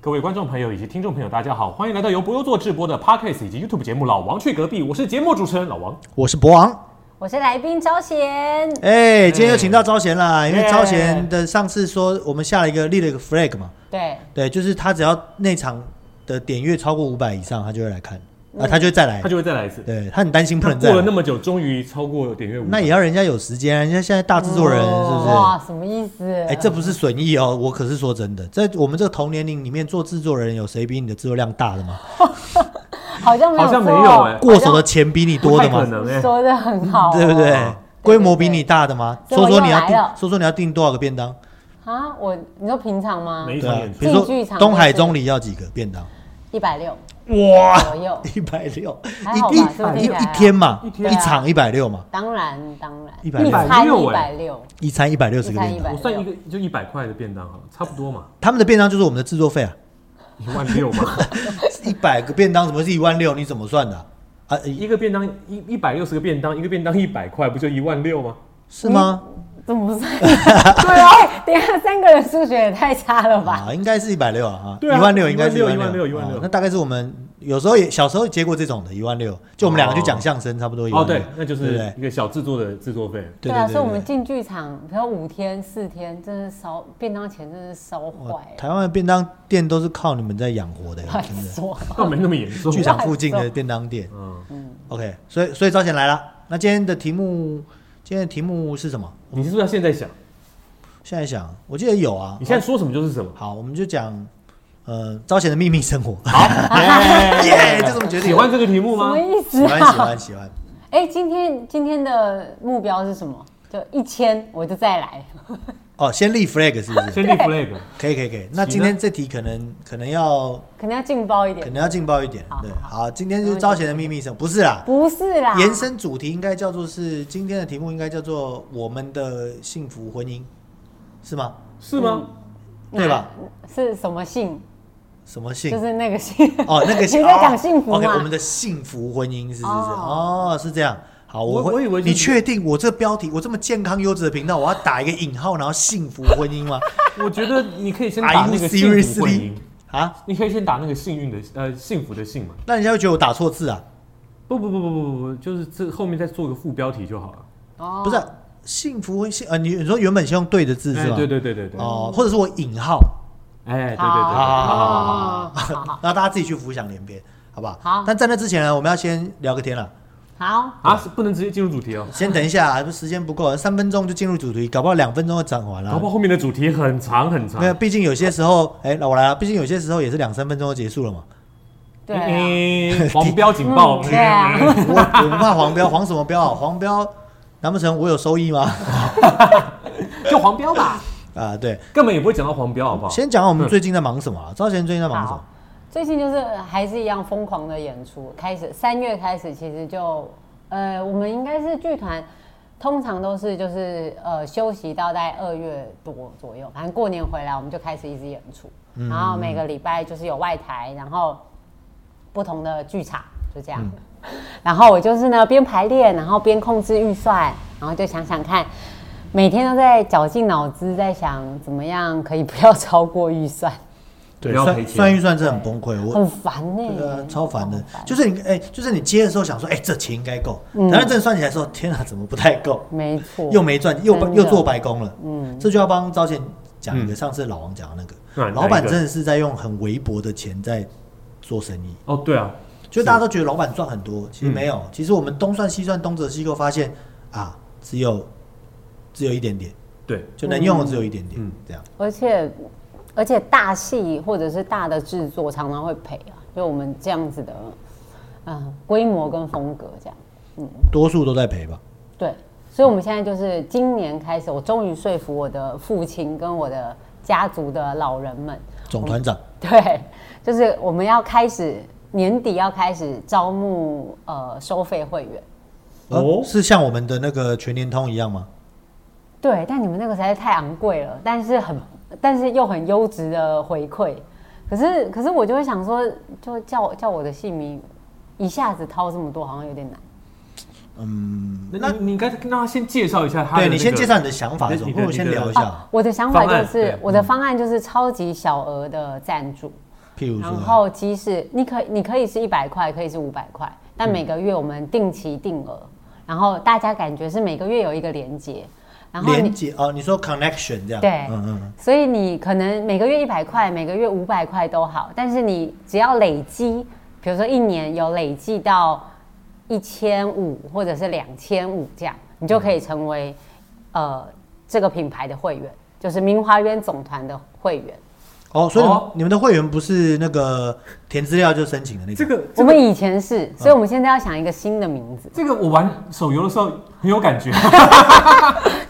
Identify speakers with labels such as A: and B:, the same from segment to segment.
A: 各位观众朋友以及听众朋友，大家好，欢迎来到由博优做直播的 Podcast 以及 YouTube 节目《老王去隔壁》，我是节目主持人老王。
B: 我是博王。
C: 我是来宾招贤，
B: 哎、今天又请到招贤啦，
A: 哎
B: 因为
C: 耶
B: 招贤的上次说我们下了一个立了一个 flag 嘛，
C: 对，
B: 对，就是他只要那场的点阅超过五百以上，他就会来看，啊，他就会再来
A: 嗯他。就会再来一次。
B: 对他很担心不能再
A: 过了
B: 来
A: 那，么久，终于超过点阅五百，
B: 那也要人家有时间啊，人家现在大制作人是
A: 哦
B: 不是？
C: 哇，什么意思？
B: 哎、这不是损益哦，我可是说真的，在我们这个同年龄里面做制作人，有谁比你的制作量大的吗？
C: 好像没有
A: 好像
C: 错
A: 没有哎
B: 过手的钱比你多的
A: 不太可
B: 吗？
A: 能哎、
C: 说的很好哦、
B: 对不对
A: 对？
B: 规模比你大的吗？
C: 所以我
B: 说说你要
C: 又来了
B: 订，说说你要订多少个便当？
C: 啊，我你说平常吗？
A: 没一
B: 对
A: 场
B: 啊
A: 演，出
B: 比如
C: 进剧
B: 说
C: 场
B: 东
C: 都
B: 海
C: 是
B: 中里要几个便当？
C: 一百六
B: 哇，
C: 左右，
B: 一百六，
C: 还好吧
B: 一
C: 是不是
B: 一
C: 听起来
B: 一天啊嘛，
A: 一
C: 天
B: 一场一百六嘛，
C: 当然当然，
B: 160
C: 餐一
A: 160哎
C: 百六，
B: 一餐一百六十个
C: 一餐
B: 便
C: 一
B: 当
C: 百。
A: 我算一个就一百块的便当好了，差不多嘛，
B: 他们的便当就是我们的制作费啊，
A: 一万六 嘛，
B: 一百个便当怎么是一万六？你怎么算的啊？啊，一
A: 一个便当一一百六十个便当，一个便当一百块，不就一万六吗？
B: 是吗？
C: 这不算， 对啊，等一下三个人数学也太差了吧？
B: 啊，应该是一百六啊，
A: 对啊
B: 一万六应该是一
A: 16,000
B: 万六，
A: 16,000
B: 啊那大概是我们有时候也小时候接过这种的，一万六，就我们两个去讲相声，差不多一
A: 哦，
B: 万六
A: 对，那就
B: 对不
A: 是
B: 对
A: 一个小制作的制作费。
B: 对
C: 啊，
B: 对
C: 所以我们
B: 对。
C: 进剧场，比如五天四天，真的烧便当钱，真的烧
B: 哇
C: 坏了，
B: 台湾的便当店都是靠你们在养活的，
C: 太
B: 真的。
C: 说，
A: 倒没那么严重。
B: 剧场附近的便当店
A: 嗯，
B: ，OK，所以所以招贤来了。那今天的题目，今天的题目是什么？
A: 你是不是要现在想？
B: 现在想，我记得有啊
A: 你。现在说什么就是什么。
B: 好，我们就讲，呃，招贤的秘密生活。
A: 好，耶
B: 耶就这么决定
A: 喜欢这个题目
C: 什
A: 吗
C: 么？意思
B: 喜欢喜
C: 啊？
B: 欢喜 欢。
C: 哎、今天今天的目标是什么？就一千，我就再来。
B: 哦，先立 flag 是 不是？
A: 先立 flag，
B: 可以可以可以。那今天这题可能可能要
C: 可能要劲爆一
B: 可
C: 点
B: 能。要劲爆一点。对，好，今天就是招贤的秘密生活，不是啦。
C: 不是啊啦，
B: 延伸主题应该叫做是今天的题目应该叫做我们的幸福婚姻，是吗？
A: 是吗？
B: 对吧？
C: 是什么性？
B: 什么幸
C: 就？是那个性。
B: 哦，那个
C: 你在讲幸福
B: 哦
C: 嘛？
B: OK，我们的幸福婚姻是是是
C: 哦
B: 哦，是这样。好，
A: 我
B: 我会
A: 我以为就是
B: 你确定我这标题我这么健康优质的频道，我要打一个引号，然后幸福婚姻吗
A: 我觉得你可以 先打
B: ？Are
A: 那个
B: you
A: 幸福婚
B: seriously
A: 姻，
B: 啊？
A: 你可以先打那个幸运的呃幸福的幸嘛。
B: 那人家会觉得我打错字啊？
A: 不不不不不不，就是这后面再做个副标题就好了。
C: 哦
B: 不是啊、幸福婚幸呃，你你说原本先用对的字是
A: 哎
B: 吧？
A: 对对对对对，
B: 哦，或者是我引号，
A: 哎对对对，
C: 好好好
A: 好
C: 好好
B: 然后大家自己去浮想联翩，好不好？
C: 好
B: 但在那之前呢，我们要先聊个天了。
C: 好，
A: 啊，是不能直接进入主题哦，
B: 先等一下啊，时间不够，三分钟就进入主题，搞不好两分钟就讲完了。啊
A: 搞不好后面的主题很长很长
B: 没。有，毕竟有些时候，哎、那我来了。毕竟有些时候也是两三分钟就结束了嘛。
C: 对啊，
A: 嗯黄标警报，
C: 嗯对啊
B: 我我不怕黄标， 黄什么标啊？黄标，难不成我有收益吗？
A: 就黄标吧，
B: 啊，对，
A: 根本也不会讲到黄标，好不好？
B: 先讲我们最近在忙什么、啊。赵贤最近在忙什
C: 好
B: 么？。
C: 最近就是呃还是一样疯狂的演出，开始三月开始，其实就呃，我们应该是剧团。通常都是就是呃休息到大概二月多左右，反正过年回来我们就开始一直演出，
B: 嗯
C: 然后每个礼拜就是有外台，然后不同的剧场，就这样。
B: 嗯
C: 然后我就是呢，边排练，然后边控制预算，然后就想想看，每天都在绞尽脑汁在想怎么样可以不要超过预算，
A: 不要赔
B: 算
A: 钱
B: 算预算是很崩溃，我
C: 很烦欸呢、
B: 呃超烦的
C: 很。
B: 就是你哎、就是你接的时候想说，哎、这钱应该够，然后真的算起来说，天啊，怎么不太够？
C: 没错，
B: 又没赚，又
C: 嗯真的
B: 又做白工了。嗯，这就要帮赵倩讲一个，上次老王讲的那
A: 哪
B: 个，老板
A: 哪一个
B: 真的是在用很微薄的钱在做生意。
A: 哦，对啊，
B: 就大家都觉得老板赚很多，其实没有。
A: 嗯
B: 其实我们东算西算，东折西扣，发现啊，只有只有一点点，
A: 对，
B: 就能用的只有一点点，
A: 嗯
B: 这样。
C: 而且而且大戏或者是大的制作常常会赔啊，就我们这样子的，嗯、规模跟风格这样。
B: 多数都在赔吧。
C: 对，所以我们现在就是今年开始，我终于说服我的父亲跟我的家族的老人们，
B: 总团长，
C: 对，就是我们要开始年底要开始招募呃收费会员。
A: 哦
B: 哦，是像我们的那个全联通一样吗？
C: 对，但你们那个实在太昂贵了，但是很，但是又很优质的回馈。可是，可是我就会想说，就叫叫我的姓名，一下子掏这么多，好像有点难。
A: 那你你应该让他先介绍一下他的
B: 对
A: 那个。
B: 你先介绍你的想法
A: 你的
B: 总
A: 你
B: 不
A: 的啊
B: 如先聊一下。
C: 啊我的想法
A: 方
C: 就
A: 案嗯
C: 是
A: 对，
C: 我的方案就是超级小额的赞助，
B: 譬如
C: 然
B: 说，
C: 后即使你可你可以是一百块，可以是五百块，但每个月我们定期定额，然后大家感觉是每个月有一个连接，然后
B: 连
C: 你
B: 接哦，你说 connection 这样，
C: 对
B: 嗯嗯，
C: 所以你可能每个月一百块，每个月五百块都好，但是你只要累积，比如说一年有累积到一千五或者是两千五这样，你就可以成为呃这个品牌的会员，就是明华园总团的会员。
B: 哦，所以你们
A: 哦
B: 你们的会员不是那个填资料就申请的那
A: 这
B: 种，
A: 个
C: 我
A: 这个
C: 们以前是，所以我们现在要想一个新的名字，
A: 这个我玩手游的时候很有感觉。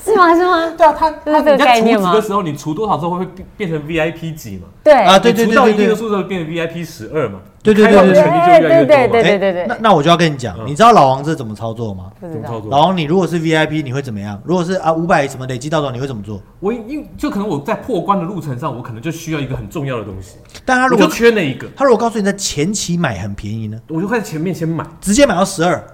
C: 是吗？是吗？
A: 对啊，他
C: 这
A: 他
C: 是这个
A: 人家
C: 概
A: 除
C: 念
A: 值
C: 吗
A: 的时候，你除多少之后会变变成 VIP 级嘛？
C: 对
B: 啊对对
A: 你除到
B: 对
A: 一
B: 对
A: 定的
B: 对
A: 数字变成 VIP 十二嘛？
B: 对对
A: 开放的
B: 对
A: 权
B: 对
A: 利就越来越多嘛。
C: 对对对
B: 哎那那我就要跟你
A: 嗯
B: 讲，你知道老王这怎么操作吗？
C: 不
A: 怎
C: 知
A: 么操
C: 道。
A: 作？
B: 老王，你如果是 VIP，你会怎么样？如果是啊五百什么累积到多少，你会怎么做？
A: 我因就可能我在破关的路程上，我可能就需要一个很重要的东西，
B: 但他
A: 我
B: 如
A: 就
B: 果
A: 缺那一个，
B: 他如果告诉你在前期买很便宜呢，
A: 我就会在前面先买
B: 直接买到十二，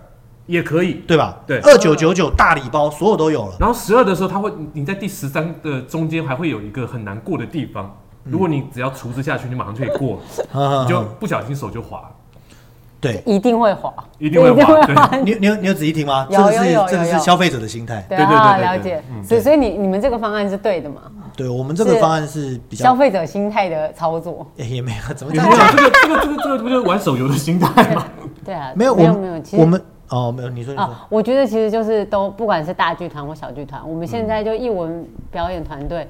A: 也可以。
B: 对吧？
A: 对
B: 二九九九大礼包，所有都有了。
A: 然后十二的时候，它会你你在第十三的中间还会有一个很难过的地方。如果你只要除之下去，你马上就可以过了，
B: 嗯
A: 你就不小心手就滑了，
B: 对，
C: 一定会滑，
A: 一定会滑。对，
B: 你有你有你有仔细听吗？这
C: 有
B: 个
C: 有
B: 是
C: 有
B: 这个
C: 有
B: 是
C: 有
B: 消费者的心态。
C: 对
A: 对对
C: 啊，
A: 对对
C: 了
A: 对
C: 解。所以所以你你们这个方案是对的嘛？
B: 对我们这个
C: 是
B: 方案是比
C: 消
B: 较
C: 费者心态的操作。
B: 诶也没有怎么
A: 你
B: 讲
A: 没，有这个这个这个这个不就是玩手游的心态吗？
C: 对啊，
B: 没有
C: 没
B: 我
C: 有没有，
B: 们
C: 其
B: 我
C: 实
B: 们哦没有，你说你说
C: 啊，我觉得其实就是都不管是大剧团或小剧团，我们现在就艺文表演团队，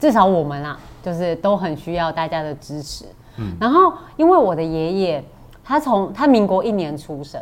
C: 至少我们啦，就是都很需要大家的支持。
B: 嗯
C: 然后因为我的爷爷，他从他民国一年出生。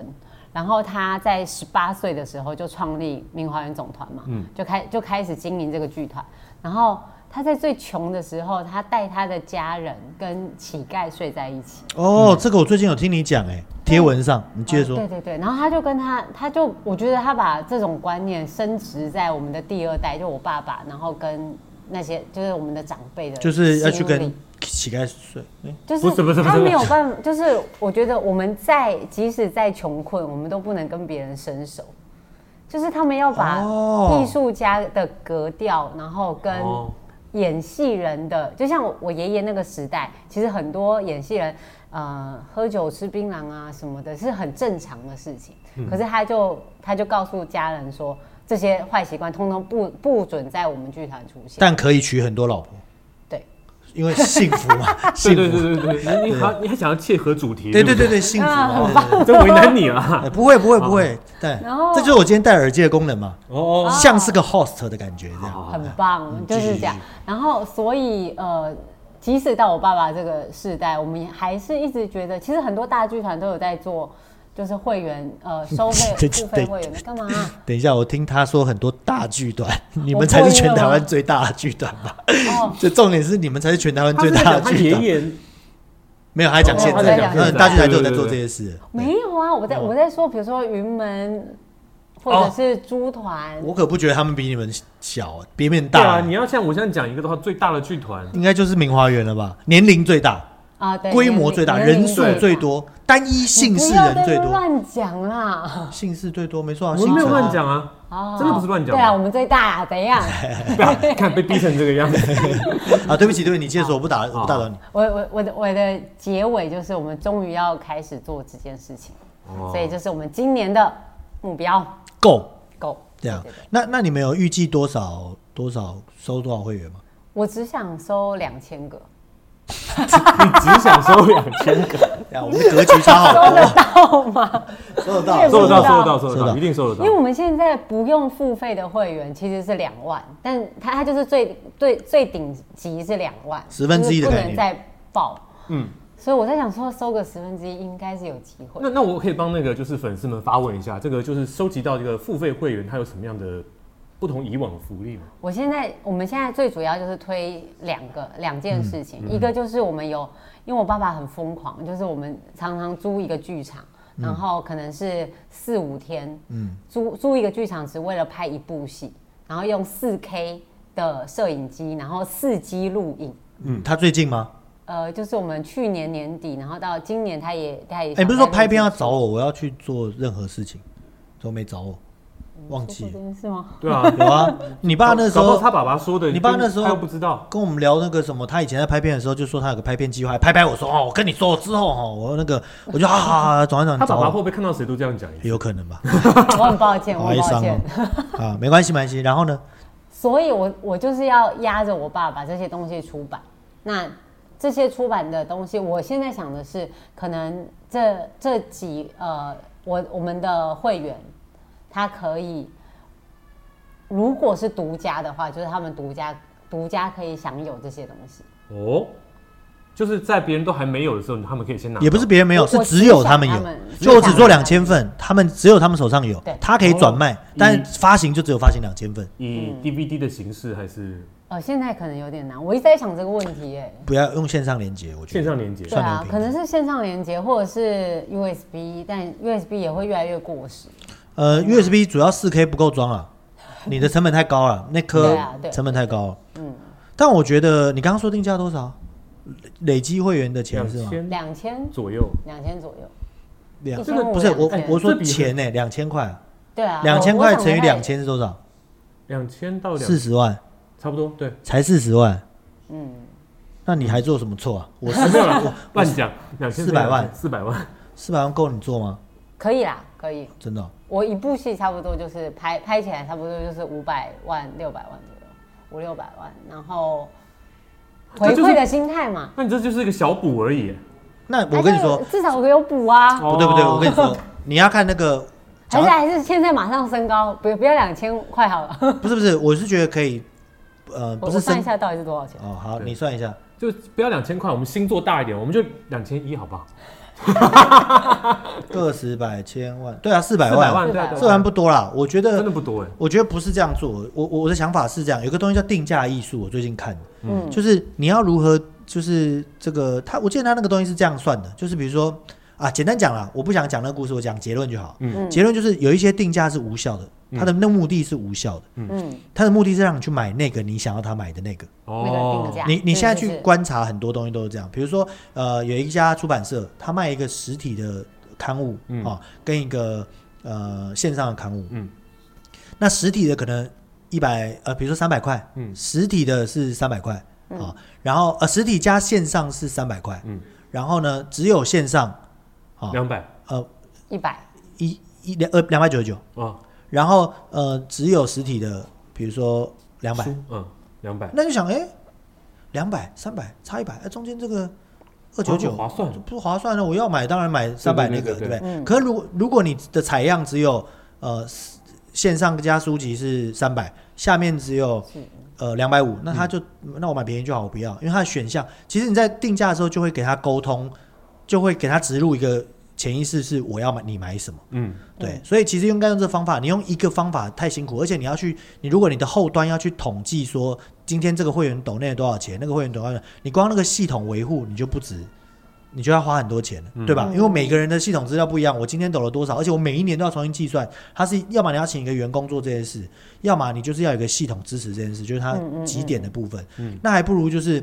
C: 然后他在十八岁的时候就创立明华园总团嘛，
B: 嗯
C: 就开就开始经营这个剧团。然后他在最穷的时候，他带他的家人跟乞丐睡在一起。
B: 哦，这个我最近有听你讲哎，贴文上你接着说
C: 哦嗯对，对对，然后他就跟他，他就我觉得他把这种观念升值在我们的第二代，就我爸爸，然后跟那些就是我们的长辈的心
B: 就
C: 里，
B: 是要去跟乞丐睡，哎诶
C: 就是
A: 不是不是不是
C: 他
A: 不是
C: 没有办法，就是我觉得我们再即使再穷困，我们都不能跟别人伸手，就是他们要把
B: 哦
C: 艺术家的格调，然后跟
A: 哦
C: 演戏人的，就像我我爷爷那个时代，其实很多演戏人，呃，喝酒吃槟榔啊什么的，是很正常的事情。可是他就他就告诉家人说，这些坏习惯通通不不准在我们剧团出现。
B: 但可以娶很多老婆，
C: 对，
B: 因为幸福嘛，
A: 对
B: 幸
A: 对
B: 福，
A: 对对对，你你还你还想要切合主题？
B: 对对
A: 不
B: 对，对，幸福
C: 啊
B: 嘛，
C: 很
B: 对对对
A: 真为难你了。
B: 哎不会不会不会，对，
C: 然后
B: 这就是我今天戴耳机的功能嘛，
A: 哦，
B: 像是个 host 的感觉这
A: 好
B: 样。
A: 好
C: 很棒，就是这样。然后，所以呃，即使到我爸爸这个世代，我们也还是一直觉得，其实很多大剧团都有在做，就是会员呃收费付费会员的干嘛啊、
B: 等一下，我听他说很多大剧团， 你们
C: 我
B: 才是
C: 破音
B: 全
C: 了
B: 台
C: 吗
B: 湾最大的剧团吧？
C: 哦，
B: 这重点是你们才是全台湾
A: 他
B: 最
A: 是在
B: 大
A: 讲他
B: 的剧
A: 爷
B: 团。
A: 爷
B: 没有，他在讲现
C: 哦他在
B: 在，嗯
C: 讲
A: 现在
B: 大剧团都有在
A: 对对对
B: 做这些事。
C: 没有啊，我在
B: 嗯
C: 我在说，比如说云门，或者是猪团，
B: 我可不觉得他们比你们小，比你们
A: 对啊，
B: 大，
A: 你要像我现在讲一个的话，最大的剧团
B: 应该就是明华园了吧？年龄最大，
C: 啊，对，
B: 规模最大，
C: 年龄
B: 人数
C: 年龄
B: 最
C: 大。
B: 多，单一姓氏
C: 你不要
B: 人
C: 在
B: 最
C: 那
B: 多，
C: 边乱讲啦！
B: 姓氏最多，没错啊，
A: 我
B: 姓
A: 没有
B: 陈
A: 乱讲啊，
C: 啊
A: 真的不是乱讲
C: 对啊，我们最大啊，怎样？
A: 对啊看被逼成这个样子。
B: 啊，对不起，对不起，你接着说，我不打，我不打扰你。
C: 我我我的我的结尾就是，我们终于要开始做这件事情，
A: 哦
C: 所以这是我们今年的目标。
B: 够
C: 够
B: 这样
C: 对对对，
B: 那那你们有预计多少多少收多少会员吗？
C: 我只想收两千 个，
A: 你只想收两千个，
B: 对啊，我们格局差好
C: 收
B: 多
C: 得，
B: 哦
C: 到吗？
B: 收得
C: 也
B: 到，
C: 不
A: 收得
C: 知
A: 到，
C: 道
A: 收得到，收得
B: 收得
A: 到，
B: 到
A: 一定收得
C: 因为
A: 到。
C: 我们现在不用付费的会员其实是两万，但它它就是最最最顶级是两万，
B: 十分之一的
C: 就是
B: 概
C: 不
B: 念
C: 能再爆。
A: 嗯
C: 嗯，所以我在想说，收个十分之一应该是有机会。
A: 那那我可以帮那个就是粉丝们发问一下，这个就是收集到这个付费会员，他有什么样的不同以往的福利吗？
C: 我现在我们现在最主要就是推两个两件事
B: 嗯
C: 情，一个就是我们有，因为我爸爸很疯狂，就是我们常常租一个剧场，
B: 嗯
C: 然后可能是四五天，嗯，租租一个剧场只为了拍一部戏，然后用四 K 的摄影机，然后四 G 录影。
B: 嗯，他最近吗？
C: 呃，就是我们去年年底，然后到今年
B: 哎
C: 他也他也，
B: 哎、不是说拍片要找，我，我要去做任何事情，都没找我。忘记了
C: 是吗？
A: 对啊，
B: 有啊，你爸那时
A: 搞不好
B: 候
A: 他爸爸说的，
B: 你爸那时候
A: 他又不知道，
B: 跟我们聊那个什么，他以前在拍片的时候就说他有个拍片计划，还拍拍我说哦，我跟你说之后哦，我那个我就啊好好好，转一转，
A: 他爸爸
B: 找我
A: 会不会看到谁都这样讲一次？
B: 有可能吧，
C: 我很抱歉，我
B: 好
C: 很
B: 哀
C: 抱
B: 伤
C: 歉。
B: 哦，啊，没关系没关系，然后呢，
C: 所以我我就是要压着我爸把这些东西出版。那这些出版的东西，我现在想的是，可能这这几呃，我我们的会员，他可以，如果是独家的话，就是他们独家独家可以享有这些东西。
A: 哦，就是在别人都还没有的时候，他们可以先拿到。
B: 也不是别人没有，
C: 我
B: 是
C: 我
B: 只有
C: 欣赏
B: 他们
C: 他
B: 有
C: 们，
B: 所以我只做
C: 欣赏他们
B: 两千份，他们只有他们手上有
C: 对，哦
B: 他可以转卖，但
A: 嗯
B: 发行就只有发行两千份，
A: 以
C: 嗯
A: DVD 的形式还是
C: 呃，现在可能有点难，我一直在想这个问题、耶。
B: 不要用线上连接，我觉
A: 线
B: 得
A: 上连接？
C: 对啊
B: 算，
C: 可
B: 流
C: 能
B: 平
C: 是线上连接或者是 USB，但 USB 也会越来越过时。
B: 呃 USB 主要四 K 不够装 啊，你的成本太高了，那颗
C: 对啊对
B: 成本太高了，嗯，但我觉得你刚刚说定价多少？累累积会员的钱
A: 两
B: 是吗？
A: 千
C: 两千，
A: 左右
C: 两千左右。
B: 两
C: 一
B: 这
C: 千
B: 个
C: 五
B: 不是我
C: 两千
B: 我说
A: 这比
B: 钱呢，两千块啊，
C: 对啊，
B: 两千
C: 我
B: 块
C: 我想
B: 乘以
C: 大概
B: 两，千是多少？
A: 两千到两
B: 四十万，
A: 差不多，对，
B: 才四十万，
C: 嗯，
B: 那你还做什么错啊？我
A: 没有了，乱讲，两千
B: 400万
A: 四百万，
B: 四百万够你做吗？
C: 可以啦，可以。
B: 真的哦、
C: 我一部戏差不多就是拍拍起来差不多就是五百万、六百万左右，五六百万，然后
A: 那
C: 回
A: 就是
C: 馈的心态嘛。
A: 那你这就是一个小补而已。
B: 那我跟你说
C: 还，是至少我有补啊，
A: 哦
B: 不对不对，我跟你说， 你要看那个， 讲
C: 还是
B: 到
C: 还是现在马上升高，不不要两千块好了。
B: 不是不是，我是觉得可以，呃，
C: 我
B: 不
C: 我
B: 是
C: 算一
B: 升
C: 下到底是多少钱？
B: 哦，好，
A: 对
B: 你算一下，
A: 就不要两千块，我们星座大一点，我们就两千一，好不好？
B: 个十百千万，对啊，四百
A: 四百
B: 万，
A: 万，对啊，对啊
B: 四百万不多啦，我觉
A: 真的
B: 得，
A: 不多哎。
B: 我觉得不是这样做，我我我的想法是这样，有个东西叫定价艺术，我最近看，
C: 嗯，
B: 就是你要如何，就是这个他，我记得他那个东西是这样算的，就是比如说啊，简单讲啦，我不想讲那个故事，我讲结论就好，
A: 嗯
B: 结论就是有一些定价是无效的，
A: 嗯
B: 它的那目的是无效的，
C: 嗯，
B: 它的目的是让你去买那个你想要他买的那个。
A: 哦
C: 那个定价，
B: 你你
C: 对
B: 现在
C: 就
B: 去
C: 是
B: 观察很多东西都是这样，比如说呃，有一家出版社，他卖一个实体的刊物啊、
A: 嗯
B: 哦跟一个呃线上的刊物，
A: 嗯
B: 那实体的可能一百呃，比如说三百块，
A: 嗯
B: 实体的是三百块
C: 嗯
B: 啊、哦然后呃实体加线上是三百块，
A: 嗯
B: 然后呢只有线上啊、哦
A: 两百
B: 呃
C: 一百，
B: 一一两呃两百九十九，
A: 啊，
B: 然后呃只有实体的，比如说两百
A: 书，嗯，两百，
B: 那就想，哎、2两百、三百差一百，哎，中间这个二九九
A: 哦划算
B: 不划算呢？我要买，当然买三百那个，
A: 对对对
B: 对不
A: 对
B: 对？
C: 嗯
B: 可是如果如果你的采样只有呃线上加书籍是三百，下面只有
C: 是
B: 呃两百五，那
A: 嗯
B: 他就、那我买便宜就好，我不要，因为它的选项其实你在定价的时候就会给他沟通，就会给他植入一个潜意识是我要买你买什么。
A: 嗯，
B: 对
C: 嗯，
B: 所以其实应该用这方法，你用一个方法太辛苦，而且你要去，你如果你的后端要去统计说，今天这个会员抖内多少钱，那个会员抖内，你光那个系统维护你就不值，你就要花很多钱了，对
A: 嗯
B: 吧？因为每个人的系统资料不一样，我今天抖了多少，而且我每一年都要重新计算，它是要么你要请一个员工做这件事，要么你就是要有一个系统支持这件事，就是它
C: 嗯嗯嗯
B: 几点的部分，
A: 嗯
B: 那还不如就是，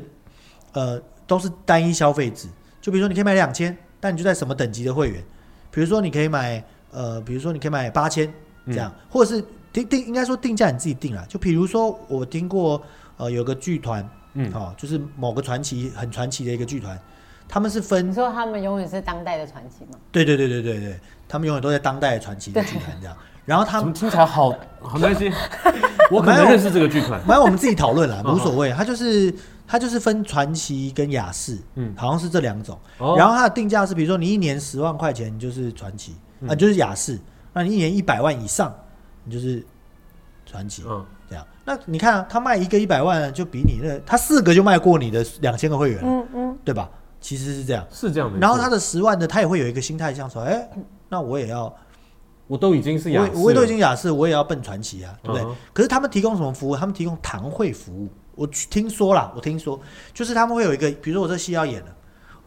B: 呃，都是单一消费制，就比如说你可以买两千，但你就在什么等级的会员，比如说你可以买呃，比如说你可以买八千这样，或者是定定应该说定价你自己定啦。就比如说我听过呃有个剧团，
A: 嗯
B: 哦，就是某个传奇很传奇的一个剧团，他们是
C: 你
B: 分，
C: 说他们永远是当代的传奇嘛？
B: 对对对对对对，他们永远都在当代传奇的剧团这样。然后他
A: 怎
B: 们
A: 么听起来好？好没关系， 我可
B: 没
A: 能
B: 有
A: 认识这个剧团。
B: 反正我们自己讨论啦，
A: 嗯
B: 无所谓。它就是它就是分传奇跟雅士，嗯，好像是这两种。
A: 哦
B: 然后它的定价是，比如说你一年十万块钱就是传奇，啊、
A: 嗯
B: 就是雅士；那你一年一百万以上，你就是传奇。
A: 嗯，
B: 这样，那你看、啊、他卖一个一百万，就比你那他四个就卖过你的两千个会员了，
C: 嗯嗯，
B: 对吧？其实是这样。
A: 是这样的。
B: 然后他的十万的，他也会有一个心态，像说，哎、那我也要，
A: 我都已经是雅
B: 我
A: 思了，
B: 我都已经雅士，我也要奔传奇啊，对不对？
A: 嗯哼
B: 可是他们提供什么服务？他们提供堂会服务。我去听说啦，我听说就是他们会有一个，比如说我这戏要演了，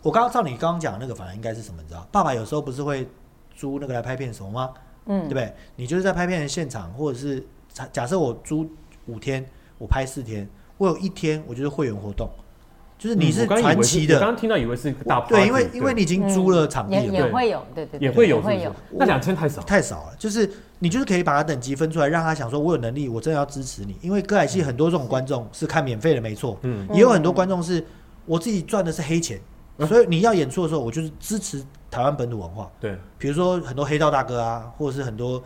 B: 我刚刚照你刚刚讲的那个，反正应该是什么？你知道，爸爸有时候不是会租那个来拍片什么吗？
C: 嗯
B: 对不对？你就是在拍片的现场，或者是假假设我租五天，我拍四天，我有一天我就是会员活动，就是你
A: 嗯
B: 是
A: 我刚以为
B: 传奇
A: 我刚
B: 的，
A: 刚听到以为是一个大
B: 我对，因
A: party，
B: 为因为你已经租了场地
C: 也
B: 了，
C: 也
A: 对
C: 会有，对对，对
A: 也会有，是
C: 也
A: 不
C: 会
A: 是
C: 有。
A: 那两千太少，
B: 太少了，就是你就是可以把它等级分出来，让他想说，我有能力，我真的要支持你。因为歌仔戏很多这种观众是看免费的，没错，
A: 嗯
B: 也有很多观众是我自己赚的是黑钱，所以你要演出的时候，我就是支持台湾本土文化。
A: 对，
B: 比如说很多黑道大哥啊，或者是很多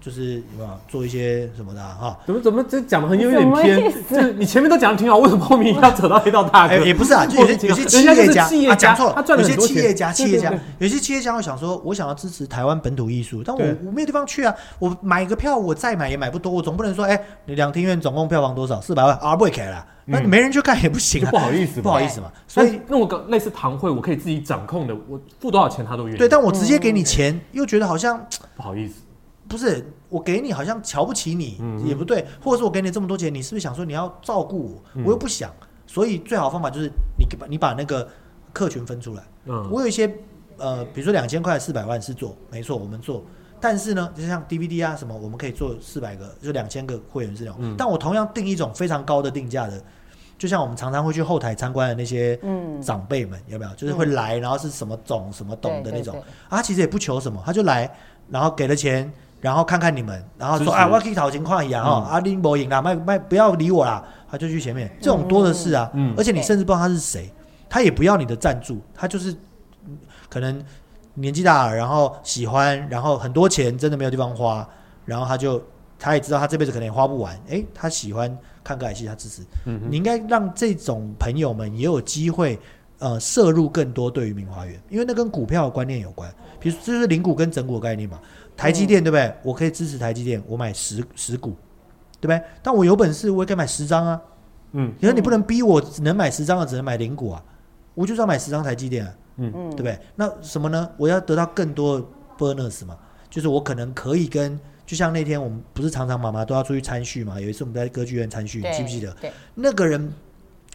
B: 就是有没有做一些什么的啊哈、
A: 怎么怎么这讲的很有点
C: 什么意
A: 偏，就是你前面都讲的挺啊好，为什么后面要扯到黑道大
B: 哎、
A: 哥？
B: 也不是啊，就有些有些企
A: 人家就是
B: 业家
A: 企业
B: 啊，
A: 家
B: 讲错
A: 他
B: 了，
A: 赚了
B: 有些
A: 很多
B: 企
A: 钱
B: 业家，企业家
A: 对对，
B: 有些企业家会想说，我想要支持台湾本土艺术，但我
A: 对
B: 我没有地方去啊，我买个票，我再买也买不多，我总不能说，哎、你两厅院总共票房多少？四百万啊，不会开啦，那
A: 嗯
B: 没人去看也不行
A: 就
B: 啊，
A: 不好意思嘛哎嗯
B: 不好意思嘛，所以
A: 那那我搞类似堂会，我可以自己掌控的，我付多少钱他都愿意。
B: 对，但我直接给你钱，又觉得好像
A: 不好意思，
B: 不是我给你好像瞧不起你、
A: 嗯
B: 也不对，或者是我给你这么多钱，你是不是想说你要照顾我？
A: 嗯
B: 我又不想，所以最好的方法就是你给把你把那个客群分出来。
A: 嗯，
B: 我有一些呃，比如说两千块四百万是做，没错，我们做。但是呢，就像 DVD 啊什么，我们可以做四百个，就两千个会员是那种。
A: 嗯
B: 但我同样定一种非常高的定价的，就像我们常常会去后台参观的那些
C: 嗯
B: 长辈们，有没有？就是会来，然后是什么总什么懂的
C: 对对
B: 那种
C: 对。
B: 啊，他其实也不求什么，他就来，然后给了钱，然后看看你们，然后
A: 支
B: 说
A: 持
B: 啊，我可以讨情况一样
A: 嗯
B: 哦，啊，林博赢啦，卖卖不要理我啦，他就去前面，这种多的是啊，
A: 哦嗯
B: 而且你甚至不知道他是谁，他也不要你的赞助，他就是嗯可能年纪大了，然后喜欢，然后很多钱真的没有地方花，然后他就他也知道他这辈子可能也花不完，诶，他喜欢看歌仔戏，他支持，
A: 嗯哼
B: 你应该让这种朋友们也有机会，呃，摄入更多对于明华园，因为那跟股票的观念有关，比如这就是零股跟整股的概念嘛，台积电对不对？我可以支持台积电，我买十十股，对不对？但我有本事，我也可以买十张啊，
A: 嗯，
B: 可是你不能逼我只能买十张的，只能买零股啊，我就是要买十张台积电啊。
C: 嗯
B: 对不对？那什么呢？我要得到更多的 bonus 嘛，就是我可能可以跟，就像那天我们不是常常妈妈都要出去参叙嘛，有一次我们在歌剧院参叙，你
C: 对
B: 记不记得？
C: 对，
B: 那个人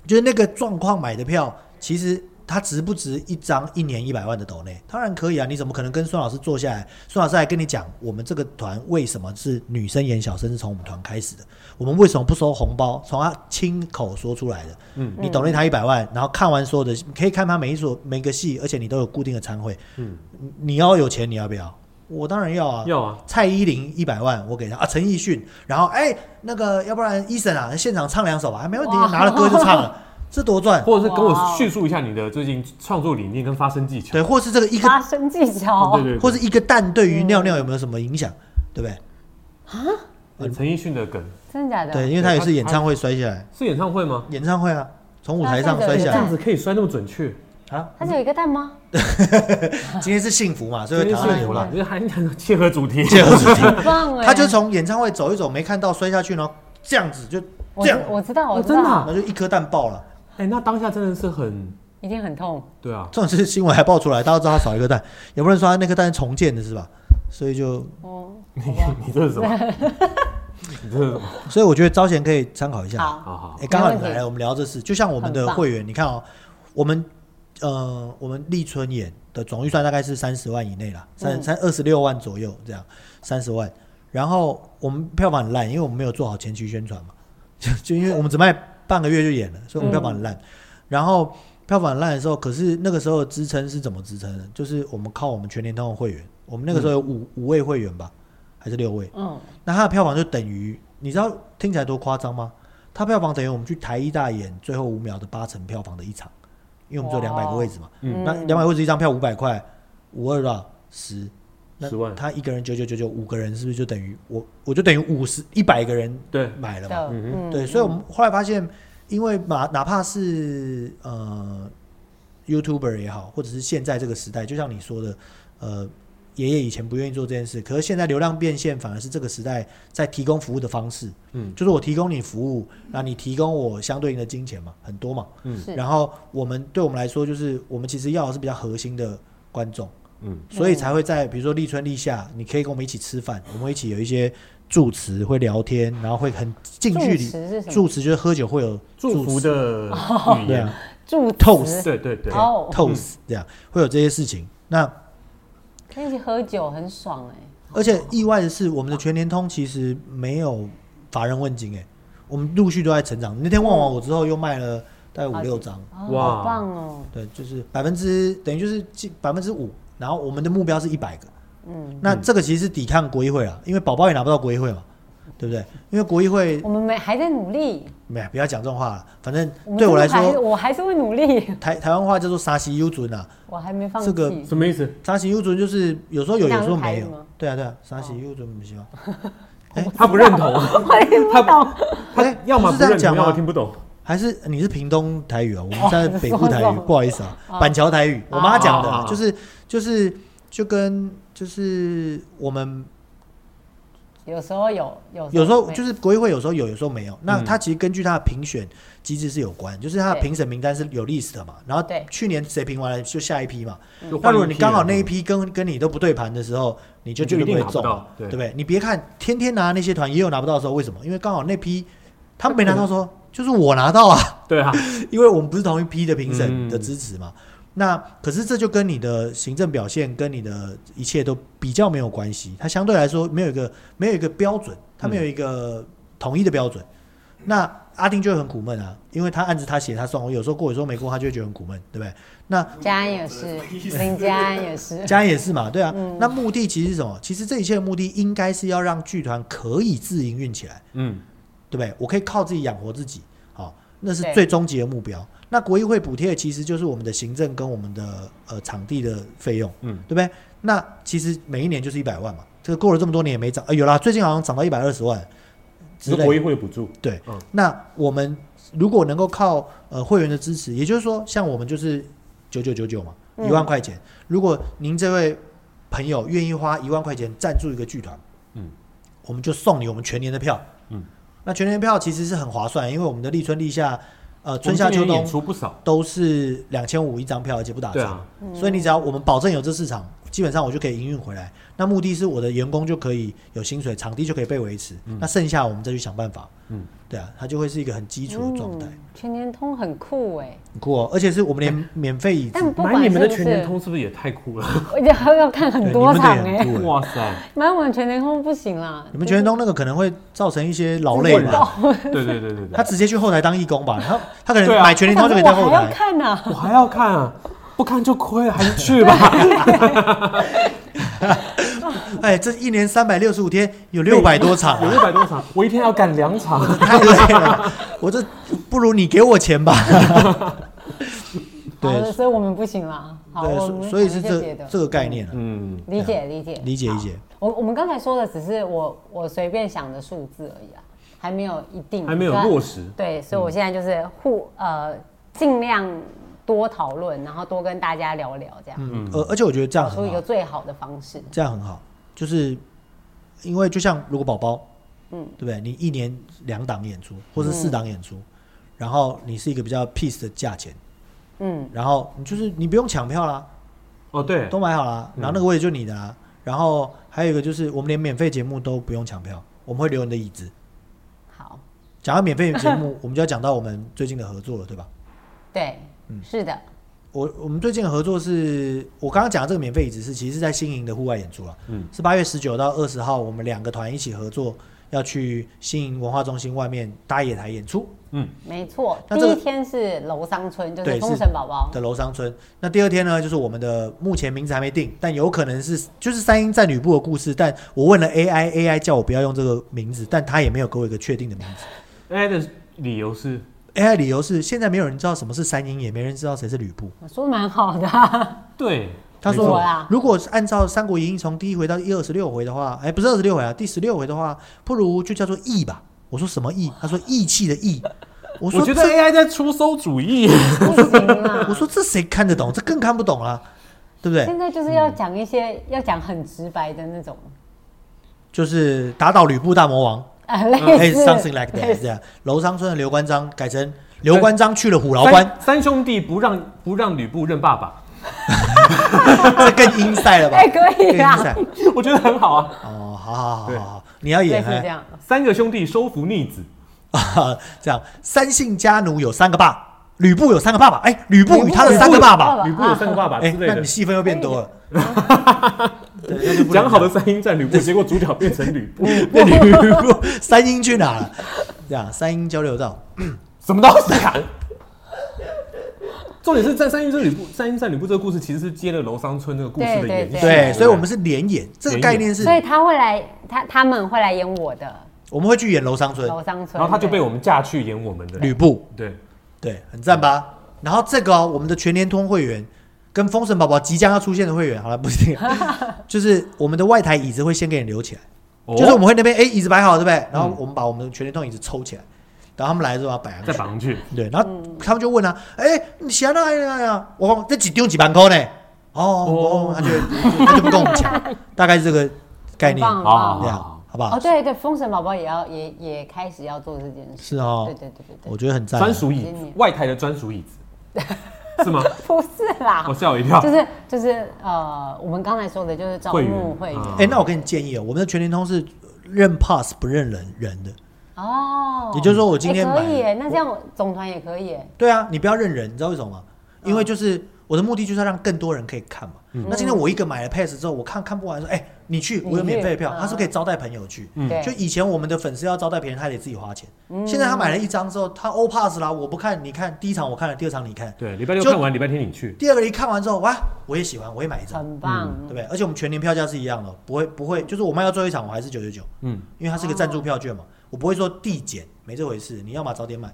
B: 就是那个状况买的票，其实他值不值一张一年一百万的斗内？当然可以啊！你怎么可能跟孙老师坐下来？孙老师来跟你讲，我们这个团为什么是女生演小生，是从我们团开始的？我们为什么不收红包？从他亲口说出来的。
A: 嗯，
B: 你斗内他一百万，然后看完所有的，你可以看他每一所每个戏，而且你都有固定的参会。
A: 嗯，
B: 你要有钱，你要不要？我当然要啊！
A: 要啊，
B: 蔡依林一百万，我给他啊，陈奕迅，然后哎、那个要不然 Eason 啊，现场唱两首吧，啊没问题，
C: 哇
B: 拿了歌就唱了，这多赚，
A: 或者是跟我
C: 哇哦
A: 叙述一下你的最近创作理念跟发声技巧。
B: 对，或是这个一个，
C: 发生技巧，
A: 对对，
B: 或是一个蛋对于尿尿有没有什么影响，对不对？
A: 呃陈奕迅的梗
C: 真的假的？
B: 对，因为他也是演唱会摔下来，
A: 是演唱会吗？
B: 演唱会啊，从舞台上
C: 他
B: 摔
C: 摔
A: 这
C: 下
B: 下
C: 来
A: 样
B: 来
A: 子可以摔那么准确，
B: 啊，
C: 它只有一个蛋吗？
B: 今天是幸福嘛，所
A: 真
B: 以
A: 是
B: 躺在
A: 幸
B: 你
A: 福
B: 嘛
A: 啦，因为还切合主题。
B: 借我自 己，
C: 很棒哎，
B: 他就从演唱会走一走，没看到摔下去，然后这样子就
C: 我
B: 这样
C: 知，我知道，我
A: 哦
C: 知
A: 真的
C: 道，
A: 啊
B: 然后就一颗蛋爆了，
A: 哎，那当下真的是很
C: 一定很痛。
A: 对 啊，
B: 这种是新闻还爆出来，大家都知道他少一颗蛋，有没有人说他那颗蛋是重建的是吧？所以就
C: 哦，
A: 你你这是什么？ 你这是什么？
B: 所以我觉得招贤可以参考一下。
C: 好，
A: 好好
B: 诶，刚好
C: 没
B: 你
C: 问题
B: 来，我们聊这事，就像我们的
C: 很棒
B: 会员，你看哦，我们呃，我们立春演的总预算大概是三十万以内啦，三
C: 嗯
B: 三二十六万左右这样，三十万。然后我们票房很烂，因为我们没有做好前期宣传嘛，就就因为我们只卖半个月就演了，所以我们票房很
C: 嗯
B: 烂。然后票房很烂的时候，可是那个时候的支撑是怎么支撑的？就是我们靠我们全年通的会员，我们那个时候有五、五位会员吧，还是六位？
C: 嗯，
B: 那它的票房就等于，你知道听起来多夸张吗？它票房等于我们去台一大演最后五秒的八成票房的一场，因为我们只有两百
C: 哇
B: 个位置嘛，
A: 嗯
B: 那两百位置一张票五百块，五二吧十，那
A: 10万
B: 他一个人九九九九，五个人是不是就等于我我就等于五十一百个人
A: 对，
B: 买了嘛？
C: 的，
A: 嗯
C: 嗯
B: 对，所以我们后来发现，因为哪哪怕是呃 YouTuber 也好，或者是现在这个时代，就像你说的，呃，爷爷以前不愿意做这件事，可是现在流量变现反而是这个时代在提供服务的方式，
A: 嗯
B: 就是我提供你服务，那你提供我相对应的金钱嘛，很多嘛，
A: 嗯
C: 是
B: 然后我们对我们来说，就是我们其实要的是比较核心的观众。
A: 嗯
B: 所以才会在比如说立春立夏，你可以跟我们一起吃饭，我们会一起有一些祝词，会聊天，然后会很近距离
C: 祝词是。什么
B: 祝词就是喝酒会有
A: 祝福
B: 词，
A: 的语
B: 对
A: 言
B: 啊，
C: 祝词
B: Toast
A: 对对对，
C: 哦，
B: toast 这样会有这些事情。那
C: 可以一起喝酒，很爽哎，
B: 而且意外的是，我们的全联通其实没有乏人问津哎，我们陆续都在成长。那天问完我之后，又卖了大概五六张，
C: 哦
A: 哇
C: 好棒哦，
B: 对，就是百分之等于就是近百分之五，然后我们的目标是一百个，嗯，那这个其实是抵抗国议会啊，因为宝宝也拿不到国议会嘛，对不对？因为国议会
C: 我们没还在努力。
B: 没不要讲这种话了，反正
C: 们
B: 对我来
C: 真的还是
B: 说，
C: 我还是会努力，
B: 台台湾话叫做沙西优准啊，
C: 我还没放
B: 这
C: 弃。
B: 个
A: 什么意思？
B: 沙西优准就是有时候有，有
C: 这样
B: 时候
C: 是台
B: 没
C: 语
B: 有
C: 吗。
B: 对啊对啊，沙西优准不希望。
A: 他不认同，他他
B: 哎
A: 要么
B: 不
A: 不
B: 是这样
A: 认
B: 讲
A: 同，要
B: 吗
A: 么听不懂。
B: 还是你是屏东台语啊？我们在北部台
C: 说
B: 语
C: 错，了
B: 不好意思啊，板桥台语，我妈讲的
A: 哦哦
B: 啊，
A: 哦
B: 就是就是就跟就是我们
C: 有时候有，有
B: 有时候
C: 没
B: 就是国议会有时候有，有时候没有。那
A: 嗯
B: 它其实根据它的评选机制是有关，就是它的
C: 对
B: 评审名单是有 list 的嘛，然后
C: 对
B: 去年谁评完了就下一批嘛。
A: 就换
B: 嗯那如果你
A: 一批
B: 刚好
A: 人嗯
B: 那一批跟跟你都不对盘的时候，你就
A: 你就
B: 绝
A: 一定
B: 对不
A: 拿
B: 会
A: 不
B: 中
A: 到
B: 嘛，
A: 对
B: 对不对？你别看天天拿那些团也有拿不到的时候，为什么？因为刚好那批他们没拿到的时候，就是我拿到啊。
A: 对啊，
B: 因为我们不是同一批的评审
A: 嗯
B: 的支持嘛。那可是这就跟你的行政表现跟你的一切都比较没有关系，它相对来说没有一个没有一个标准，它
A: 嗯
B: 没有一个统一的标准。那阿丁就会很苦闷啊，因为他案子他写他送，我有时候过有时候没过，他就会觉得很苦闷，对不对？那
C: 佳安也是，林佳安 也是，
B: 家也是嘛，对啊。那目的其实是什么？其实这一切的目的应该是要让剧团可以自营运起来。
A: 嗯，
B: 对不对？我可以靠自己养活自己，好、那是
C: 对
B: 最终极的目标。那国议会补贴其实就是我们的行政跟我们的呃场地的费用，
A: 嗯
B: 嗯，对不对？那其实每一年就是一百万嘛，这个过了这么多年也没涨，呃，有啦，最近好像涨到一百二十万之
A: 是国
B: 类
A: 议
B: 的。
A: 会补助，
B: 对，
A: 嗯
B: 那我们如果能够靠呃会员的支持，也就是说，像我们就是九九九九嘛，
C: 嗯
B: 一万块钱。如果您这位朋友愿意花一万块钱赞助一个剧团，
A: 嗯
B: 嗯，我们就送你我们全年的票，
A: 嗯
B: 嗯，那全年票其实是很划算，因为我们的立春立夏，呃，
A: 我们
B: 春夏
A: 今
B: 秋
A: 年
B: 冬
A: 演出不少，
B: 都是两千五一张票，而且不打折，
A: 对啊，
B: 所以你只要我们保证有这市场，基本上我就可以营运回来。那目的是我的员工就可以有薪水，场地就可以被维持，那剩下我们再去想办法，
A: 嗯
B: 嗯，对啊，它就会是一个很基础的状态，
C: 嗯全年通很酷哎，
B: 很酷哦，而且是我们
A: 嗯
B: 连免费椅子。
C: 但不
A: 买
C: 管
A: 你
C: 是不
A: 们
C: 是
A: 的全年，通是不是也太酷了？
C: 我以后要看很多场
B: 对你们的
C: 哎
B: 也，很酷
A: 哇塞，
C: 买我们全年通不行啦，
B: 你们全联通那个可能会造成一些劳累
C: 啊
B: 吧？
A: 对对对对
B: 他
A: 对，
B: 直接去后台当义工吧，他他可能
A: 对啊
B: 买全联通就可以
C: 哎 我
B: 在后
C: 还要
B: 台。
C: 看呐，
A: 我还要看啊，不看就亏了，还是去吧。
B: 哎，这一年三百六十五天有六百多场、
A: 有
B: 啊，
A: 六百多场，我一天要赶两场。
B: 太累了。我这不如你给我钱 吧。
C: 好
B: 对
C: 的，所以我们不行啦，好，
B: 对，
C: 我
B: 所
C: 们
B: 所以是
C: 想一些别
B: 这
C: 的
B: 这个概念了、啊
A: 嗯，
C: 理解理解
B: 理解
C: 好
B: 理解
C: 我我们刚才说的只是我我随便想的数字而已啊，还没有一定，
A: 还没有
C: 对吧啊
A: 落实嗯
C: 对，所以我现在就是互呃尽量多讨论，然后多跟大家聊聊，这样、
B: 嗯，而而且我觉得这样
C: 找出
B: 很
C: 一个
B: 好，
C: 最好的方式。
B: 这样很好，就是因为就像如果宝宝，嗯，对不对？你一年两档演出或
C: 嗯
B: 是四档演出，然后你是一个比较 peace 的价钱，
C: 嗯，
B: 然后你就是你不用抢票啦，
A: 哦对，
B: 都买好了，然后那个位置就你的啦。然后还有一个就是，我们连免费节目都不用抢票，我们会留你的椅子。
C: 好，
B: 讲到免费节 目，我们就要讲到我们最近的合作了，对吧？
C: 对，
B: 嗯
C: 是的，
B: 我我们最近的合作是我刚刚讲的这个免费椅子是，其实是在新营的户外演出了，
A: 嗯
B: 嗯，是八月十九到二十号，我们两个团一起合作，要去新营文化中心外面搭野台演出
C: 没错。
B: 那
C: 第
B: 这个
C: 一天是楼桑村，就是
B: 对
C: 风
B: 是
C: 神宝宝，
B: 的楼商村。那第二天呢，就是我们的目前名字还没定，但有可能是就是三英战吕布的故事，但我问了 AI，AI 叫我不要用这个名字，但他也没有给我一个确定的名字。
A: 哎的理由是
B: AI 理由是现在没有人知道什么是三英，也没人知道谁是吕布。
C: 我说的蛮好 的、啊，
A: 对，
B: 他
C: 没错
B: 说
C: 啦，
B: 如果是按照《三国演义》从第一回到第二十六回的话，哎，不是二十六回啊，第十六回的话，不如就叫做义吧。我说什么 义？他说义气的义。我
A: 我
B: 说
A: 觉得
B: 这，
A: AI 在出馊主意。
C: 不行啊啦。
B: 我说这谁看得懂？这更看不懂啦，对不对？
C: 现在就是要讲一些、要讲很直白的那种，
B: 就是打倒吕布大魔 王，
C: 啊，类
B: 哎
C: 似、
B: ，something like
C: 类
B: that，
C: 似
B: 这样。娄商村的刘关张改成刘关张去了虎牢关，
A: 三三兄弟不让不让吕布认爸爸，
B: 这更阴塞了吧？
C: 哎可以啦
B: 更阴塞
A: 我觉得很好啊。
B: 哦，好好好
A: 对
B: 好好，你要
C: 类
B: 演
C: 似
B: 哎
C: 这样。
A: 三个兄弟收服逆子，
B: 啊， 这样，三姓家奴有三个爸，吕布有三个爸爸，哎，吕布与他的三个爸爸，
A: 吕布有三个爸爸
B: 哎
A: 啊之，类
B: 那
A: 的
B: 你。戏份又变多了。对那就不能嗯
A: 讲好的三英战吕布，结果主角变成吕布，
B: 那吕布三英去哪了？这样三英交流道，
A: 什么东西啊？ 重点是在三英这吕布，三英战吕布这个故事其实是接了楼桑村那个故事的
C: 对对
A: 延续，
C: 对
B: 对，
A: 不
B: 所以我们是联演，这个概念是
C: 所以他会来，他他们会来演我的
B: 我们会去演楼商村
C: 楼上村，
A: 然后他就
C: 对
A: 被我们架去演我们的
B: 吕布，
A: 对，
B: 对，很赞吧？然后这个、哦、我们的全联通会员跟封神宝宝即将要出现的会员，好了，不是这个，就是我们的外台椅子会先给你留起来，
A: 哦
B: 就是我们会那边哎、椅子摆好，对不对？然后我们把我们的全联通椅子抽起来，然后他们来的时候把它摆上
A: 再
B: 去。
A: 绑上去，
B: 对，然后
C: 嗯
B: 他们就问啊，哎、你想哪呀呀？我说这几丢几万块呢？哦，哦
A: 哦
B: 他就他就不跟我们讲， 大概是这个概念，
C: 很棒
A: 好好好
B: 对啊，
C: 很棒
A: 好
B: 好不好？
C: 哦，对对，封神宝宝也要也也开始要做这件事，
B: 是哦
C: 对，对对对对，
B: 我觉得很赞啊，
A: 专属椅
C: 今
A: 子
C: 年，
A: 外台的专属椅子，是吗？
C: 不是啦
A: 我，吓我一跳
C: 就。是就是呃，我们刚才说的就是招
A: 会
C: 募
A: 员
C: 会员
A: 啊
B: 哎、那我给你建议哦，我们的全联通是认 pass 不认人人的，
C: 哦，
B: 也就是说我今天
C: 哎
B: 买
C: 可以耶，
B: 我
C: 那这样我总团也可以耶，
B: 对啊，你不要认人，你知道为什么吗？因为就是我的目的就是要让更多人可以看嘛。
C: 嗯
B: 那今天我一个买了 pass 之后，我看看不完说，哎、你去，我有免费的票
C: 你，去
B: 他是不是可以招待朋友去。
A: 嗯
C: 对嗯
B: 就以前我们的粉丝要招待别人，他得自己花钱。现在他买了一张之后，他 all pass 啦，我不看，你看第一场我看了，第二场你看，
A: 对，礼拜六
B: 就
A: 看完，礼拜天你去。
B: 第二个一看完之后，哇，我也喜欢，我也买一张，
C: 很棒，
B: 对不对？而且我们全年票价是一样的，哦不会不
C: 嗯
B: 会，就是我卖到最后一场我还是九九九，
A: 嗯，
B: 因为它是一个赞助票券嘛，我不会说递减，没这回事。你要么早点买，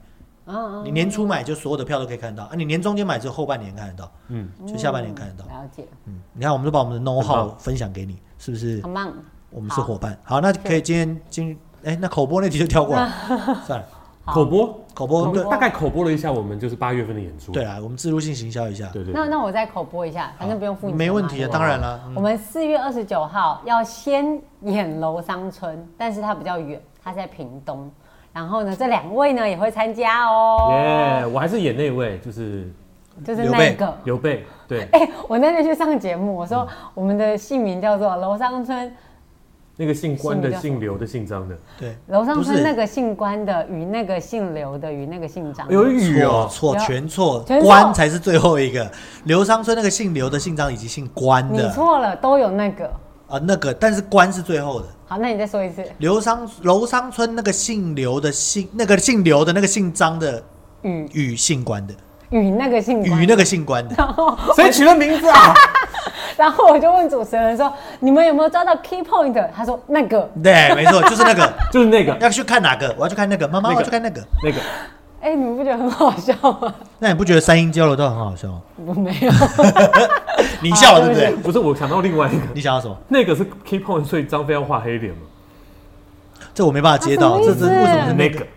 C: 嗯
B: 你
C: 嗯，
B: 年初买就所有的票都可以看到啊，你年中间买只有后半年看得到，
A: 嗯，
B: 就下半年看得到。
C: 了解，
B: 嗯，你看我们都把我们的 know
A: 很
B: how
A: 棒
B: 分享给你，是不是？
C: 很棒，
B: 我们是伙伴。好，那可以今天今哎，那口播那题就跳过了，算了。
C: 好
A: 口播，
B: 口播
A: 口
B: 对
A: 大概口播了一下我们就是八月份的演出。
B: 对啊，我们自入性行销一下，
A: 对对
C: 那
A: 对，
C: 那我再口播一下，反正不用付你钱
B: 没问
C: 嘛
B: 题
C: 对
B: 啊，
C: 不对
B: 当然啦。
C: 我
B: 嗯
C: 们四月二十九号要先演楼商村，但是它比较远，它在屏东。然后呢，这两位呢也会参加哦
A: 耶，我还是演那位，就是
C: 就是
B: 刘
C: 那
B: 备
C: 个。
A: 刘备。 对，
C: 哎、我那天去上节目，我说我们的姓名叫做楼商村，
A: 那个姓关
C: 姓
A: 的
C: 比较、
A: 姓刘的、姓张的，
B: 对，
C: 楼上
B: 不
C: 村
B: 是
C: 那个姓关的与那个姓刘的与那个姓张的，
A: 有雨
B: 错
A: 哦。
B: 错
C: 不要
B: 全错，
C: 全错
B: 关才是最后一个。刘商村那个姓刘的、姓张以及姓关
C: 你
B: 的
C: 错了，都有那个。
B: 啊，那个但是关是最后的。
C: 好，那你再说一次，
B: 刘商楼商村那个姓刘的姓那个姓刘的那个姓张的
C: 与
B: 与姓关的
C: 与那个姓关
B: 与那个姓 关的，
A: 谁取的名字啊？
C: 然后我就问主持人说，你们有没有抓到 key point？他说那个，
B: 对，没错，就是那个。
A: 就是那个
B: 要去看哪个？我要去看那个。妈妈，
A: 那个
B: 我要去看那个。
A: 那个。
C: 哎、你们不觉得很好笑 吗？
B: 那你不觉得三英交流道很好笑吗？
C: 我没有，
B: 你笑了对不
C: 啊对
B: 对？
A: 不是，我想到另外一个，
B: 你想要什么？
A: 那个是 key point，所以张飞要画黑脸嘛。
B: 这我没办法接到，
C: 啊
B: 这
C: 什么
B: 这
C: 意思
B: 为什么是
A: 那
B: 那个？
A: 个，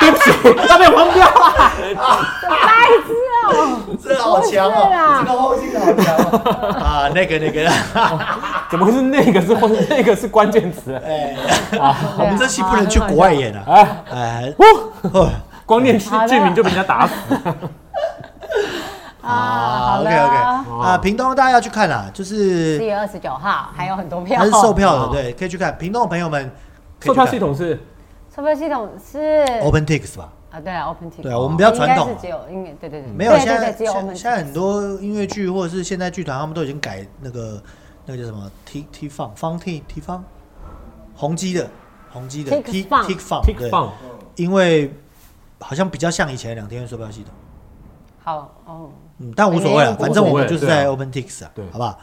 A: 对不起，他被黄标了。
C: 白痴哦、
B: 这好强
C: 不是啦
B: 哦，这个后劲好强哦。 啊，那个那个，
A: 怎么会是那个是或者那个是关键词？
B: 哎， 我
C: 对啊
B: 们这戏不能去国外演啊。
A: 哎，
B: 哎，
A: 光念剧
C: 好的
A: 剧名就被人家打死。
C: 啊，好
B: ，OK
C: 了
B: OK，啊，屏东大家要去看啦，就
C: 四
B: 是
C: 月二十九号还有很多票，
B: 它是售票的，
A: 哦
B: 对，可以去看。屏东的朋友们，可
A: 售
B: 以去看
A: 票系统是
C: 售票系统是
B: OpenTix 吧？
C: 啊，对啊，Open T，
B: 哦对啊我们比较传统
C: 应该是只有音乐，对对对，
B: 没有，
C: 对
B: 现
C: 对
B: 在
C: 对只有
B: 现
C: Open
B: 现在很多音乐剧或者是现代剧团，他们都已经改那个那个叫什么 T T 放方 T T 放红基的红基的
C: Tick
B: T
C: Funk
B: T 放
A: Tick
B: 哦对，
A: 放，
B: 因为好像比较像以前两天售票系统，
C: 好哦，
B: 嗯，但无所谓了，
C: 没
B: 反正我们就是在
A: 无
B: OpenTix 啊
A: 对，
B: 好不好？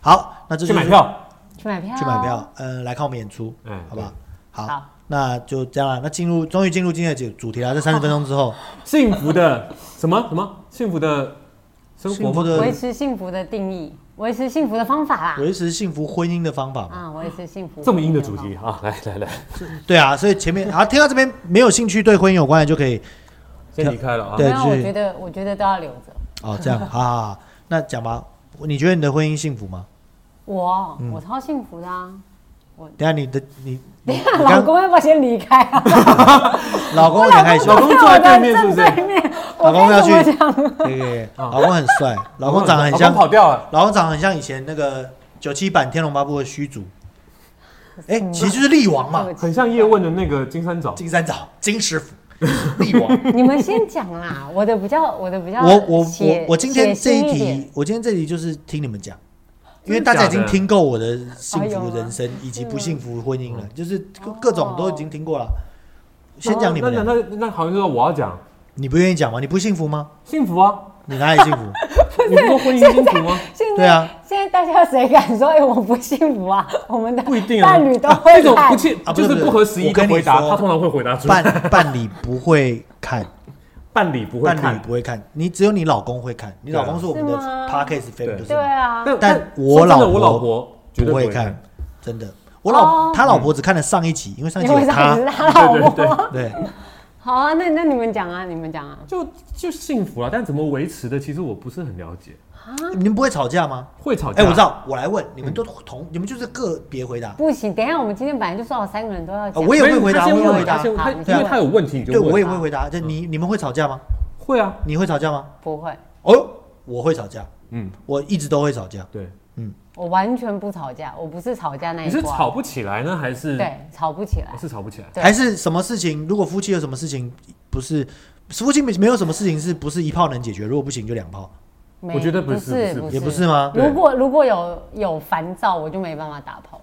B: 好，那这
A: 去
B: 就是
A: 买票。
C: 去买票，
B: 去买票，呃，来看我们演出，
A: 嗯
B: 好不好？
C: 好
B: 好，那就这样了。那进入终于进入今天的主主题了，在三十分钟之后，
A: 幸福的什么什么幸福的生活
B: 幸福
A: 吗？
B: 的
C: 呃维持幸福的定义，维持幸福的方法啦，
B: 嗯维持幸福婚姻的方法嘛。
C: 啊，维持幸福，
A: 这么阴的主题，啊！来来来，
B: 对啊，所以前面 好听到这边没有兴趣对婚姻有关的就可以
A: 先离开了啊
B: 对。
C: 没有，
B: 就
C: 我
B: 是
C: 觉得我觉得都要留着，
B: 哦，这样， 好好好，那讲吧，你觉得你的婚姻幸福吗？
C: 我哦
B: 嗯
C: 我超幸福的啊，
B: 等一下你的你，
C: 等一下
B: 你刚
C: 老公要不要先离开啊？
B: 老公有点害羞
A: 老，公坐在对面是不
C: 正
A: 是？
C: 对面，
B: 老
C: 我
B: 公要
C: 该
B: 去
C: 怎么讲？
B: 对对对，老公很帅，老公长得很
A: 老
B: 像
A: 公，跑掉了。
B: 老公长得很像以前那个九七版《天龙八部》的虚 竹，哎，其实就是力王嘛，
A: 很像叶问的那个金三角，
B: 金三角金师傅， 力王。
C: 你们先讲啦，我的比较，我的比较
B: 我我我
C: 啊写
B: 我今天这一，
C: 写心点
B: 题，我今天这题就是听你们讲，因
A: 真的
B: 为大家已
A: 假
B: 经
A: 的
B: 听够我的幸
C: 哎呦
B: 福
C: 啊
B: 人生以及不幸福婚
A: 嗯
B: 姻了，就是各各种都已经听过了。先讲你们
A: 哦那
B: 俩，
A: 那那那好像就是我要讲，
B: 你不愿意讲吗？你不幸福吗？
A: 幸福啊！
B: 你哪里幸福？
A: 你不说婚姻幸福吗？
C: 现在
B: 对啊，
C: 现在大家谁敢说哎、我不幸福啊？ 我们的
A: 不一定啊，
C: 伴侣都
A: 啊
C: 会
A: 这种
C: 看
A: 不切
B: 啊不
A: 就是是不合时
B: 我
A: 宜
B: 跟
A: 的
B: 你
A: 回答，
B: 说
A: 他通常会回答出
B: 伴伴侣不会看，
A: 伴侣不会
B: 伴侣
A: 看，
B: 不会看，你只有你老公会看，你老公
A: 对啊
B: 是我们的
C: 是吗
B: podcast fan，就是
C: 对啊，
A: 但
B: 但我
A: 说真的
B: 老
A: 我
B: 婆
A: 老婆绝对
B: 不会
A: 看
B: 看，，真的。我老
C: 哦
B: 他老婆只看了上一集，因为上一
C: 你
B: 集
C: 为
B: 有
C: 啥
B: 他
C: 只是，他老
A: 对
C: 婆？
A: 对对，
B: 对，
C: 好啊，那那你们讲啊，你们讲啊。
A: 就就幸福啊了，但怎么维持的，其实我不是很了解，
B: 你们不会吵架吗？
A: 会吵架，
B: 哎，我知，道，我来问你
A: 嗯
B: 们都同，你们就是个别回答。
C: 不行，等一下，我们今天本来就说好三个人都要
B: 呃
C: 讲。
B: 我也会回答，
A: 他
B: 我
A: 先
B: 也
A: 问
B: 会
A: 你
B: 回
A: 他
B: 答，
A: 先他
C: 好你
A: 因为他有问题，你就
B: 对我也
A: 问啊嗯
B: 会回答。就你你们会吵架吗？
A: 会啊，
B: 你会吵架吗？
C: 不会，
B: 哦，我会吵架，
A: 嗯，
B: 我一直都会吵架。
A: 对，
C: 我完全不吵架，我不是吵架那一
A: 你
C: 挂。
A: 是吵不起来呢，还是
C: 对，吵不起来。
A: 是吵不起来？
C: 对
B: 还是什么事情？如果夫妻有什么事情不是夫妻没没有什么事情是不是一炮能解决？如果不行就两炮，
C: 没
A: 我觉得不
C: 不
A: 是不是
C: 不
B: 也不是吗？
A: 对
C: 如果如果有有烦躁，我就没办法打炮。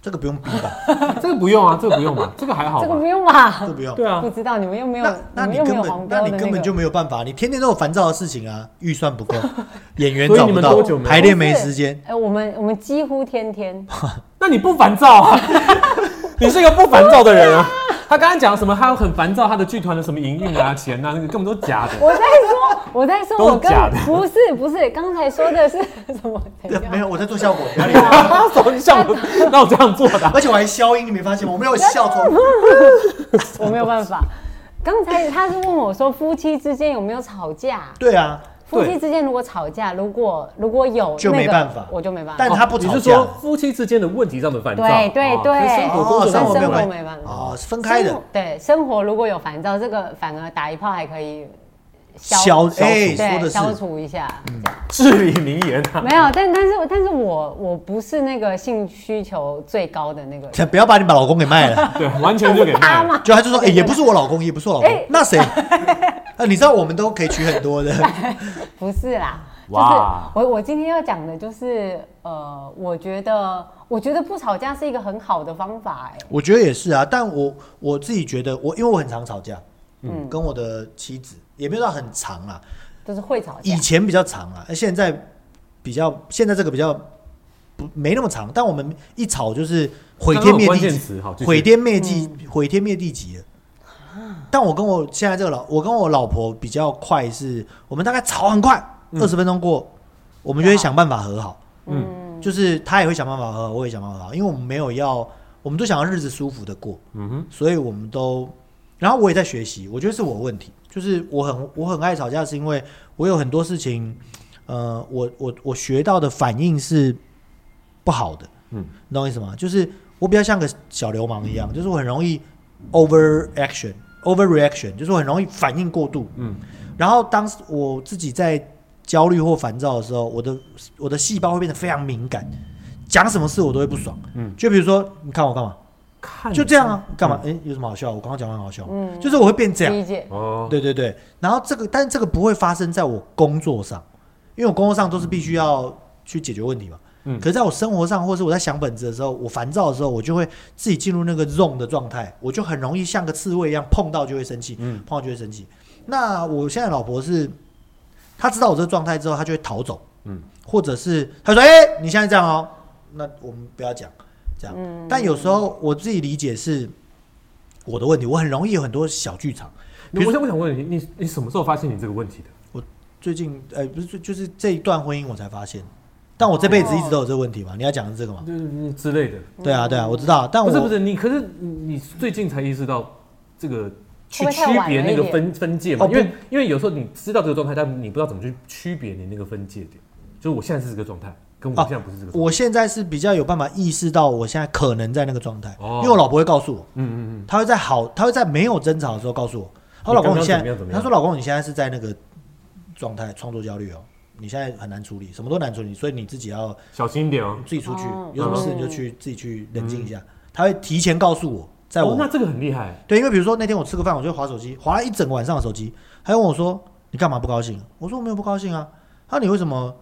B: 这个不用逼 吧？
A: 这个不用啊，这个不用吧，这个还好
C: 这个
A: 吧
C: 不？用吧
B: 这？个不用。
A: 对啊
C: 不，知道你们又没有
B: 那，那
C: 们
B: 你
C: 又没
B: 根
C: 有
B: 本
C: 黄
B: 那
C: 标的
B: 你
C: 那
B: 根本
C: 个
B: 就。没有办法，你天天都有烦躁的事情啊，预 算不够，演员
A: 所以
B: 找
A: 你
B: 不
A: 们
B: 到
A: 多久，没有
B: 排练没
C: 不是
B: 时间。
C: 哎，我们我们几乎 天天
A: 那你不烦躁啊？ 你是一个不烦躁的人啊。他刚刚讲什么？他很烦躁，他的剧团的什么营运啊、钱啊，那个根本都假 的。
C: 我在说，我在说，
A: 都是
C: 我跟
A: 假的
C: 不是不是，刚才说的是 什么？等一下
B: 没有，我在做效果，不要理我
A: 他手你像我， 那我这样做的啊、
B: 而且我还消音，你没发现吗？我没有笑出。
C: 我没有办法。刚才他是问我说，夫妻之间有没有吵架？
B: 对啊，
C: 夫妻之间如果吵架，如果如果有、那个，
B: 就没办法
C: 我就没办法。
B: 但他不
A: 你
B: 吵
A: 是
B: 架
A: 说，夫妻之间的问题上的烦躁？
C: 对对
A: 哦
C: 对
A: 跟生活工
B: 哦
A: 作上
B: 生
A: 的
B: 活没有
A: 问
B: 关
A: 题
B: 系
C: 没办法
B: 哦，是分开的
C: 生活。对生活如果有烦躁，这个反而打一炮还可以消
B: 消
C: 除
B: 哎说的
C: 对
B: 是
C: 消除一下。这样
A: 至理名言 啊。
C: 没有，但但是但是我我不是那个性需求最高的那个人，
B: 不要把你把老公给卖 了。
A: 对，完全就给卖
C: 他
A: 了。
C: 嘛，
B: 就他就说，哎、也不是我老公，也不是我老公，
C: 哎
B: 那 谁？啊，你知道我们都可以娶很多的，
C: 不是啦，就是
A: 哇
C: 我我今天要讲的就是呃，我觉得我觉得不吵架是一个很好的方法哎、
B: 我觉得也是啊。但我我自己觉得我，因为我很常吵架，嗯，
C: 嗯
B: 跟我的妻子也没有到很长啦，
C: 就是会吵架
B: 以。前比较长啦，现在比较现在这个比较不没那么长，但我们一吵就是毁天
A: 刚刚有
B: 灭
A: 关键
B: 地，
A: 词好，继续
B: 毁天灭地，毁天灭地级了。但我跟我现在这个老，我跟我老婆比较快是，我们大概吵很快，
A: 嗯
B: 二十分钟过，我们就会想办法和好。
C: 嗯，
B: 就是他也会想办法和我也想办法和，因为我们没有要，我们都想要日子舒服的过，
A: 嗯哼，
B: 所以我们都，然后我也在学习，我觉得是我问题，就是我很我很爱吵架，是因为我有很多事情，呃，我我我学到的反应是不好的，
A: 嗯，
B: 你懂我意思吗？就是我比较像个小流氓一样，就是我很容易 over action over reaction，就是我很容易反应过度，
A: 嗯，
B: 然后当时我自己在焦虑或烦躁的时候，我的我的细胞会变得非常敏感，讲什么事我都会不爽。
A: 嗯
B: 就比如说，你看我干嘛？
A: 看
B: 就这样啊，干嘛？哎、有什么好笑？我刚刚讲完很好笑，就是我会变这样。
C: 理解。
A: 哦，
B: 对对对，然后这个，但这个不会发生在我工作上，因为我工作上都是必须要去解决问题嘛。
A: 嗯
B: 可是在我生活上，或是我在想本子的时候，我烦躁的时候，我就会自己进入那个 zone 的状态，我就很容易像个刺猬一样，碰到就会生气，
A: 嗯
B: 碰到就会生气。那我现在老婆是，她知道我这个状态之后，她就会逃走，
A: 嗯
B: 或者是她说：“哎、你现在这样哦，那我们不要讲这样。但有时候我自己理解是我的问题，我很容易有很多小剧场。比
A: 我
B: 如
A: 想我想问你，你你什么时候发现你这个问题的？
B: 最近，呃，不是，最就是这一段婚姻我才发现，但我这辈子一直都有这个问题嘛。你要讲的是这个嘛？
A: 就是你之类的？
C: 嗯
B: 对啊，对啊，我知道，但我
A: 不是不是，你可是你你最近才意识到这个去
C: 会不会
A: 区
C: 太晚
A: 别
C: 了
A: 那
C: 一
A: 个
C: 点
A: 分分界嘛？
B: 哦
A: 因为因为有时候你知道这个状态，但你不知道怎么去区别你那个分界点。就是我现在是这个状态，跟我
B: 哦
A: 现在不是这个。状态。
B: 我现在是比较有办法意识到我现在可能在那个状态，
A: 哦
B: 因为我老婆会告诉我，
A: 嗯嗯
B: 她会在好，她会在没有争吵的时候告诉我，她说
A: 你
B: 老
A: 刚
B: 公
A: 刚
B: 你现
A: 怎么
B: 在
A: 样怎，么
B: 她
A: 样
B: 说老公你现在是在那个状态创作焦虑哦，你现在很难处理，什么都难处理，所以你自己要
A: 嗯，小心一点哦。
B: 自己出去
C: 哦，
B: 有什么事你就去自己去冷静一下，她会提前告诉我，在
A: 哦
B: 我，
A: 那这个很厉害。
B: 对，因为比如说那天我吃个饭，我就划手机，划了一整个晚上的手机，他又问我说：“你干嘛不高兴？”我说：“我没有不高兴啊。”他说：“你为什么？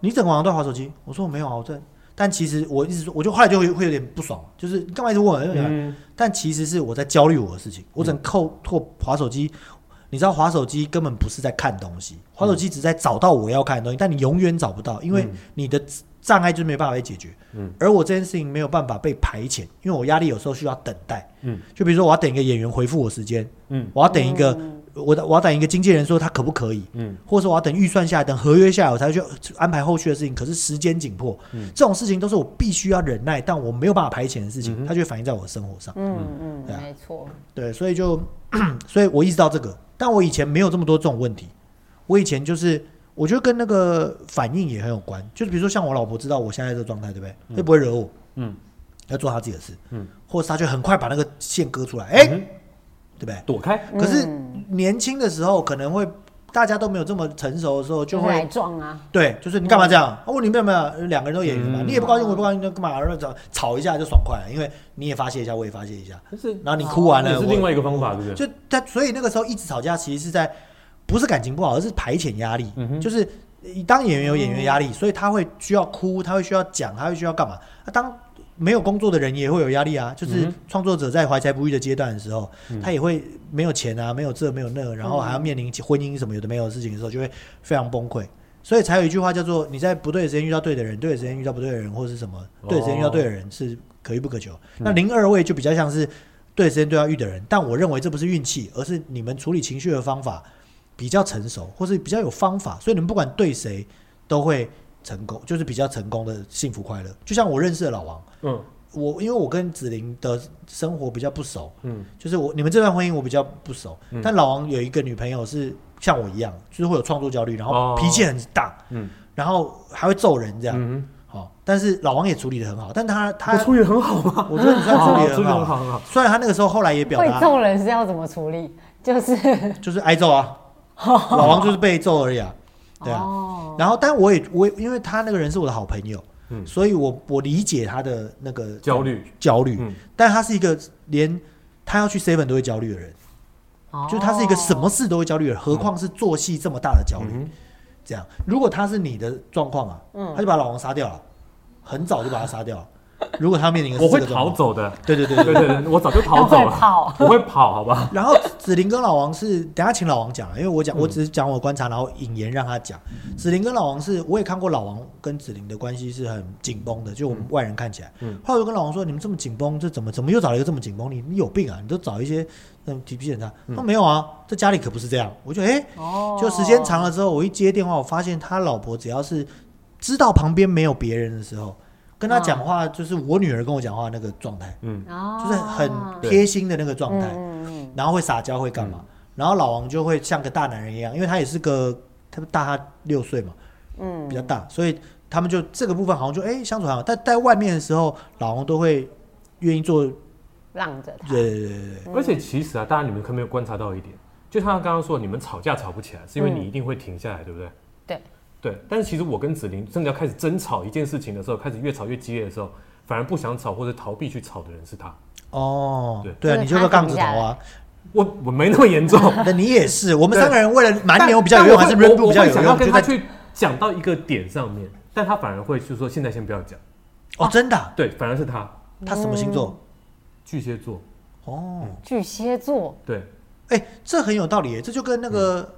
B: 你一整个晚上都在划手机？”我说：“我没有啊，我在。”但其实我一直说，我就后来就会会有点不爽，就是你干嘛一直问我？
A: 嗯
B: 但其实是我在焦虑我的事情，我只能扣拓滑手机。你知道滑手机根本不是在看东西，滑手机只在找到我要看的东西，但你永远找不到，因为你的障碍就是没办法被解决。
A: 嗯
B: 而我这件事情没有办法被排遣，因为我压力有时候需要等待。
A: 嗯
B: 就比如说我要等一个演员回复我时间，
A: 嗯
B: 我要等一个、我的我要等一个经纪人说他可不可以，
A: 嗯
B: 或者说我要等预算下来，等合约下来，我才去安排后续的事情。可是时间紧迫，
A: 嗯
B: 这种事情都是我必须要忍耐，但我没有办法排遣的事
A: 嗯
B: 情，它就会反映在我的生活上。
C: 嗯
B: 对啊
C: 嗯，没错，
B: 对，所以就，所以我意识到这个，但我以前没有这么多这种问题。我以前就是，我觉得跟那个反应也很有关。就是比如说，像我老婆知道我现在这个状态，对不对？她就不会惹我，
A: 嗯，
B: 要做她自己的事，
A: 嗯，
B: 或是她就很快把那个线割出来，哎、
A: 嗯
B: 对不对？
A: 躲开，
B: 可是
C: 嗯
B: 年轻的时候可能会大家都没有这么成熟的时候，就
C: 就是来
B: 会
C: 撞啊，
B: 对，就是你干嘛这样？啊、问你有没有，两个人都演员嘛，
A: 嗯
B: 你也不高兴，我也不高兴，那干嘛？然后吵吵一架就爽快了，因为你也发泄一下，我也发泄一下，
A: 但是
B: 然后你哭完
A: 哦也
B: 了，
A: 是
B: 我
A: 另外一个方法，对不对？
B: 就他，所以那个时候一直吵架，其实是在不是感情不好，而是排遣压力。
A: 嗯哼
B: 就是当演员有演员压力，所以他会需要哭，他会需要讲，他会需要干嘛？啊、当没有工作的人也会有压力啊。就是
A: 嗯
B: 创作者在怀才不遇的阶段的时候，他也会没有钱啊，没有这没有那，然后还要面临婚姻什么有的没有的事情的时候，就会非常崩溃。所以才有一句话叫做：你在不对的时间遇到对的人，对的时间遇到不对的人，或是什么对的时间遇到对的人是可遇不可求。那零二位就比较像是对的时间对到遇的人，但我认为这不是运气，而是你们处理情绪的方法比较成熟，或是比较有方法，所以你们不管对谁都会成功，就是比较成功的幸福快乐。就像我认识的老王，
A: 嗯
B: 我因为我跟子玲的生活比较不熟，
A: 嗯
B: 就是我你们这段婚姻我比较不熟，
A: 嗯
B: 但老王有一个女朋友是像我一样，就是会有创作焦虑，然后
A: 哦
B: 脾气很大，
A: 嗯
B: 然后还会揍人这样。
A: 嗯，
B: 好、但是老王也处理的很好，但他
A: 我
B: 他
A: 处理得很好吗？
B: 我觉得你算处理得
A: 哦处理
B: 很
A: 得
B: 好
A: 很好，很好。
B: 虽然他那个时候后来也表
C: 会
B: 达
C: 揍人是要怎么处理？就是
B: 就是挨揍 啊，老王就是被揍而已啊，对啊。
C: 哦，
B: 然后，但我也我也因为他那个人是我的好朋友，
A: 嗯
B: 所以我我理解他的那个
A: 焦虑，
B: 焦虑，
A: 嗯
B: 但他是一个连他要去 seven 都会焦虑的人，
A: 哦
B: 就是他是一个什么事都会焦虑的人，何况是做戏这么大的焦虑。
A: 嗯
B: 这样，如果他是你的状况啊，
C: 嗯
B: 他就把老王杀掉了，很早就把他杀掉了。如果他面临的
A: 哼，
B: 是
A: 我
B: 这
A: 会
B: 个状
A: 逃
B: 况，
A: 走的。
B: 对对对
A: 对
B: 对
A: 对
B: 对。
A: 对，我早就逃
C: 要
A: 走
C: 会
A: 了，
C: 跑，
A: 我会跑，好吧？
B: 然后子玲跟老王是，等一下请老王讲啊，因为我
A: 嗯
B: 讲，我只是讲我观察，然后引言让他讲。子玲跟老王是，我也看过老王跟子玲的关系是很紧绷的，就我们外人看起来。
A: 嗯
B: 后来我就跟老王说：“你们这么紧绷，这怎么怎么又找了一个这么紧绷？你你有病啊？你都找一些嗯体皮检查。”他说：“没有啊，这家里可不是这样。”我就哎，
C: 哦
B: 就时间长了之后，我一接电话，我发现他老婆只要是知道旁边没有别人的时候，跟他讲话就是我女儿跟我讲话那个状态，
A: 嗯，
C: 哦，
B: 就是很贴心的那个状态。
C: 嗯嗯
B: 然后会撒娇会干
A: 嗯
B: 嘛？然后老王就会像个大男人一样，因为他也是个他大他六岁嘛，
C: 嗯
B: 比较大，所以他们就这个部分好像就哎、相处还好，但在外面的时候，老王都会愿意做，
C: 让着他，
B: 对对对对对
A: 而且其实啊，当然你们可能没有观察到一点，就像他刚刚说，你们吵架吵不起来，是因为
C: 嗯
A: 你一定会停下来，对不对？
C: 对，
A: 对，但是其实我跟子玲真的要开始争吵一件事情的时候，开始越吵越激烈的时候，反而不想吵或者逃避去吵的人是他。
B: 哦，
A: 对
B: 对啊，
C: 就是
B: 你就个杠子头啊，
A: 我我没那么严 重，
B: 那你 也是，我们
A: 对
B: 三个人为了蛮
A: 但
B: 牛比啊较有用，还是
A: 但我
B: Rainbow
A: 会我我
B: 比较
A: 会
B: 有
A: 想要
B: 用？
A: 跟
B: 就
A: 他
B: 在
A: 去讲到一个点上面，但他反而会就说现在先不要讲，
B: 哦，真的啊，
A: 对，反而是他
B: 他什么星座？
A: 巨蟹座，
C: 嗯
B: 哦，
C: 巨蟹座
A: 对，
B: 哎，这很有道理耶，这就跟那
A: 嗯
B: 个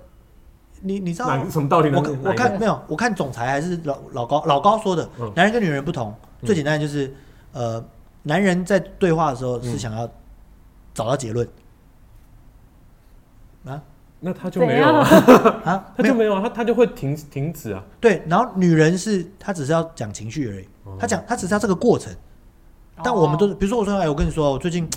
B: 你你知道
A: 哪什么道理呢？哪
B: 我看哦我
A: 一个
B: 看没有，我看总裁还是老老高老高说的，
A: 嗯
B: 男人跟女人不同，最简单的就是，呃，男人在对话的时
A: 嗯
B: 候是想要找到结论， 啊
A: 那他就
C: 怎
A: 没有啊，
C: 样？
B: 啊，
A: 他
B: 没
A: 就
B: 有
A: 没有啊，他他就会停停止啊，
B: 对，然后女人是她只是要讲情绪而已，
A: 哦
B: 她讲她只是要这个过程，
C: 哦
B: 但我们都是，比如说我说哎，我跟你说，我最近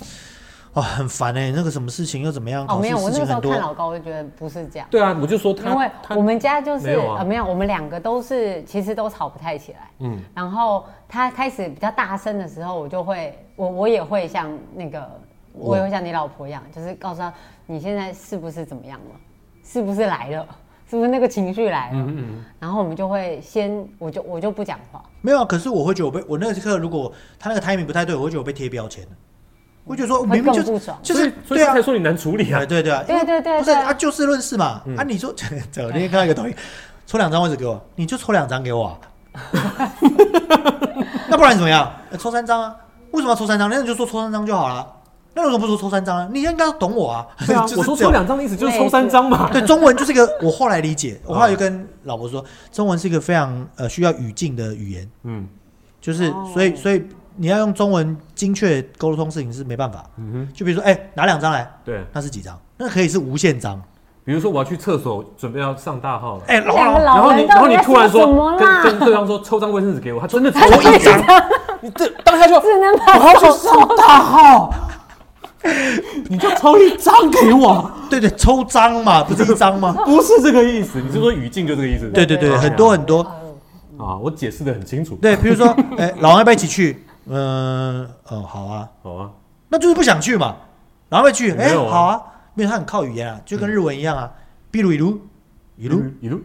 B: 哦很烦哎，那个什么事情又怎么样，
C: 哦，
B: 考
C: 没
B: 试
C: 有，我
B: 事
C: 那
B: 情
C: 个时候
B: 很多
C: 看，老高，我就觉得不是这样。
A: 对啊，我就说
C: 因为
A: 他他
C: 我们家就是
A: 没有啊
C: 呃没有，我们两个都是其实都吵不太起来。
A: 嗯
C: 然后他开始比较大声的时候，我就会我我也会像那个，我也会像你老婆一样，就是告诉他你现在是不是怎么样了，是不是来了，是不是那个情绪来了。
A: 嗯嗯
C: 然后我们就会先，我就我就不讲 话。
B: 没有啊，可是我会觉得我被我那个刻如果他那个 timing 不太对，我会觉得我被贴标签了，我会觉得说
C: 会
B: 明明就
C: 更不爽
B: 就是
A: 所以所以
B: 对啊
A: 他才。说你难处理啊
B: 哎，，对对啊，
C: 对
B: 因为
C: 对对
B: 不是
C: 对
B: 啊，就事论事嘛。
A: 嗯
B: 啊，你说， 这我那天看到一个抖音，抽两张位置给我，你就抽两张给我啊， 那不然怎么样？呃抽三张啊？为什么要抽三张？那你就说抽三张就好了。那为什么不说抽三张呢？你应该要懂我啊。
A: 对啊
B: 就，是
A: 我说
B: 这样
A: 抽两张的意思就是抽三张嘛。
B: 对，中文就是一个，我后来理解，我后来就跟老婆说，中文是一个非常呃需要语境的语言，
A: 嗯
B: 就是、
C: 哦
B: 所以所以你要用中文精确沟通事情是没办法。
A: 嗯哼，
B: 就比如说，哎、拿两张来，
A: 对。
B: 那是几张？那可以是无限张。
A: 比如说我要去厕所，准备要上大号了。
B: 哎、老
C: 两个
B: 老
A: 然
C: 老
A: 后你，
C: 人
A: 然
C: 到
A: 后
C: 底
A: 你
C: 在
A: 突然
C: 说什么
A: 说，
C: 啦
A: 跟？跟对方说抽张卫生纸给我，他真的抽
B: 我一张，
A: 你这当下就
C: 只能把
A: 我要去上大号，你就抽一张给我，
B: 对对，抽张嘛，不是一张吗？
A: 不是这个意思，你是说语境就这个意思？
B: 对对对，很多很多。
A: 啊，我解释的很清楚。
B: 对，比如说，哎、老王要不要一起去？嗯、嗯，好啊，
A: 好啊，
B: 那就是不想去嘛。然后要不要去？哎、
A: 没有啊
B: 好啊，因为它很靠语言啊，就跟日文一样啊，比如一路，一路，
A: 一路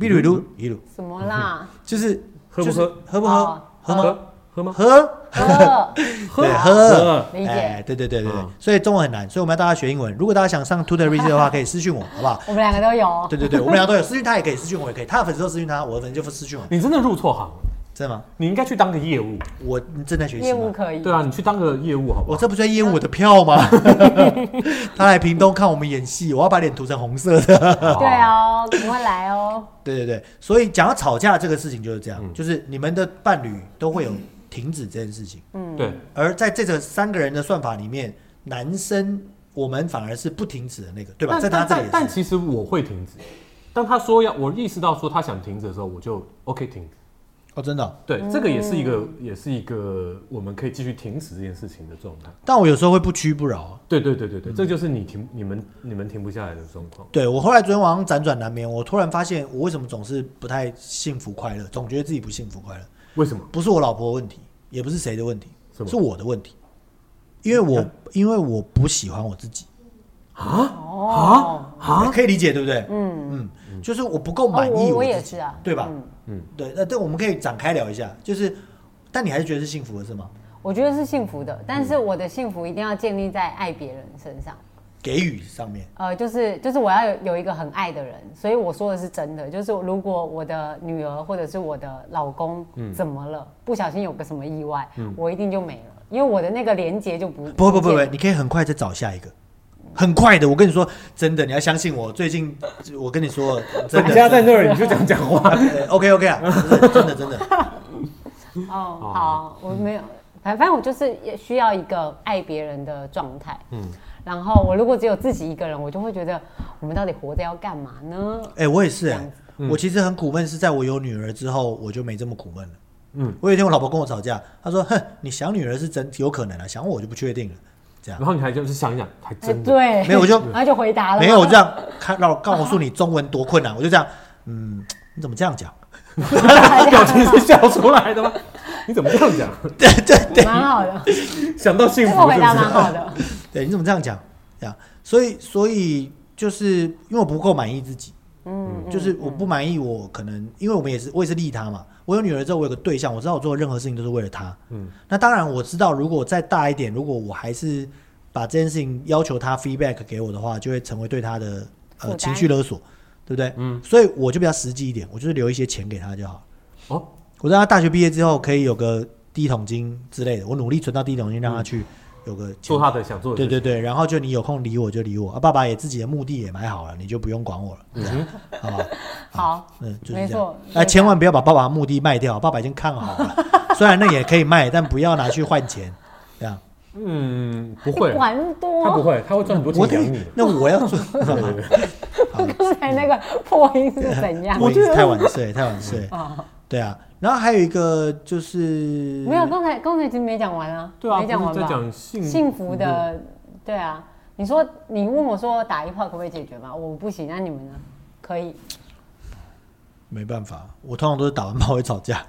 B: 比如一路，一路，
C: 什么 啦？
B: 就是
A: 嗯喝不
B: 就是
A: 喝？
B: 喝不
C: 哦
B: 喝？喝吗？
A: 喝喝吗？
B: 喝，
C: 呃
A: 喝啊
B: 对喝
A: 喝。
C: 理解
B: 哎，对对对对对
A: 嗯，
B: 所以中文很难，所以我们要大家学英文。如果大家想上 Tutor Reader 的话， 可以私讯我，好不好？
C: 我们两个都有。
B: 对对对，我们俩都有私讯，他也可以私讯我，也可以，他的粉丝都私讯他，我的粉丝就私讯我，
A: 你真的入错行了，
B: 真的吗？你
A: 你应该去当个业务。
B: 我你正在学习
C: 业务
B: 吗？
C: 可以。
A: 对啊，你去当个业务好不
B: 我
A: 好？
B: 这不就在噎我的票吗？ 他来屏东看我们演戏，我要把脸涂成红色的。
C: 对
A: 啊
C: 哦，赶快来哦。
B: 对对对，所以讲到吵架这个事情就是这样，就是你们的伴侣都会有停止这件事情，
A: 好，对，
B: 而在这个三个人的算法里面，男生我们反而是不停止的那个，对吧？
A: 但
B: 在他
A: 但
B: 这里
A: 但
B: 也
A: 但
B: 是。
A: 其实我会停止。当他说要我意识到说他想停止的时候，我就 OK 停。
B: 哦，真的哦、
A: 对，这个也是一个，
B: 嗯
A: 也是一个我们可以继续停止这件事情的状态。
B: 但我有时候会不屈不哦挠。
A: 对对对对对，这就是你停、你们、你们停不下来的状况。
B: 对我后来昨天晚上辗转难眠，我突然发现我为什么总是不太幸福快乐，总觉得自己不幸福快乐。
A: 为什么？
B: 不是我老婆的问题，也不是谁的问题
A: 什，么
B: 是嗯我的问题，因为我因为我不喜欢我自己，
A: 啊
C: 哦，
B: 可以理解对不对？
C: 嗯，
B: 嗯，就是我不够
C: 哦
B: 满意
C: 我我
B: 自己
C: 也是啊，
B: 对吧？
C: 嗯
B: 对，那但我们可以展开聊一下，就是，但你还是觉得是幸福的是吗？
C: 我觉得是幸福的，但是我的幸福一定要建立在爱别人身上。
B: 给予上面，
C: 呃，就是就是我要有有一个很爱的人，所以我说的是真的。就是如果我的女儿或者是我的老公
B: 嗯
C: 怎么了，不小心有个什么意外，我一定就没了，因为我的那个连接就不
B: 不不不
C: 见
B: 不，
C: 了
B: 你可以很快再找下一个。很快的，我跟你说，真的，你要相信我。最近，我跟你说，真的，真的
A: 那儿，你就讲讲话。
B: ，OK OK 啊，不是真的真的，
C: 哦，
A: 哦
C: 好，我没有，反反正我就是也需要一个爱别人的状态。嗯，然后我如果只有自己一个人，我就会觉得我们到底活着要干嘛呢？
B: 哎、我也是、
C: 这样
B: 哎，我其实很苦闷，是在我有女儿之后，我就没这么苦闷了。
A: 嗯，
B: 我有一天我老婆跟我吵架，她说：“哼，你想女儿是真有可能啊，想我就不确定了。”这样
A: 然后你还就是想一想，还
C: 哎
A: 真的。
C: 对，
B: 没有我就
C: 然后就回答了，
B: 没有我这，样，看让我告诉你中文多困难，我就这样，嗯，你怎么这样讲？哎
A: 表情是笑出来的吗？你怎么这样讲？
B: 对对对
C: 蛮好的，
A: 想到幸
C: 这
A: 福
C: 个回
A: 是
C: 答
A: 不
C: 蛮
A: 是？
C: 好的。
B: 对，你怎么这样讲？这样，所以所以就是因为我不够满意自己，
C: 嗯，
B: 就是我不满意我可能，因为我们也是我也是利他嘛。我有女儿之后，我有个对象，我知道我做的任何事情都是为了她。嗯，那当然我知道，如果我再大一点，如果我还是把这件事情要求她 feedback 给我的话，就会成为对她的
C: 负
B: 呃
C: 担
B: 情绪勒索，对不对？嗯，所以我就比较实际一点，我就是留一些钱给她就好。
A: 哦，
B: 我让她大学毕业之后可以有个第一桶金之类的，我努力存到第一桶金，让她去有个钱
A: 做他的想做的。
B: 对对，对，然后就你有空理我就理我，啊，爸爸也自己的墓地也买好了，你就不用管我了，
A: 嗯
B: 这样，好不好？
C: 好，
B: 嗯，就是
C: 没
B: 这样
C: 错。
B: 哎，千万不要把爸爸的墓地卖掉，爸爸已经看好 了，虽然那也可以卖，但不要拿去换钱，这样。
A: 嗯，不会，
C: 玩
A: 他不
C: 多，
A: 会，他会赚很多
B: 我
A: 钱
B: 得
A: 养你。
B: 那 我要做，
C: 刚才那个破音是 怎样？
B: 我已经太晚睡，太晚睡。
C: 哦，
B: 对啊，然后还有一个就是
C: 没有，刚才刚才其实没讲完啊，
A: 对啊，
C: 没讲
A: 不
C: 完
A: 是在
C: 吧？
A: 讲幸
C: 幸福。的，对啊。你说你问我说打一炮可不可以解决吗？我不行，那你们呢？可以，
B: 没办法，我通常都是打完炮会吵架，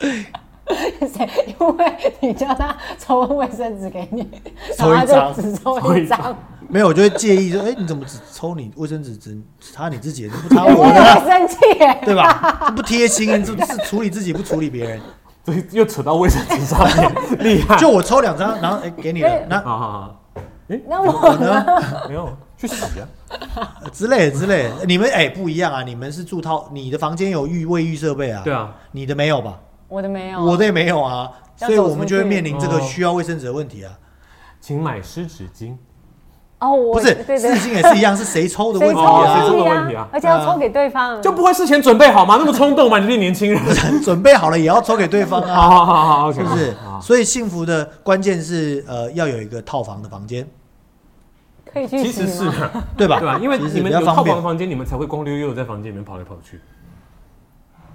C: 谁？因为你叫他抽卫生纸给你，然
B: 抽
C: 后
B: 一
C: 他
B: 张
C: 就只抽一张。
B: 没有，我就会介意说，哎，你怎么只抽你卫生纸，只只擦你自己的，你不擦
C: 我
B: 我的啊？
C: 会生气 耶！
B: 对吧？这不贴心，你这是处理自己不处理别人。
A: 这又扯到卫生纸上面， 厉害。
B: 就我抽两张，然后哎、给你了，那
A: 好好好，
C: 那我
A: 没有去洗啊。
B: 呃 之类的之类的，你们哎、不一样啊，你们是住套，你的房间有浴卫浴设备啊？
A: 对啊，
B: 你的没有吧？
C: 我的没有，
B: 我的也没有啊，
C: 要
B: 所以我们就会面临这个
A: 走出去
B: 需要卫生纸的问题啊。
A: 请买湿纸巾。
C: 哦，我
B: 不是
C: 对，对
B: 事，情也是一样，是谁抽的
C: 谁
B: 问
C: 抽
B: 题
A: 哦
B: 啊
A: 谁？
C: 的
A: 抽的
C: 问
A: 问
C: 题
A: 题
C: 啊
A: 啊？
C: 而且要抽给对方，
A: 就不会事前准备好吗？那么冲动吗？你这些年轻人，
B: 准备好了也要抽给对方 啊，
A: 好好好好，OK，
B: 是不是
A: 好？好
B: 所以幸福的关键是呃，要有一个套房的房间，
C: 可以去
A: 其
C: 洗
A: 实是
C: 吗？
A: 的，
B: 对吧？
A: 对啊吧？因为
B: 嗯其实
A: 你们
B: 比较
A: 有
B: 方
A: 套
B: 便
A: 房的房间，你们才会光溜溜的在房间里面跑来跑去，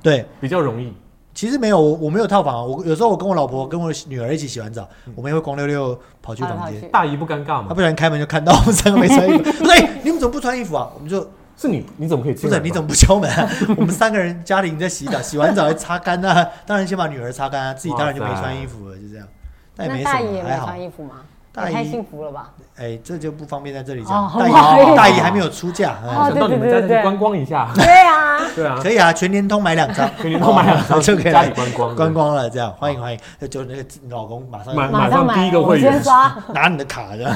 B: 对。
A: 比较容易。
B: 其实没有，我我没有套房啊。我有时候我跟我老婆跟我女儿一起洗完澡，我们也会光溜溜跑去
C: 跑来嗯跑
B: 房间。
C: 去
A: 大姨不尴尬
B: 她
A: 吗？
B: 啊不小心开门就看到我们三个没穿 衣服，她说：“哎、你们怎么不穿衣服啊？”我们就是
A: 你，你怎么可以进
B: 不
A: 来
B: 是
A: 吗？
B: 你怎么不敲门、啊？ 我们三个人家里在洗澡，洗完澡还擦干啊，当然先把女儿擦干啊，自己当然就没穿衣服了，就这样。但也
C: 那
B: 哎没
C: 大
B: 什
C: 姨也
B: 么，
C: 没
B: 还好
C: 穿。衣服吗？
B: 大
C: 也
B: 姨
C: 太幸福了吧！
B: 哎、这就不方便在这里
C: 哦
B: 讲。
C: 好
B: 大姨
C: 不好意思
B: 大姨还没有出嫁
A: 我
B: 啊、
C: 哦
A: 想到你们家
C: 对对对对
A: 去观光一 下，
C: 对啊，
A: 对 啊，
B: 可以啊，全年通买两 张，
A: 全年通买两张
B: 哦就可以
A: 家里
B: 来
A: 观光
B: 观光了，这样欢迎欢迎。就就那个你老公马上
A: 买
C: 马
A: 马
C: 上
A: 上
C: 买，
A: 第一个
C: 我
A: 会
C: 直接
A: 员
C: 刷。
B: 拿你的 卡这样，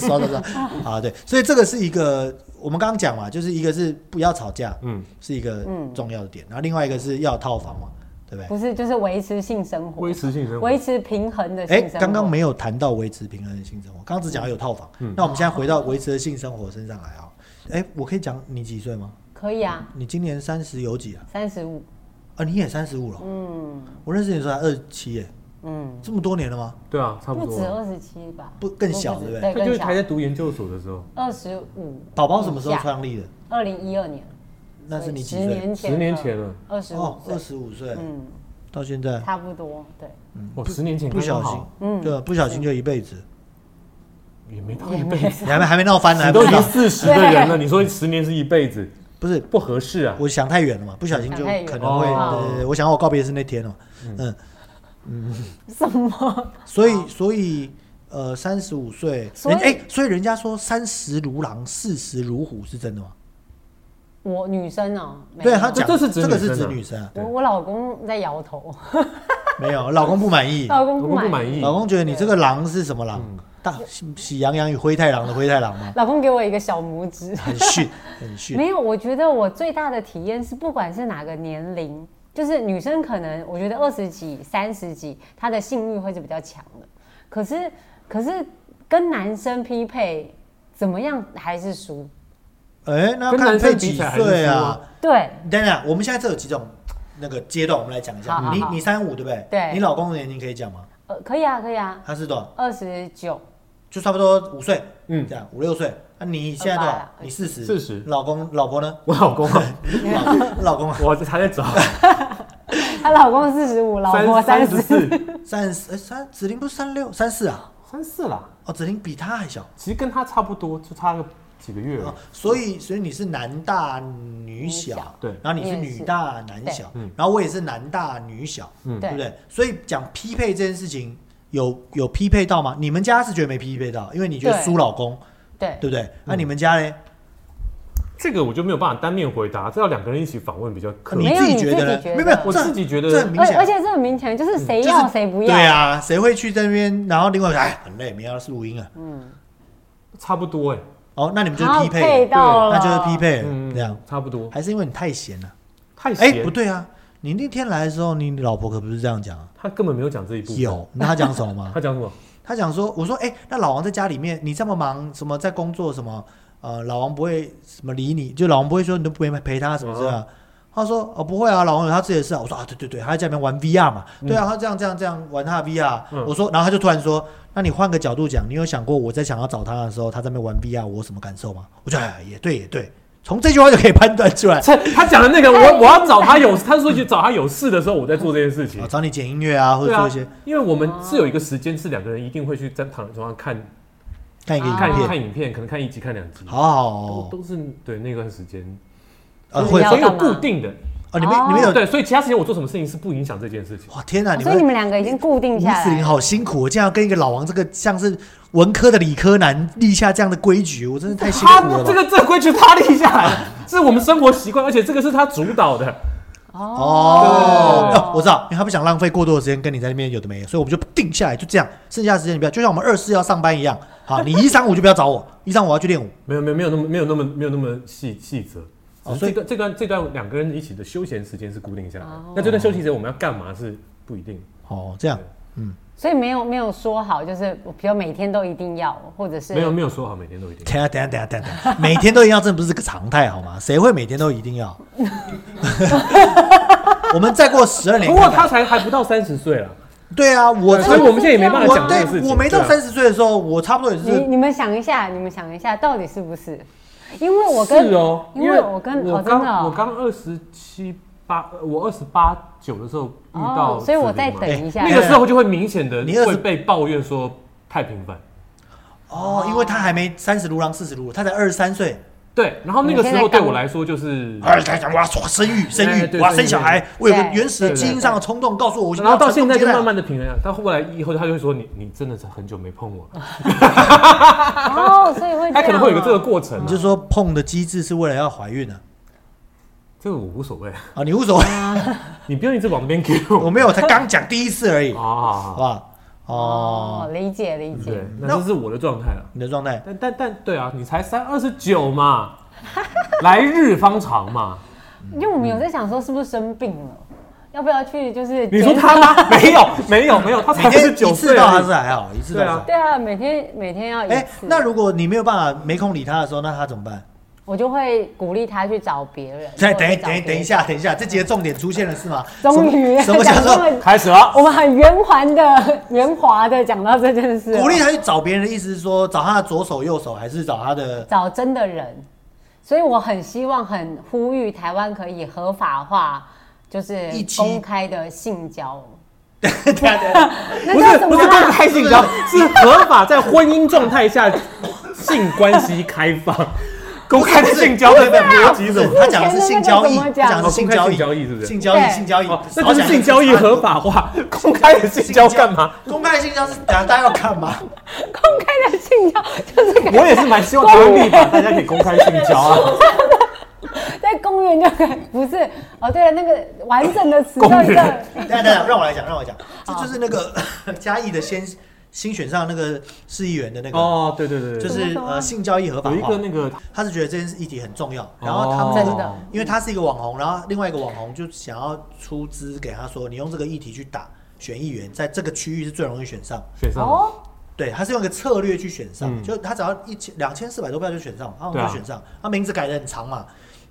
B: 刷刷刷啊，对，所以这个是一个我们刚刚讲嘛，就是一个是不要吵架，
A: 嗯，
B: 是一个
C: 嗯
B: 重要的点，然后另外一个是要有套房嘛，对不对？
C: 不是，就是维持性生活，
A: 维持性生活
C: 维持平衡的性
B: 哎
C: 生活。，
B: 刚刚没有谈到维持平衡的性生活，刚刚只讲到有套房，那我们现在回到维持的性生活身上来啊、哎，我可以讲你几岁吗？
C: 可以啊，
B: 你今年三十有几啊？
C: 三十五，
B: 啊，你也三十五了，
C: 嗯
B: 我认识你的时候才二十七，哎，
C: 嗯，
B: 这么多年了吗？
A: 对啊，差不
C: 不
A: 多
C: 止。二十七吧，
B: 不更小
C: 不止
B: 对不对
C: 对？
A: 他就是
C: 更
A: 还在
C: 小，
A: 读研究所的时候，
C: 二十五。
B: 宝宝什么时候？创立的？
C: 二零一二年，
B: 那是你几
C: 十
B: 岁？
C: 年前，
A: 十年前，了，
C: 二十
B: 哦
C: 五，，
B: 二十五岁，
C: 嗯，
B: 到现在。
C: 差不多，对，
A: 我哦十年前
B: 不
A: 刚
B: 小
A: 刚
B: 心
A: 好，，
C: 嗯
B: 对，不小心就一辈子，
A: 也没到一辈子，
B: 你还没还没闹翻 呢，还
A: 你
B: 哎不
A: 都已经
B: 知道，
A: 四十的人了，你说十年是一辈子，
B: 不是，
A: 不合适啊。
B: 我想太远了嘛，不小心就可能会，
A: 想太远了
C: 哦
B: 对对对，我想我告别是那天哦，嗯，
A: 嗯
C: 什么？
B: 所以所以呃，三十五岁，
C: 所以
B: 人哎，所以人家说三十如狼，四十如虎，是真的吗？
C: 我女生哦，没
B: 对啊
C: 有
B: 他讲，
A: 这这是指
B: 这个是
A: 女
B: 指
A: 生啊
B: 女生啊，
C: 我我老公在摇头，
B: 没有，老公不满意，
C: 老公
A: 我
C: 不
A: 不
C: 满
A: 满意，
B: 老公觉得你这个狼是什么狼？
A: 嗯
B: 大喜喜羊羊与灰太狼的灰太狼吗？
C: 老公给我一个小拇指。
B: 很逊，很逊，
C: 没有，我觉得我最大的体验是，不管是哪个年龄，就是女生可能我觉得二十几、三十几，她的性欲会是比较强的。可是，可是跟男生匹配，怎么样还是输。
B: 哎，那要
A: 跟
B: 看
A: 男生
B: 配
A: 比
B: 几
A: 起来还是
B: 岁
A: 输
B: 啊
A: 啊？
C: 对，
B: 等等，我们现在这有几种那个阶段，我们来讲一下。
C: 好好
B: 你
C: 好
B: 你三五对不对？
C: 对
B: 你老公的年龄可以讲吗？
C: 呃，可以啊，可以啊，
B: 他是多少？
C: 二十九，
B: 就差不多五岁，嗯，
A: 嗯
B: 这样五六岁。那你现在多少
C: 二八？
B: 你四十。
A: 40
B: 老公老婆 呢？
A: 我老公啊，
B: 老老公啊
A: 我还在找
C: 她老公四十五，老婆三
A: 三
C: 十
A: 四，
B: 三十哎三子玲不是三六三四啊？
A: 三四啦，
B: 哦，子玲比他还小。
A: 其实跟他差不多，就差个几个月而已
B: 哦，所以所以你是男大女
C: 女
B: 小
C: 小，
A: 对
B: 然后你是
C: 你也是
B: 女大男小，然后我也是男大女小，
A: 嗯
B: 对不
C: 对，
B: 对？所以讲匹配这件事情，有有匹配到吗？你们家是觉得没匹配到，因为你觉得
C: 对
B: 输老公，
C: 对，
B: 对不对？那、你们家嘞？
A: 这个我就没有办法单面回答，这要两个人一起访问比较可
B: 你
A: 以。
C: 没有
B: 自己
C: 你
B: 觉
C: 自
B: 得
C: 己
B: 呢？
C: 觉
B: 没有没
C: 得
B: 有，
A: 我
B: 这
A: 自己觉得
B: 这很明
C: 而
B: 显，啊嗯
C: 而且这很明显就是谁
B: 就是
C: 要谁不要，
B: 对啊，谁会去这边，然后另外一个哎很累，明天要录音啊。
A: 差不多哎、
B: 哦，那你们就
C: 然
B: 是
C: 后
B: 匹配
C: 配
B: 了，
C: 到了，
B: 那就是匹配了，
A: 嗯，
B: 哎这样
A: 差不多。
B: 还是因为你太闲了？
A: 太
B: 哎，
A: 闲，
B: 不对啊，你那天来的时候，你老婆可不是这样讲啊。
A: 他根本没有讲这一部分。
B: 有，啊那她讲什么吗
A: 他？讲什么？
B: 她讲说，我说哎，那老王在家里面，你这么忙，什么在工作什么，呃，老王不会什么理你，就老王不会说你都不会陪他什么之类的。他说：“哦，不会啊，老王有他自己的事啊。”我说：“啊，对对对，他在家里面玩 VR 嘛，对啊，他这样这样这样玩他的 VR。
A: 嗯
B: 我说，然后他就突然说：“那你换个角度讲，你有想过我在想要找他的时候，他在那边玩 VR，我有什么感受吗？”我觉得、哎、也对也对，从这句话就可以判断出来。
A: 他他讲的那个，
B: 哎
A: 我我要找他有，他说去找他有事的时候，我在做这件事情
B: 啊，。找你剪音乐啊，
A: 嗯
B: 或
A: 对
B: 者
A: 啊
B: 做一些、，
A: 因为我们是有一个时间是两个人一定会去在躺在床上看
B: 看一个影
A: 看
B: 片，
A: 看影片，可能看一集看两集，
B: 好好
A: 都
B: 哦，
A: 都是对那段时间，
B: 啊，
C: 就是
B: 会
C: 要
A: 所以有
C: 干嘛
A: 固定的。
B: 啊，你们你们有
C: 哦
A: 对，所以其他时间我做什么事情是不影响这件事情。
B: 哇，天哪，
C: 哦
B: 你
C: 所以你
B: 们
C: 们两个已经固定
B: 吴
C: 下
B: 子
C: 来
B: 林
C: 了。
B: 好辛苦，我竟然要跟一个老王这个像是文科的理科男立下这样的规矩，我真的太辛
A: 他
B: 苦了吧。
A: 这个这个规矩他立下来了，是我们生活习惯，而且这个是他主导的。
B: 哦
A: 对
B: 哦，我知道，因为他不想浪费过多的时间跟你在那边有的没有，所以我们就定下来，就这样，剩下的时间你不要，就像我们二四要上班一样，好，你一三五就不要找我，一三五我要去练舞，
A: 没有没有没有那么没有那么没有那么细细则，哦，所
B: 所
A: 以
B: 以
A: 这段这段这段两个人一起的休闲时间是固定下来的
C: 哦，
A: 那这段休息时间我们要干嘛是不一定。
B: 哦，这样
C: 所以没有没有说好，就是我比如每天都一定要，或者是
A: 没有没有说好每天都一定。
B: 等一下等一下等一下等一下等一下，每啊天都一定要，这不是个常态好吗？谁会每天都一 定要？我们再过十二年
A: 不
B: 看
A: 过
B: 看，
A: 他才还不到三十岁了，
B: 对啊，我
A: 对所以我们现在也没办法
B: 我
A: 讲这个事
B: 对
A: 情。
B: 我没到
A: 对啊
B: 三十岁的时候，我差不多也
C: 你
B: 是
C: 你们想一下，你们想一下，到底是不是？因为我跟
A: 是哦，
C: 因为我跟
A: 我
C: 哦真的
A: 刚
C: 哦
A: 我刚二十七八，呃我二十八九的时候遇到
C: 哦，
A: 子
C: 所以我
A: 玲
C: 再
A: 嘛
C: 等一下。
A: 那个哎时候就会明显的
B: 哎啊你二十
A: 会被抱怨说太频繁。
B: 哦，因为他还没三十如狼，四十如虎，他才二十三岁，
A: 对，然后那个时
C: 你现在
A: 候
C: 刚
A: 对我来说就是，
B: 二十三岁我要生育生
A: 哎
B: 育，
A: 对
B: 我要
A: 对
B: 生小
A: 对
B: 孩，我有个
C: 对
B: 原始的基因上的冲动，告诉我我一定
A: 然后
B: 要
A: 到
B: 传
A: 现
B: 宗
A: 在
B: 接
A: 就
B: 代
A: 慢慢的平衡了。到后来以后他就会说你你真的是很久没碰我，了，
C: 哦，所以会这样哦
A: 他可能会有一个这个过程啊
B: 你。就说碰的机制是为了要怀孕啊？
A: 这个我无所谓，
B: 啊，你无所谓，
A: 你不用一直往那边给
B: 我
A: 我。
B: 没有，我才刚讲第一次而已，
A: 啊
B: 好
A: 好，好
B: 不好？哦，
C: 哦，理解理
A: 对
C: 解。，
A: 那
B: 嗯那
A: 这是我的状态了。
B: 你的状态，
A: 但但但对啊，你才三二十九 嘛，来日方长嘛。
C: 因为我们有在想说是不是生病了，要不要去就是
A: 你说
C: 检
A: 他吗？没有没有没有，他才
B: 每
A: 二
B: 天
A: 十九
B: 一
A: 岁
B: 次到还
A: 而已。
B: 是还好，一次到
A: 对啊
B: 还好。
C: 对啊，每天每天要一次。
B: 哎，那如果你没有办法没空理他的时候，那他怎么办？
C: 我就会鼓励他去找别人。
B: 再等一
C: 或者找
B: 等
C: 别
B: 一
C: 人
B: 等一，下，等一下，这几个重点出现了是吗？
C: 终于
B: 什么什么
C: 讲
B: 叫
C: 这
B: 做
C: 么，
A: 开始哦了，
C: 我们很圆滑的圆滑的讲到这件事了，
B: 鼓励他去找别人的意思是说找他的左手右手，还是找他的？
C: 找真的人。所以我很希望，很呼吁台湾可以合法化，就是
B: 一妻
C: 公开的性交。
B: 对啊对啊
C: 那
A: 不
C: 叫
A: 是
C: 什
A: 不
C: 么
A: 是
C: 啊
A: 公开性 交，是合法在婚姻状态下性关系开放， 公开的性交的逻辑
B: 不
A: 怎
B: 是
A: 么？
B: 他讲的是性交易，
C: 之前的那个怎么
B: 他
C: 讲
B: 讲的是性交
A: 哦
B: 易，
A: 公开性交易是不是
B: 性交易，
C: 对
B: 性交易
A: 哦，，那就是性交易合法化， 公开的性交干嘛？？
B: 公开性交是大家要干 嘛？
C: 公开的性交就是可以
A: 我也是蛮希望台湾立法，大家可以公开性交啊，
C: 在公园就可以，不是哦。对了，那个完整的词叫
A: 公
C: 一个
A: 园
B: 等一下等一下，让我来讲，让我讲，这就是那个 嘉义的先新选上那个市议员的那个，
A: 哦，对对对对，
B: 就
A: 就是
C: 什么
B: 呃性交易合法
A: 有一个
B: 化，
A: 那个，
B: 他是觉得这件事议题很重要，然后他
A: 哦
B: 们
C: 真的
B: 因为他是一个网红，然后另外一个网红就想要出资给他说，你用这个议题去打选议员，在这个区域是最容易选上。
A: 选上了，
C: 哦，
B: 对，他是用一个策略去选上，
A: 嗯
B: 就他只要一千两千四百多票就选上，然后
A: 对
B: 就
A: 啊
B: 选上，他名字改的很长嘛。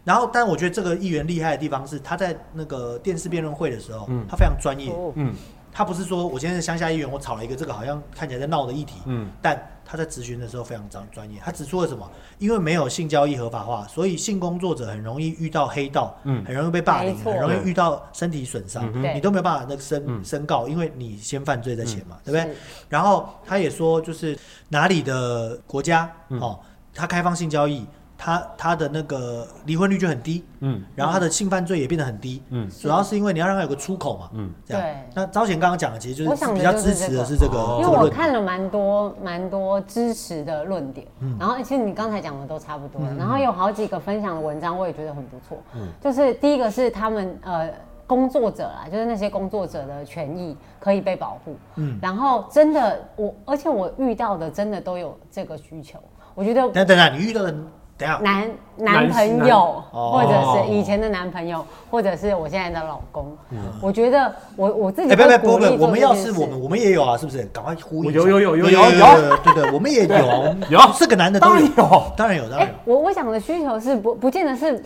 B: 然后，但我觉得这个议员厉害的地方是，他在那个电视辩论会的时候，
A: 嗯
B: 他非常专业。
C: 哦
A: 嗯
B: 他不是说我今天是乡下议员，我炒了一个这个好像看起来在闹的议题，
A: 嗯，
B: 但他在咨询的时候非常专专业。他指出了什么？因为没有性交易合法化，所以性工作者很容易遇到黑道，
A: 嗯
B: 很容易被霸凌
C: 没，错
B: 很容易遇到身体损伤
A: 嗯，
C: 哼对
B: 你都没有办法那个申、
A: 嗯
B: 申告，因为你先犯罪在前嘛，对不对
C: 嗯是？
B: 然后他也说，就是哪里的国家、
A: 嗯
B: 哦，他开放性交易，他他的那个离婚率就很低，
A: 嗯
B: 然后他的性犯罪也变得很低，
A: 嗯
B: 主要是因为你要让他有个出口嘛，
A: 嗯，
B: 这样
C: 对。
B: 那招贤刚刚讲的，其实就
C: 我
B: 是
C: 想的
B: 比较
C: 就
B: 支
C: 是
B: 持的
C: 这个
B: 是这个
A: 哦
B: 这
C: 因为
B: 个
C: 我
B: 论点。
C: 看了蛮多蛮多支持的论点，然后其实你刚才讲的都差不多，然后有好几个分享的文章我也觉得很不错，嗯就是第一个是他们呃工作者啦，就是那些工作者的权益可以被保护，然后真的我而且我遇到的真的都有这个需求，我觉得
B: 等等等，你遇到的，等一下，
C: 男
A: 男
C: 男朋
A: 男
C: 友，
B: 哦
C: 或者是以前的男朋友，或者是我现在的老公，我觉得我我自己
B: 哎，不
C: 会
B: 不
C: 鼓
B: 不
C: 励
B: 不，
C: 做
B: 我们
C: 这
B: 要
C: 件
B: 是
C: 事
B: 我们，我们也有啊，是不是？赶快呼应一下。
A: 有有有有
B: 对
A: 有
B: 对
A: 有
B: 对对对，我们也有啊，我们
A: 有
B: 这个男的
A: 当
B: 都
A: 然有，
B: 当然有，当
C: 哎、
B: 然有。
C: 我我想的需求是不不见得是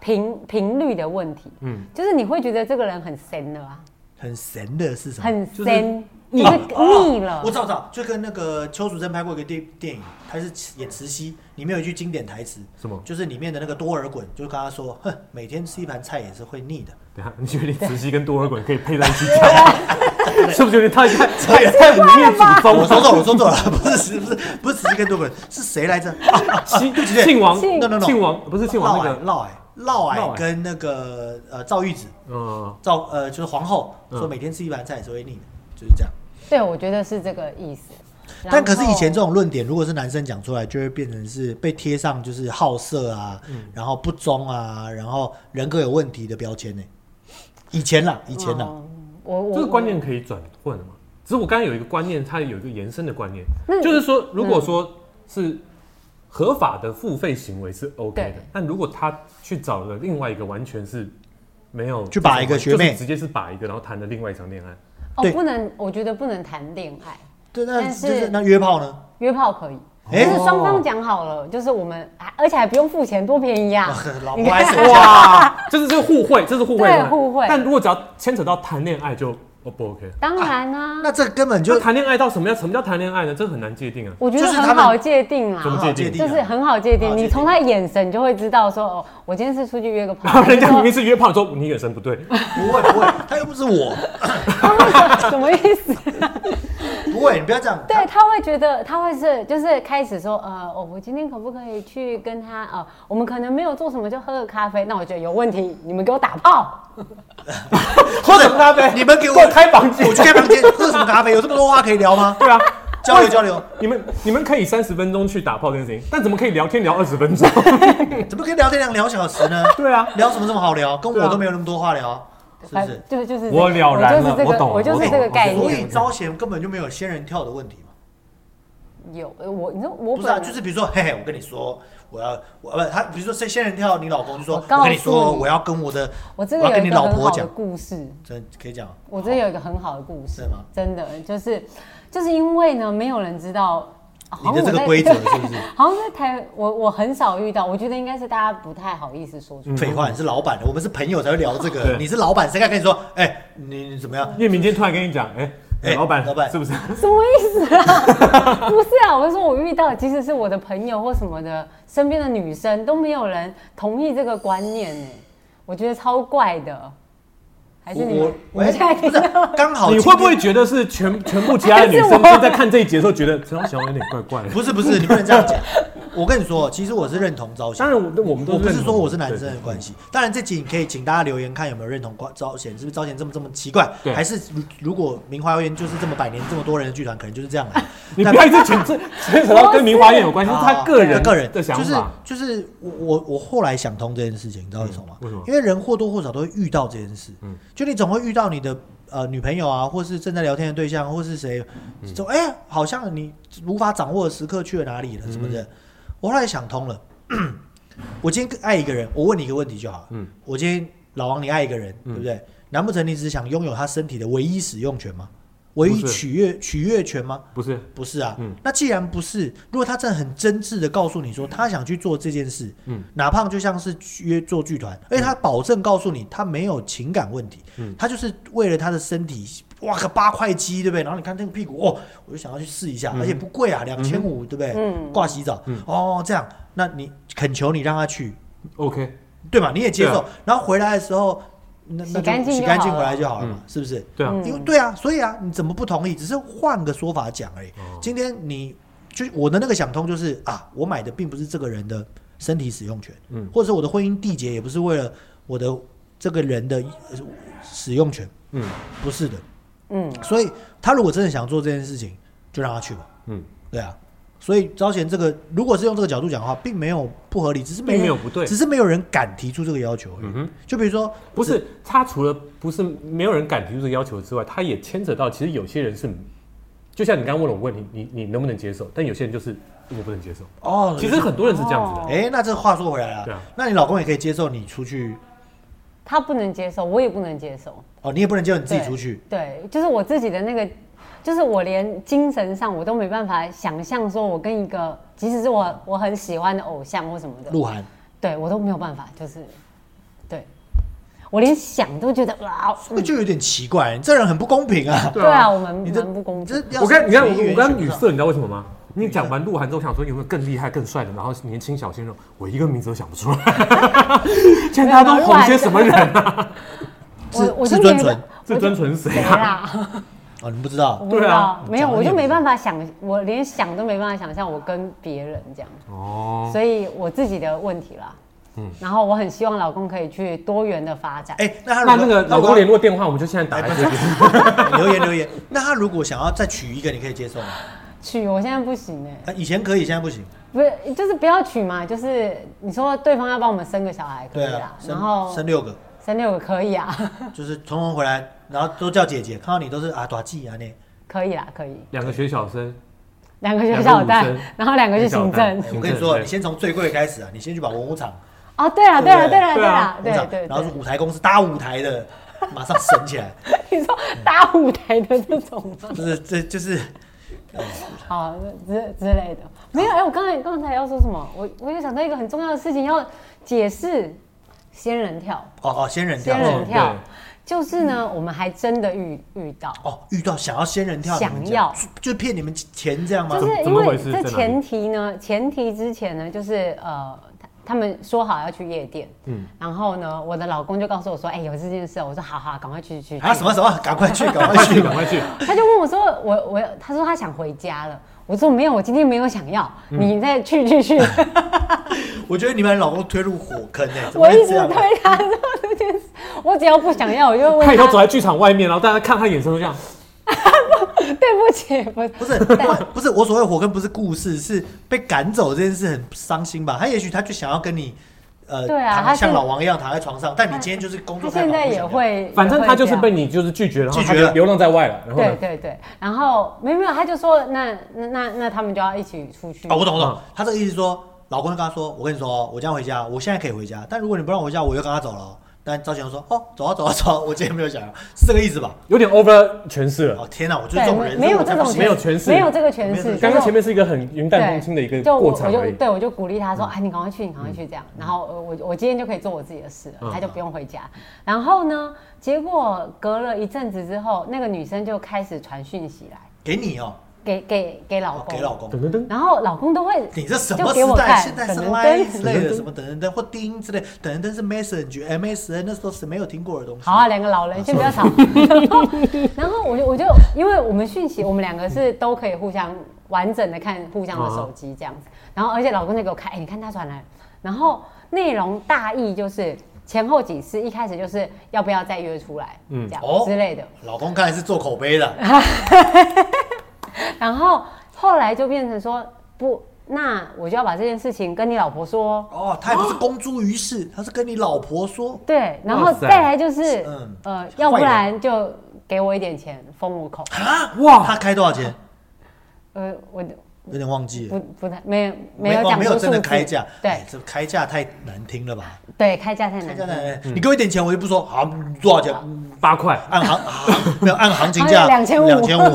C: 频频率的问题，
A: 嗯
C: 就是你会觉得这个人很深了啊，
B: 很神的嗯是什么？
C: 很
A: 就是
C: 深，
A: 腻
C: 就是
B: 哦
C: 腻了。
B: 我找找，就跟那个邱淑贞拍过一个电电影，她是演慈禧，里面有一句经典台词，
A: 什么
B: 就是里面的那个多尔衮，就跟他说，哼，每天吃一盘菜也是会腻的。
A: 等一下，你觉得慈禧跟多尔衮可以配在一起讲 吗？是不是有点太太太污蔑祖宗
B: 我说
A: 了？
B: 错，我说错了，不是不是不是慈禧跟多尔衮，是谁来着？啊啊啊
A: 庆
B: 对不起对
A: 庆王
B: No, no, no
A: 庆王不是庆王
B: 嫪
A: 那
B: 毐
A: 个，
B: 嫪毐嫪
A: 嫪
B: 毐
A: 毐
B: 跟那个呃赵玉子
A: 嗯，
B: 赵呃就是皇后说
A: 嗯
B: 每天吃一盘菜也是会腻的，就是这样。
C: 对，我觉得是这个意思。
B: 但可是以前这
C: 就
B: 种论点，如果是男生讲出来，就会变成是被贴上就是好色啊，
A: 嗯
B: 然后不忠啊，然后人格有问题的标签呢、以前啦，以前啦，
C: 嗯哦我我
A: 这个观念可以转换的嘛？只是我刚刚有一个观念，它有一个延伸的观念
C: 那，
A: 就是说，如果说是合法的付费行为是 OK 的
C: 对，
A: 但如果他去找了另外一个完全是没有
B: 去把一个学妹
A: 就是直接是把一个，然后谈了另外一场恋爱，
C: 哦
B: 对，
C: 不能，我觉得不能谈恋爱，
B: 对，那
C: 但
B: 就是是那约炮呢？
C: 约炮可以，
B: 哎
C: 就是双方讲好了，就是我们，啊而且还不用付钱，多便宜啊！
B: 老
C: 你
B: 婆还
C: 看
B: 省 哇，
A: 哇，这是这是互惠，这是互惠
C: 对
A: 的
C: 互惠
A: 但如果只要牵扯到谈恋爱就哦不 OK，
C: 当然啊，
B: 那这根本
A: 就
B: 就
A: 谈恋爱到什么样？什么叫谈恋爱呢？这很难界定啊。
C: 我觉得
B: 就是他
C: 很
B: 们
C: 好界定啦。
A: 怎么
B: 很好
A: 界定
B: 啊
C: 就是很好界
B: 很好
C: 定，
B: 界定
C: 你从他眼神你就会知道说，哦，我今天是出去约个
A: 然 后
C: 炮，
A: 啊人家明明是约炮，说你眼神不对，
B: 不会不会，他又不是我，
C: 他会 什么意思？
B: 不会，你不要这样。
C: 对，他会觉得他会是就是开始说，呃，我我今天可不可以去跟他呃，我们可能没有做什么，就喝个咖啡，那我觉得有问题，你们给我打炮，
A: 喝什么咖啡？
B: 你们 给我
A: 给我开房间
B: 我去开房间喝什么咖啡？有这么多话可以聊吗？
A: 对啊，
B: 交流交流，
A: 你们你们可以三十分钟去打炮这件事情，但怎么可以聊天聊二十分 钟？
B: 怎么可以聊天聊两小时呢？
A: 对啊，
B: 聊什么这么好聊？跟
A: 对啊
B: 我都没有那么多话聊，是不
C: 反
B: 是？
C: 呃就就是
A: 我了然
C: 我就是
A: 了
C: 这
A: 我
C: 个，
A: 懂了
C: 我就是这
A: 我
C: 个
A: 懂
C: 概
B: 所
A: 我
C: 念。
B: 以招贤根本就没有仙人跳的问题嘛。
C: 有呃我，你说我
B: 不是啊，
C: 本来
B: 就是比如说，嘿嘿，我跟你说，我要我不他，比如说仙仙人跳，你老公就说，
C: 我告诉
B: 我跟你说，
C: 你
B: 我要跟我的，
C: 我这
B: 我
C: 个
B: 要
C: 有
B: 跟你
C: 一个
B: 老
C: 很
B: 婆
C: 好的
B: 讲，
C: 故事，
B: 真可以讲吗，
C: 我这有一个很好的故事
B: 是吗？
C: 真的就是就是因为呢，没有人知道。好像
B: 你的这
C: 我在
B: 个规则是不是？
C: 好像在台，我我很少遇到，我觉得应该是大家不太好意思说出来。
B: 废话，你是老板的，我们是朋友才会聊这个
A: 对。
B: 你是老板，谁敢跟你说？哎、你你怎么样？
A: 因为民间突然跟你讲，哎、
B: 哎
A: 老板，
B: 老板
A: 是不是？
C: 什么意 思啊？不是啊，我是说我遇到，即使是我的朋友或什么的，身边的女生都没有人同意这个观念呢、我觉得超怪的。还是你们，
B: 我
C: 你们现在
B: 哎
C: 听
B: 不是
C: 到
B: 刚好
A: 你
B: 今
A: 会不会
B: 天？
A: 觉得是全全部其他的 女
C: 是
A: 生
C: 我
A: 都在看这一集的时候，觉得陈浩翔有点怪怪的？
B: 不是不 是，你不能这样讲。我跟你说，其实我是认同招贤
A: 当。然我，我们都
B: 我不
A: 认
B: 是
A: 同
B: 说我是男生
A: 对
B: 的关系，当然这集你可以请大家留言看有没有认同关招贤，是不是招贤这么这么奇怪？
A: 对
B: 还是如如果明华园就是这么百年这么多人的剧团，可能就是这样来。
A: 你
B: 那
A: 不要一直牵扯牵扯到跟明华院有关系，是他个人
B: 啊个人
A: 的想
B: 就是
A: 法。
B: 就是我我我后来想通这件事情，你知道为什么吗？
A: 嗯为什么
B: 因为人或多或少都会遇到这件事，
A: 嗯
B: 就你总会遇到你的呃女朋友啊，或是正在聊天的对象，或是谁，
A: 嗯
B: 就哎、好像你无法掌握的时刻去了哪里了什么
A: 嗯
B: 的。我后来想通了， 我今天爱一个人，我问你一个问题就好了，
A: 嗯
B: 我今天老王你爱一个人，
A: 嗯
B: 对不对？难不成你只是想拥有他身体的唯一使用权吗？唯一
A: 不是
B: 取悦取悦权吗？
A: 不是，
B: 不是啊，
A: 嗯
B: 那既然不是，如果他真的很真挚的告诉你说他想去做这件事，
A: 嗯
B: 哪怕就像是约做剧团，而且他保证告诉你他没有情感问题，
A: 嗯
B: 他就是为了他的身体，哇个八块肌，对不对？然后你看这个屁股，哦，我就想要去试一下，
A: 嗯
B: 而且不贵啊，两千五，对不对？
C: 嗯
B: 挂洗澡，
A: 嗯
B: 哦，这样，那你恳求你让他去，
A: OK，
B: 对吧？你也接受，
A: 对啊
B: 然后回来的时候，那那
C: 洗干
B: 就
C: 净
B: 洗
C: 就
B: 干
C: 好
B: 净回
C: 了
B: 来就好了嘛，
A: 嗯
B: 是不是？
A: 对啊，
C: 嗯
B: 因为对啊，所以啊，你怎么不同意？只是换个说法讲而已。
A: 哦
B: 今天你就我的那个想通就是啊，我买的并不是这个人的身体使用权，
A: 嗯
B: 或者是我的婚姻缔结也不是为了我的这个人的呃使用权，
A: 嗯
B: 不是的。
C: 嗯，
B: 所以他如果真的想做这件事情，就让他去吧。
A: 嗯，
B: 对啊，所以招贤这个如果是用这个角度讲的话，并没有不合理，只是没
A: 并
B: 人
A: 没有不对
B: 只是没有人敢提出这个要求而已。
A: 嗯哼，
B: 就比如说，
A: 不是他除了不是没有人敢提出这个要求之外，他也牵扯到其实有些人是，就像你刚刚问了我问题，你你能不能接受？但有些人就是我不能接受。
B: 哦，
A: 其实很多人是这样子的，
B: 哎、那这话说回来
A: 哦
B: 了，
A: 对啊
B: 那你老公也可以接受你出去
C: 他不能接受，我也不能接受。
B: 哦，你也不能接受你自己
C: 对
B: 出去。
C: 对，就是我自己的那个，就是我连精神上我都没办法想象，说我跟一个即使是我我很喜欢的偶像或什么的，
B: 鹿晗，
C: 对我都没有办法，就是对我连想都觉得哇，
B: 这个就有点奇怪，你这人很不公平啊！
C: 对啊，我们
B: 你这
C: 蛮不公
B: 你
C: 平
B: 这。要
A: 我
B: 是
A: 刚你看
B: 随
A: 我
B: 缘
A: 我刚
B: 选不
A: 语
B: 上
A: 塞，你知道为什么吗？你讲完鹿晗之后，我想说有没有更厉害、更帅的，然后年轻小鲜肉，我一个名字都想不出来。 现在大家都红些什么人啊？
B: 自
C: 我我就
B: 自
C: 没
B: 尊
C: 办
B: 存
A: 自尊存谁
C: 谁
A: 啊？
C: 啦？
B: 哦，你不知
C: 我
B: 道
C: 不知
A: 对
C: 道
A: 啊，
C: 没有，
B: 讲得
C: 我就
B: 也
C: 没
B: 不
C: 办法想，我连想都没办法想象我跟别人这样，
A: 哦，
C: 所以我自己的问题啦。嗯，然后我很希望老公可以去多元的发展。
B: 哎、那他如
A: 那
B: 果
A: 那个老公联络电话，我们就现在打来
B: 哎不
A: 这
B: 是
A: 边。
B: 哎 留言留言，那他如果想要再娶一个，你可以接受吗？
C: 娶我现在不行哎、
B: 啊，以前可以，现在不行。
C: 不是，就是不要娶嘛，就是你说对方要帮我们生个小孩可以
B: 对
C: 啦
B: 啊，，
C: 然
B: 生
C: 后
B: 生六个，
C: 生六个可以啊，
B: 就是从头 回来，然后都叫姐姐，看到你都是啊，短记啊那。
C: 可以啦，可以。
A: 两个学小生，
C: 两个学校有
A: 两个
C: 带
A: 武生，
C: 然后两个去行政
A: 两个。
B: 我跟你说，你先从最贵开始啊，你先去把文武场、
C: 哦，对了，对了，对了，
A: 对
C: 对
A: 啊
C: 了，
B: 文武
C: 对
B: 场，
C: 对
B: 然后是
C: 对。
B: 舞台公司搭舞台的，马上省起来，
C: 你说搭舞台的这种吗？
B: 就是这就是
C: 好之之类的，没有。哎、我刚才刚才要说什么？我我就想到一个很重要的事情要解释，仙人跳，
B: 哦哦，仙人跳
C: 仙，人跳
A: 对，
C: 就是呢，我们还真的遇遇到，
B: 哦，遇到想要仙人跳，
C: 想
B: 你们这样
C: 要
B: 就骗你们钱这样吗
C: 就？是
A: 怎
C: 因
A: 么回
C: 为
A: 事
C: 这
A: 在哪里
C: 前提呢，前提之前呢，就是呃，他他们说好要去夜店，
A: 嗯
C: 嗯，然后呢，我的老公就告诉我说，哎、有这件事，我说好好，赶快去去去
B: 啊，什么什么，赶 快去，赶快
A: 快去，
B: 去
A: 赶！快去！
C: 他就问我说：“我我，他说他想回家了。”我说：“没有，我今天没有想要。
A: 嗯
C: 你再去 去去。
B: 我觉得你把你老公推入火坑呢、 怎么
C: 我
B: 会
C: 一直
B: 这样啊？
C: 推他说这件事，我只要不想要，我就会
A: 他
C: 问
A: 以后走
C: 他
A: 在剧场外面，然后大家看他眼神都这样，
C: 对不起，不
B: 不是，不不是，我所谓火坑不是故事，是被赶走这件事很伤心吧？他也许他就想要跟你，呃，
C: 对啊
B: 躺
C: 他
B: 像
C: 现
B: 老王一样躺在床上，但你今天就是工
C: 他
B: 作太
C: 现
B: 忙，
C: 在
B: 不
C: 也
B: 想要。
C: 会，
A: 反正
C: 也会
A: 他就是
C: 这样
A: 被你就是拒绝，然后
B: 拒
A: 他
B: 绝
A: 就
B: 了
A: 流浪在外了。然后
C: 对
A: 呢？
C: 对对。然后没有没有，他就说那那那那他们就要一起出去。
B: 哦，我懂我懂
A: 嗯，
B: 他这个意思说，老公就跟他说，我跟你说哦，我这样回家，我现在可以回家，但如果你不让我回家，我就跟他走了哦。但赵强说，哦，走啊走啊走啊，我今天没有想要，是这个意思吧？
A: 有点 over 诠释了。
B: 哦天哪，我就是
C: 对
B: 这种
C: 没
B: 人，
C: 没
B: 所
C: 有
B: 以我才
C: 这
B: 不
C: 种
B: 信
A: 没有诠释
C: 没有这个
B: 没
C: 诠
B: 有这
C: 释
B: 个。
A: 刚
C: 就
A: 刚
C: 是
A: 前面是一个很云
C: 对，
A: 淡风轻的一个
C: 就我
A: 过场
C: 我
A: 而
C: 就
A: 已。嗯
C: 对我就鼓励他说：“哎，你赶快去，你赶快去，这样。”然后呃我我今天就可以做我自己的事
A: 嗯
C: 了，他就不用回家。然后呢，结果隔了一阵子之后，那个女生就开始传讯息来
B: 给你哦，
C: 给给给老
B: 哦
C: 公，
B: 给老公
A: 噔。噔噔，
C: 然后老公都会
B: 你这什
C: 就
B: 么
C: 给
B: 时
C: 我
B: 代？
C: 看
B: 现在是
C: 等等
B: Line 之类
A: 等
B: 的，什么等等等或钉之类，等等等是 Message、MSN，那时候是没有听过的东西。
C: 好啊，两个老人先不要吵。 然后我就我就因为我们讯息，我们两个是都可以互相完整的看互相的手机这样子。然后而且老公就给我看，哎、你看他传来，然后内容大意就是前后几次，一开始就是要不要再约出来，
A: 嗯
C: 嗯，这样
B: 哦
C: 之类的。
B: 老公看来是做口碑的，
C: 然后后来就变成说不，那我就要把这件事情跟你老婆说哦。
B: 哦，他也不是公诸于世，他是跟你老婆说，
C: 对，然
A: 哇
C: 后
A: 塞
C: 再来就是，
B: 嗯
C: 呃，要不
B: 坏人
C: 然就给我一点钱封我口。
B: 啊，
A: 哇
B: 哇，他开多少钱？
C: 呃，我
B: 有点忘记了
C: 不，不太没有没有
B: 哦
C: 讲
B: 没
C: 出
B: 有真的
C: 数字
B: 开价，
C: 对嗯
B: 哎这开价太难听了吧？
C: 对，开价太
B: 开
C: 难
B: 价
C: 听
B: 太。难听，你给我一点钱，我就不说，好多少钱？
A: 八块，
B: 按 行啊没有按行情价，
C: 好像2500
B: 两千 五。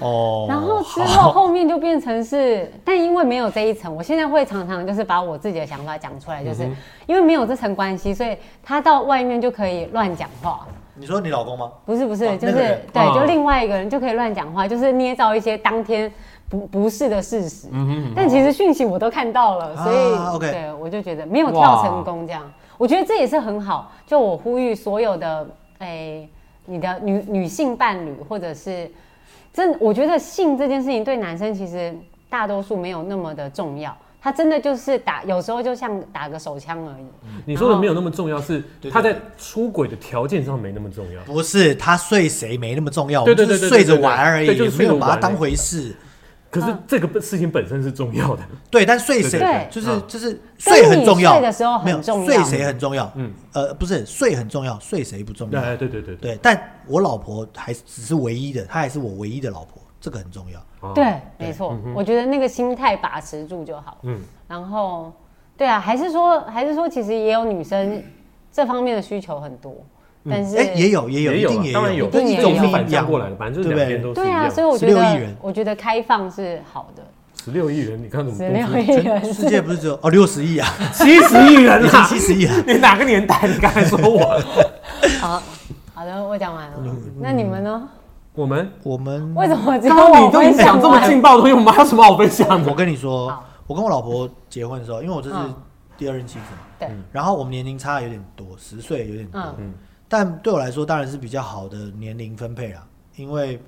B: 哦，
C: 然后之后
B: 好
C: 后面就变成是，但因为没有这一层，我现在会常常就是把我自己的想法讲出来，就是、
B: 嗯
C: 因为没有这层关系，所以他到外面就可以乱讲话。
B: 你说你老公吗？
C: 不是不是，
B: 哦
C: 就
B: 那
C: 是
B: 个人
C: 对，
A: 哦
C: 就另外一个人就可以乱讲话，就是捏造一些当天不不是的事实。
B: 嗯
C: 但其实讯息我都看到了，所以、
B: 啊，OK
C: 对我就觉得没有跳成功这样。我觉得这也是很好，就我呼吁所有的诶、你的女女性伴侣或者是真，我觉得性这件事情对男生其实大多数没有那么的重要。他真的就是打，有时候就像打个手枪而已。
A: 你说的没有那么重要，是
B: 哦对对
A: 他在出轨的条件上没那么重要。
B: 不是他睡谁没那么重要，我
A: 对对
B: 们就
A: 对
B: 是睡着玩而
A: 对
B: 已，
A: 对对
B: 也
A: 对
B: 没有把它当
A: 就是睡着玩而
B: 回事。
A: 可
B: 嗯
A: 是这个事情本身是重要的，
B: 对，但睡
A: 对对
B: 谁
C: 对
B: 就是
A: 嗯
B: 就是睡很重要，
C: 跟你睡的时候很
B: 没有
C: 重要
B: 睡谁很重要。
A: 嗯
B: 嗯，呃，不是睡很重要，睡谁不重要。
A: 哎，对对对对，
B: 对，但我老婆还是只是唯一的，她还是我唯一的老婆，这个很重要。
A: 哦
C: 对，没错，我觉得那个心态把持住就好。
A: 嗯
C: 嗯，然后，对啊，还是说，还是说，其实也有女生这方面的需求很多，但是、
B: 哎，也有也
A: 嗯
B: 有，
A: 也
B: 一
A: 有
B: 定
A: 啊
B: 也，
A: 当然有，
B: 有，这
C: 一
A: 这
C: 定也
A: 种
C: 有
A: 是
B: 一
A: 反
B: 样
A: 向过来的，反正就是两边都是一
C: 对啊，
A: 样
C: 所以
A: 的。
C: 我觉
B: 16亿
C: 得
B: 人，
C: 我觉得开放是好的，
A: 十六亿人，你看怎么
C: 十
A: 公
C: 六
A: 司？
C: 亿人
B: 全世界不是只有哦六十亿啊，
A: 七十亿人
B: 已经
A: 啦！
B: 七十亿啊。
A: 你哪个年代？你刚才说 我，
C: 好。好的，我讲完了。那你们呢？
A: 我们
B: 我们
C: 为什么只有
A: 刚刚
C: 我
A: 你都已经
C: 分
A: 讲
C: 享
A: 这么
C: 完？
A: 劲爆的东西，我们还有什么好分享
B: 我
A: 的？
B: 跟你说
C: 好，
B: 我跟我老婆结婚的时候，因为我这是
C: 嗯
B: 第二任妻子，
A: 嗯
C: 对，
B: 然后我们年龄差有点多，十岁有点多
C: 嗯，
B: 但对我来说当然是比较好的年龄分配啦，因为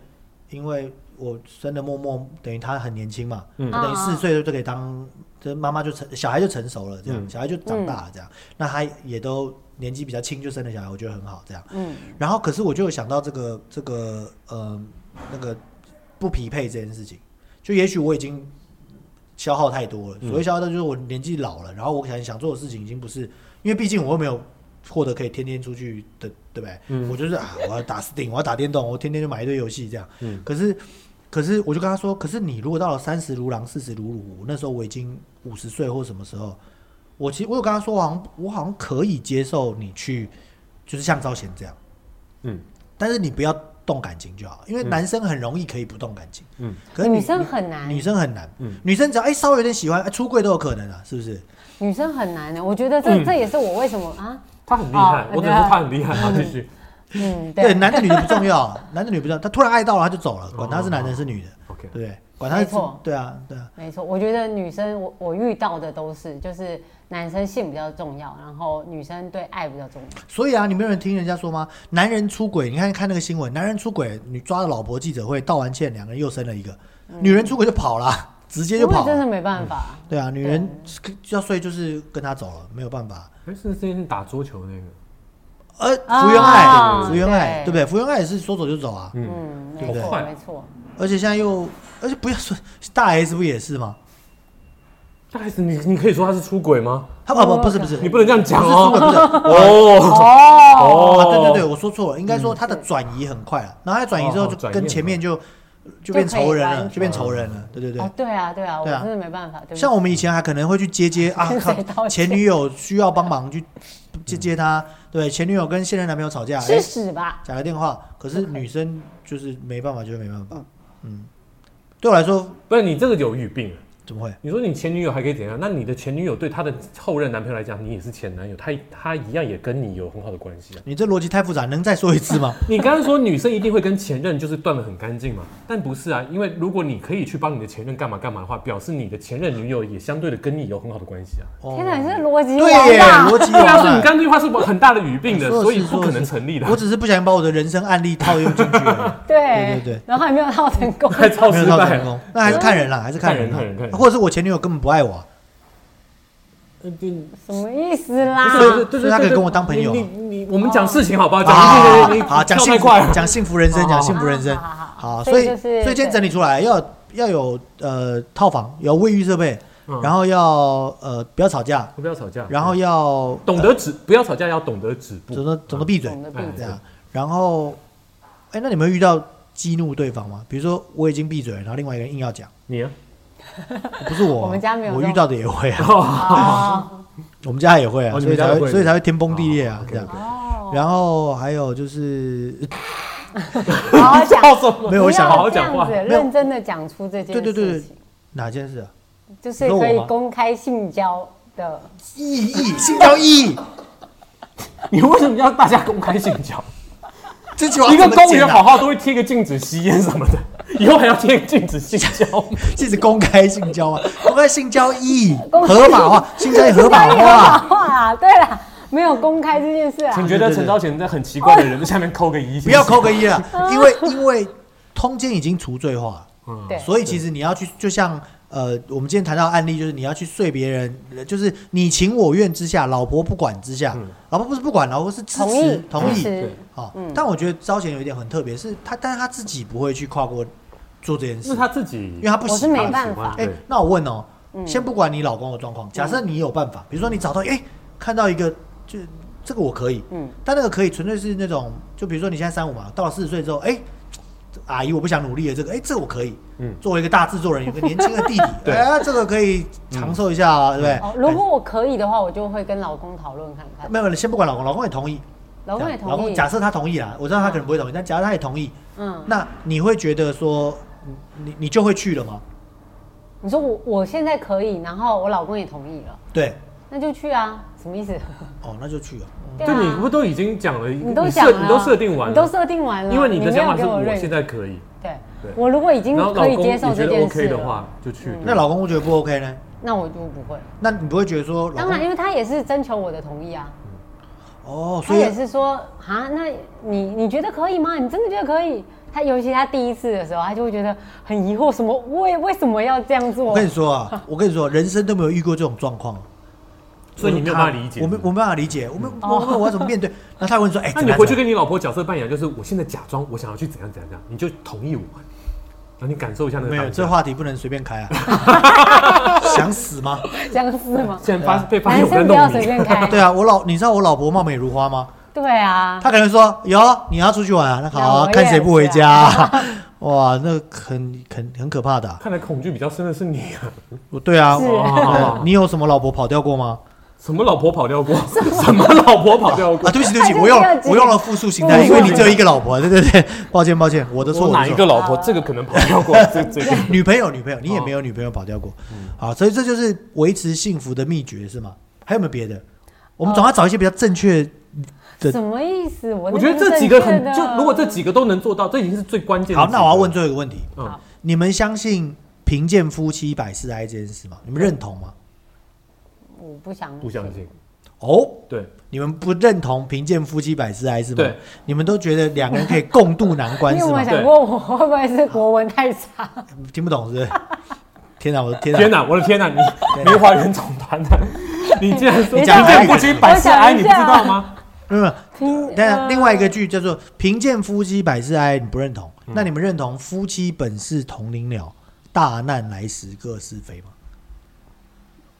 B: 因为我生的默默等于她很年轻嘛，
A: 嗯
B: 她等于四岁就可以当，这妈妈就成小孩就成熟了，这样、
A: 嗯
B: 小孩就长大了这样，那她也都年纪比较轻就生了小孩，我觉得很好这样。
C: 嗯，
B: 然后可是我就有想到这个这个呃那个不匹配这件事情，就也许我已经消耗太多了。
A: 嗯
B: 所谓消耗，就是我年纪老了，然后我想想做的事情已经不是，因为毕竟我又没有获得可以天天出去
A: 嗯嗯
B: 的，对不对？我就是啊，我要打 Steam，我要打电动，我天天就买一堆游戏这样。可是可是我就跟他说，可是你如果到了三十如狼，四十如虎，那时候我已经五十岁或什么时候，我其实我有跟他说，我好像我好像可以接受你去，就是像赵贤这样，
A: 嗯，
B: 但是你不要动感情就好，因为男生很容易可以不动感情，
A: 嗯，
B: 可是
C: 女生很难
B: 女生很难，
A: 嗯
B: 女生只要哎、稍微有点喜欢，哎、出柜都有可能啊，是不是？
C: 女生很难的，我觉得这、
A: 嗯
C: 这也是我为什么啊，
A: 他很厉害
C: 哦，
A: 我只能说他很厉害。啊好，继续。
C: 嗯，
B: 对，
C: 对，
B: 男的女的不重要， 男的女不重要，他突然爱到了他就走
A: 哦
B: 了，管他是男的是女的，
C: 嗯
A: OK，
B: 对不对？管他
C: 没
B: 是
C: 错
B: 对啊对啊，
C: 没错，我觉得女生我我遇到的都是，就是男生性比较重要，然后女生对爱比较重要。
B: 所以啊，你没有人听人家说吗？男人出轨，你看看那个新闻，男人出轨，你抓了老婆记者会道完歉，两个人又生了一个，女人出轨就跑了， 直接就
C: 因为
B: 跑
C: 嗯真
B: 了，
C: 的没办法，
B: 对啊，女人要睡就是跟他走了，没有办法。
A: 哎，是之前打桌球那个，
B: 呃，
C: 啊
B: 福原爱，福原爱，
C: 对
B: 对不对？福原爱也是说走就走啊，
A: 嗯，
C: 嗯，
A: 对
C: 没
A: 好
C: 错
A: 快
C: 没错，
B: 而且现在又，而且不要说大 S 不也是吗？
A: 大 S，你你可以说他是出轨吗？
B: 他啊不不是不是，
A: 哦你不能这样讲
B: 不是不是
A: 哦。
B: 不是
A: 哦
B: 啊，
A: 哦嗯
B: 对对对，，我说错了，应该说他的转移很快了，然后他转移之后
A: 哦哦
B: 就
A: 转移
B: 跟
A: 很
B: 前面就就
C: 就
B: 变
C: 可以
B: 仇人了，
C: 完
B: 就变仇人了，对对对
C: 哦。，对啊对啊，我
B: 对啊
C: 真的没办法，对不起
B: 像我们以前还可能会去接接啊，
C: 跟谁道
B: 靠
C: 歉
B: 前女友需要帮忙去接接他，对，前女友跟现任男朋友吵架，哎
C: 吃，屎吧，
B: 打个电话，可是女生就是没办法，就是没办法，嗯，对我来说
A: 不是你这个有语病啊。
B: 怎么会？
A: 你说你前女友还可以怎样？那你的前女友对她的后任男朋友来讲，你也是前男友，他他一样也跟你有很好的关系啊。
B: 你这逻辑太复杂，能再说一次吗？
A: 你刚刚说女生一定会跟前任就是断的很干净嘛？但不是啊，因为如果你可以去帮你的前任干嘛干嘛的话，表示你的前任女友也相对的跟你有很好的关系啊。
B: 哦
C: 天哪，你是逻辑
B: 对
C: 王
B: 耶，
C: 吧？
B: 逻辑
A: 对
B: 有
A: 啊，所以
B: 嘛
A: 你刚刚那句话是很大的语病的，
B: 啊说的
A: 所
B: 是
A: 以不可能成立的啊
B: 我。只是不想把我的人生案例套用进去 而已。
C: 对
B: 对对对，
C: 然后还没有套成 功，
A: 还超
B: 没
A: 哦失
B: 有套成
A: 败。
B: 功，那还是看人啦，还是看人啦
A: 啊看人看人看人
B: 或者是我前女友根本不爱我啊，
A: 嗯对
C: 什么意思
A: 所以
C: 啦？
A: 啊对
B: 所以他可以跟我当朋友啊
A: 你你你，我们讲事情好不好？讲
B: 好
A: 你你你
B: 啊好讲
A: 跳
B: 幸
A: 太
B: 福
A: 快了，哦
B: 讲幸福人生，
A: 好
B: 讲
A: 好
B: 幸福人生。
C: 好好好好
B: 好，
C: 所
B: 所
C: 以
B: 以
C: 就是
B: 所以今天整理出来要要有呃套房，有卫浴设备，
A: 嗯
B: 然后要呃不要吵架，
A: 不要吵架。
B: 然后要
A: 懂得止，不要吵架，要懂得止
B: 怎
A: 步。
B: 么怎么闭嘴
C: 懂得闭
A: 哎
B: 这
C: 嘴，
B: 样，然后哎，那你们有遇到激怒对方吗？比如说我已经闭嘴了，然后另外一个人硬要讲，
A: 你啊，
B: 不是我啊，
C: 我们家没有
B: 我
C: 这种
B: 遇到的也会啊，
C: 哦
B: 我们家也会啊，
A: 哦你
B: 所
A: 们
B: 以
A: 家
B: 才
A: 也
B: 会
A: 会
B: 所以才会天崩地裂啊
A: 哦
B: 这样。
C: 哦，
B: 然后还有就是
C: 好好讲，
A: 好什么？
B: 哦没有我想
A: 好好讲话
C: 不要这样子认真的讲出这件事情，
B: 对对对对哪件事啊？
C: 就是
B: 你
C: 可以
B: 说我吗
C: 公开性交的。
B: 意义，性交意义，
A: 你为什么要大家公开性交？
B: 这句 话
A: 一个
B: 怎么
A: 公
B: 剪
A: 园
B: 啊
A: 好好都会贴个禁止吸烟什么的， 以后还要贴个禁止性交吗？
B: 这是公开性交啊，公开性交易
C: 公开
B: 合法化， 性交易合法化，
C: 话啦，对啦，没有公开这件事啊
A: 你。觉得陈昭贤在很奇怪的人在下面扣个一？
B: 不要扣个一 了，因为因为通奸已经除罪化
A: 嗯
C: 对
B: 了，所以其实你要去，就像呃，我们今天谈到的案例，就是你要去睡别人，呃就是你情我愿之下，老婆不管之下，老婆不是不管，老婆是支
C: 同
B: 持
C: 意，
B: 同
C: 支
B: 意，
C: 持
B: 好，哦
C: 嗯
B: 但我觉得招贤有一点很特别，是他，但是他自己不会去跨过做这件
A: 是
B: 事，
A: 他自己，
B: 因为他不
C: 我
B: 喜
C: 是
B: 欢
C: 没办法嗯
B: 哎、
A: 对
B: 那我问哦，先不管你老公的状况，假设你有办法，比如说你找到哎、看到一个就这个我可以，
C: 嗯
B: 但那个可以纯粹是那种，就比如说你现在三五嘛，到了四十岁之后，哎、这阿姨我不想努力了，这个哎、这个我可以，
A: 嗯
B: 作为一个大制作人，有个年轻的弟弟，
A: 对
B: 哎、这个可以长寿一下、啊，对
C: 哦，
B: 不对？
C: 如果我可以的话，我就会跟老公讨论看看。
B: 没有，没有先不管老公，老公也同意，
C: 老公也同意。
B: 老公假设他同意啦，我知道他可能不会同意，但假设他也同意，
C: 嗯，
B: 那你会觉得说，你你就会去了吗？
C: 你说我我现在可以，然后我老公也同意了，
B: 对，
C: 那就去啊？什么意 思？
B: 哦，那就去了。
C: 对
A: 就你
C: 啊
A: 不，都已经讲了，你
C: 你都
A: 设
C: 想了啊，
A: 你都设定完
C: 你都
A: 了，
C: 设定完了，
A: 因为你的
C: 没
A: 想
C: 有
A: 法
C: 给
A: 是我
C: 认
A: 现在可以，
C: 对
A: 对，
C: 我如果已经
A: 然后老
C: 可以
A: 公
C: 接
A: 也
C: 受
A: 觉
C: 这
A: 得
C: 件
A: OK
C: 事嗯
A: 的
C: 了
A: 话，就去。
B: 那老公会觉得不 OK 呢？
C: 那我就不会。
B: 那你不会觉得说老
C: 当然，因
B: 公
C: 为他也是征求我的同意啊，
B: 哦，
C: 他
B: 所以
C: 也是说啊，那你你觉得可以吗？你真的觉得可以？他尤其他第一次的时候，他就会觉得很疑惑，什么为为什么要这样做
B: 我？跟你说 啊，我跟你说，人生都没有遇过这种状况，
A: 所以你没有
B: 我就
A: 办
B: 看
A: 法理解
B: 我没我没办法理解，我们
C: 嗯
B: 我我我要怎么面对？那他问说，哎，
A: 那
B: 怎
A: 你
B: 么样
A: 回去跟你老婆角色扮演，就是我现在假装我想要去怎样怎样怎样，你就同意我，然后你感受一下那个
B: 怎么样没有
A: 当下
B: 这话题不能随便开啊， 想死吗？
C: 这样是吗？
A: 现在发被发现我
C: 男
A: 在
C: 生哎不要
A: 弄
C: 随
A: 你，
C: 便开。
B: 对啊，我老你知道我老婆貌美如花吗？
C: 对啊，
B: 她可能说有你要出去玩啊，那好
C: 那我
B: 啊，
C: 也
B: 看谁不回家啊。 哇，那很很很可怕的、啊。
A: 看来恐惧比较深的是你啊！
B: 对啊，
C: 是
B: 对你有什么老婆跑掉过吗？
A: 什么老婆跑 掉过？什么老婆跑掉
B: 啊，
A: 过？
B: 对不起，对不起，
C: 还是
B: 我用
C: 第二集
B: 我用了复数形态，
C: 不
B: 因为你只有一个老婆，对对对，抱歉抱歉，我的错，
A: 我
B: 我的
A: 哪一
B: 错
A: 个老婆？这个可能跑掉 过，这这个
B: 女朋友，女朋友，你也
A: 哦
B: 没有女朋友跑掉过。
A: 嗯
B: 好，所以这就是维持幸福的秘诀，是吗？还有没有别的？我
C: 哦
B: 们总要找一些比较正确。对
C: 什么意思？我
A: 我
C: 那
A: 觉得
C: 是
A: 这
C: 正
A: 几个
C: 确
A: 很
C: 的
A: 就，如果这几个都能做到，这已经是最关键的。
B: 好，那我要问，最后一个问题：
A: 嗯
C: 好
B: 你们相信贫贱夫妻百事哀这件事吗？你们认同吗？
C: 我不想
A: 不相信，
B: 哦，
A: 对
B: 你们不认同贫贱夫妻百事哀是吗？
A: 对，
B: 你们都觉得两个人可以共度难关
C: 你
B: 是
C: 有没有
B: 吗？
C: 想过我会不会是国文太差？
B: 听不懂是不是？天哪，我的天哪！
A: 天哪，我的天哪，你梅花园总团 的，你竟然说贫
C: 你讲
A: 贱夫妻百事哀，
C: 我想
A: 你
C: 一
A: 不
C: 下
A: 知道吗？
B: 没有没有，
C: 听，
B: 但
A: 啊
C: 呃
B: 另外一个剧叫做“贫贱夫妻百事哀”，你不认同？
A: 嗯
B: 那你们认同“夫妻本是同林鸟，大难来时各是非”吗？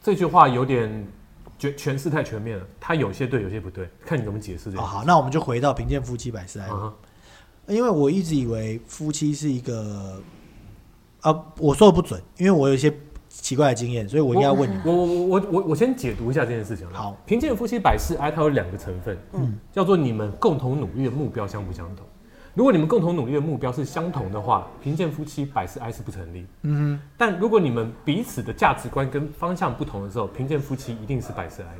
A: 这句话有点全诠释太全面了，它有些对，有些不对，看你怎么解释这
B: 哦，
A: 个。
B: 好，那我们就回到“贫贱夫妻百事哀”
A: 啊
B: 因为我一直以为夫妻是一个，啊，我说的不准，因为我有一些奇怪的经验，所以我应该要问你。
A: 我我我我我我先解读一下这件事情。
B: 好，
A: 贫贱夫妻百事哀，它有两个成分，嗯，叫做你们共同努力的目标相不相同。如果你们共同努力的目标是相同的话，贫贱夫妻百事哀是不成立。嗯哼。但如果你们彼此的价值观跟方向不同的时候，贫贱夫妻一定是百事哀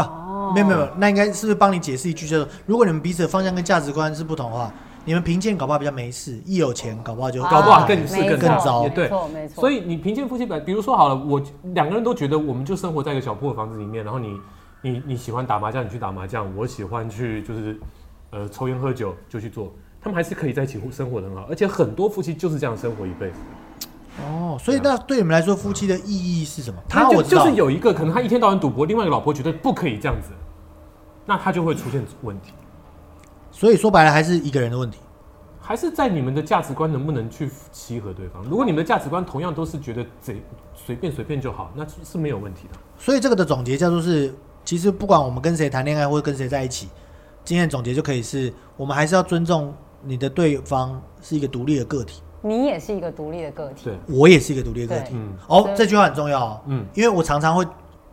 A: 的。
B: 啊，没有没有，那应该是不是帮你解释一句叫做：如果你们彼此的方向跟价值观是不同的话，你们贫贱搞不好比较没事，一有钱搞不好就
A: 搞哦不好
C: 啊
A: 更是
C: 没
A: 更
C: 错
B: 更糟
A: 也
C: 没
A: 对
C: 错没错。
A: 所
C: 以
A: 以你贫贱夫妻百，比如说好了，我两个人都觉得我们就生活在一个小破房子里面，然后你你你喜欢打麻将，你去打麻将；我喜欢去就是呃抽烟喝酒就去做，他们还是可以在一起生活的很好，而且很多夫妻就是这样生活一辈子。
B: 哦。所以那对你们来说，夫妻的意义是什么？他
A: 啊就
B: 我知
A: 就
B: 道
A: 是有一个可能他一天到晚赌博，另外一个老婆觉得不可以这样子，那他就会出现问题，
B: 所以说白了还是一个人的问题。
A: 还是在你们的价值观能不能去契合对方？如果你们的价值观同样都是觉得贼随便随便就好，那是没有问题的。
B: 所以这个的总结叫做是，其实不管我们跟谁谈恋爱或者跟谁在一起，今天的总结就可以是我们还是要尊重你的对方是一个独立的个体，
C: 你也是一个独立的个体
A: 对，，
B: 我也是一个独立的个体。
C: 对
A: 嗯。
B: 哦
C: 所，以
B: 这句话很重要、哦。
A: 嗯
B: 因为我常常会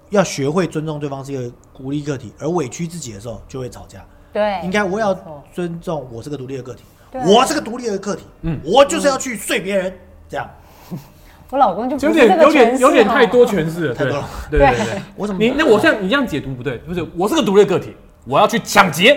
B: 要学会尊重对方是一个独立个体，而委屈自己的时候就会吵架。
C: 对，
B: 应该我要
C: 没错
B: 尊重我是个独立的个体，
C: 对
B: 我是个独立的个体，
A: 嗯
B: 我就是要去睡别人，这样
C: 我老 公就不
A: 有
C: 是这
A: 点
C: 个
A: 有点
C: 诠释
A: 有点
C: 哦
A: 太多诠释了，
B: 太
A: 对
B: 多了
A: 对对对对，
B: 我怎么
A: 你那我这样你这样解读不对，不是我是个独立的个体，我要去抢劫，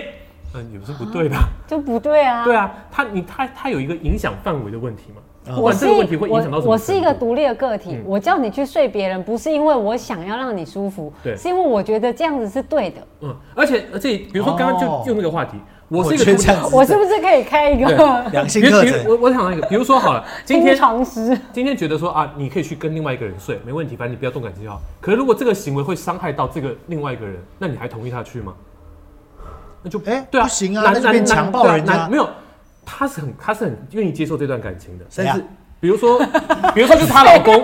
A: 嗯，也不是不对的，
C: 就不对啊。
A: 对啊，他你他他有一个影响范围的问题嘛，
B: 嗯
C: 呃
A: 不管这个问题会影响到
C: 我
A: 什么
C: 我是一个
A: 程度
C: 独立的个体，
A: 嗯
C: 我叫你去睡别人，不是因为我想要让你舒服，
A: 对
C: 是因为我觉得这样子是对的。
A: 嗯，而且而且比如说刚刚就
B: 哦
A: 就那个话题，我是一个
B: 我觉得
A: 独立
B: 这样子
A: 的。
C: 我是不是可以开一 个
B: 两性
A: 比如
B: 课
A: 比如
B: 程。
A: 我我想到一个，比如说好了， 今
C: 听
A: 天
C: 床师？
A: 今天觉得说啊，你可以去跟另外一个人睡，没问题，反正你不要动感情就好。可是如果这个行为会伤害到这个另外一个人，那你还同意他去吗？那就
B: 哎
A: 对啊，
B: 不行啊
A: 男
B: 那就变
A: 男
B: 强暴
A: 男
B: 人家
A: 对啊男没有，他是很他是很愿意接受这段感情的，
B: 谁
A: 但
B: 啊
A: 是比如说 比如说就是她老公，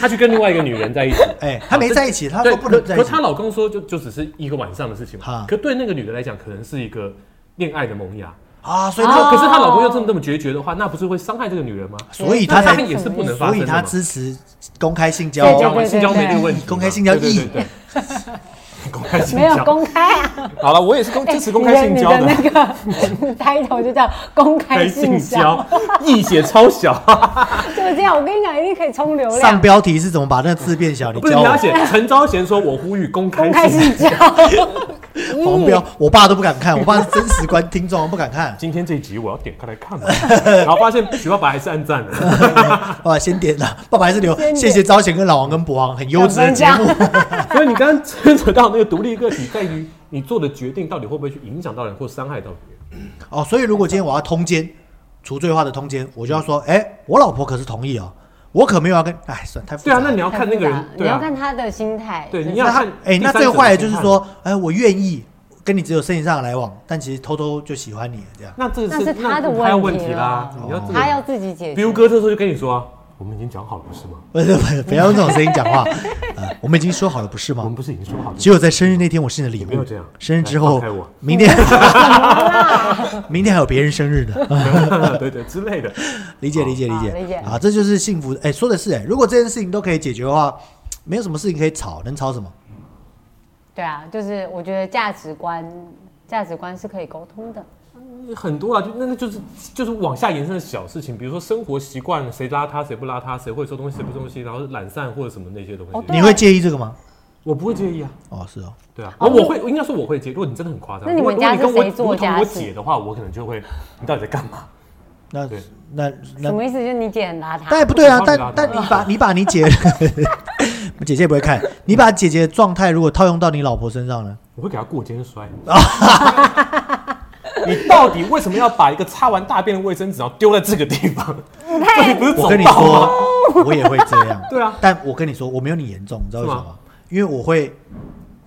A: 他去跟另外一个女人在一起。
B: 哎，他没在一起，他
A: 对，
B: 说不能
A: 可
B: 在
A: 可
B: 一
A: 是
B: 起
A: 她。老公说就就只是一个晚上的事情
B: 哈
A: 嘛，可对那个女的来讲，可能是一个恋爱的萌芽。
B: 啊，所以
A: 那
C: 哦
B: 他，
A: 可是她老公又这么这么决绝的话，那不是会伤害这个女人吗？
B: 所以
A: 那
B: 他
A: 他
B: 才，
A: 们也是不能发
B: 所
A: 生
B: 以
A: 的嘛。
B: 他支持公开性
C: 对
A: 交
C: 对
B: 交。
A: 往性交没这个问题嘛，
B: 公开性交易
A: 对对对对 公开性
C: 没有
A: 交。
C: 公开 啊，
A: 好了，我也是公支持公开性
C: 你
A: 交
C: 的
A: 的嗯
C: 你。的 那个 title 就叫公开性交，，
A: 意写超小，
C: 就是这样。我跟你讲，一定可以冲流
B: 上
C: 量。
B: 标题是怎么把那个字变小？你
A: 不是
B: 教
A: 你
B: 我
A: 要。写陈昭贤说：“我呼吁公开
C: 公开
A: 性。
C: 性交， 嗯
B: 黄标，我爸都不敢看，我爸是真实观听众，不敢看”。
A: 今天这一集我要点开来看嘛， 然后发现许爸爸还是按赞 的，
B: 啊，先点了，爸爸还是留。
C: 点
B: 谢谢招贤跟老王跟博王，很优质的节目。
A: 所以你刚刚牵扯到那个独立个体，在于你做的决定到底会不会去影响到人或伤害到别人。
B: 哦，所以如果今天我要通奸，除罪化的通奸，我就要说，哎、我老婆可是同意哦，我可没有要跟，哎，算太复
A: 对
B: 杂
A: 啊
B: 了。，
A: 那 你要看那个人，
C: 你
A: 对
C: 要
A: 啊，
C: 看他的心态。
A: 对
C: 就是
A: 你要
B: 他
A: 看
B: 哎、
A: 第
B: 那
A: 三
B: 最
A: 者
B: 坏的
A: 的
B: 就是
A: 评判
B: 说，哎、我愿意跟你只有生意上的来往，但其实偷偷就喜欢你了这样。
A: 那这个
C: 那是他的
A: 那他
C: 问
A: 问
C: 题
A: 题啦
C: 了，哦
A: 你要自己
C: 他要自己解决。
A: 彪哥这时候就跟你说啊，我们已经讲好了，不是吗？
B: 不是，不是，不要用这种声音讲话。呃，我们已经说好了，不是
A: 我
B: 吗
A: 们？不是已经说好了？
B: 只有在生日那天，我是你的礼
A: 不要
B: 物
A: 这样。
B: 生日之
A: 来放
B: 后
A: 开我，
B: 明天，明天还有别人生日呢。
A: 对对之类的。
B: 理
A: 哦
B: 解理解理
C: 好
B: 解
C: 理解
B: 啊，这就是幸福。哎、说的是哎、如果这件事情都可以解决的话，没有什么事情可以吵，能吵什么？
C: 对啊，就是我觉得价值观，价值观是可以沟通的。
A: 很多啊，就那那就是就是往下延伸的小事情，比如说生活习惯，谁邋遢谁不邋遢，谁会收东西谁不收东西，然后懒散或者什么那些东西，
C: 哦对
B: 你会介意这个吗？
A: 我不会介意啊。
B: 哦，是哦，
A: 对啊，我
C: 哦那
A: 我会，我应该说我会介意。如果你真的很夸张，
C: 那你
A: 如果
C: 们家
A: 如果
C: 是
A: 跟我
C: 谁做
A: 如同
C: 家
A: 我
C: 事
A: 姐的话，我可能就会，你到底在干嘛？
B: 那
A: 对
B: 那
A: 啊
C: 什
B: 那，
C: 么意思？就是你姐很邋遢。
B: 但也不对啊，
A: 我
B: 但
A: 超级邋遢
B: 但你把你把你姐， 姐姐也不会看，你把姐姐的状态如果套用到你老婆身上呢？
A: 我会给她过肩摔。你到底为什么要把一个擦完大便的卫生纸，然后丢在这个地方？这里不是
B: 我
A: 走
B: 跟你
A: 道吗？
B: 说，我也会这样。
A: 对啊，
B: 但我跟你说，我没有你严重，你知道为什么
A: 是
B: 吗？因为我会，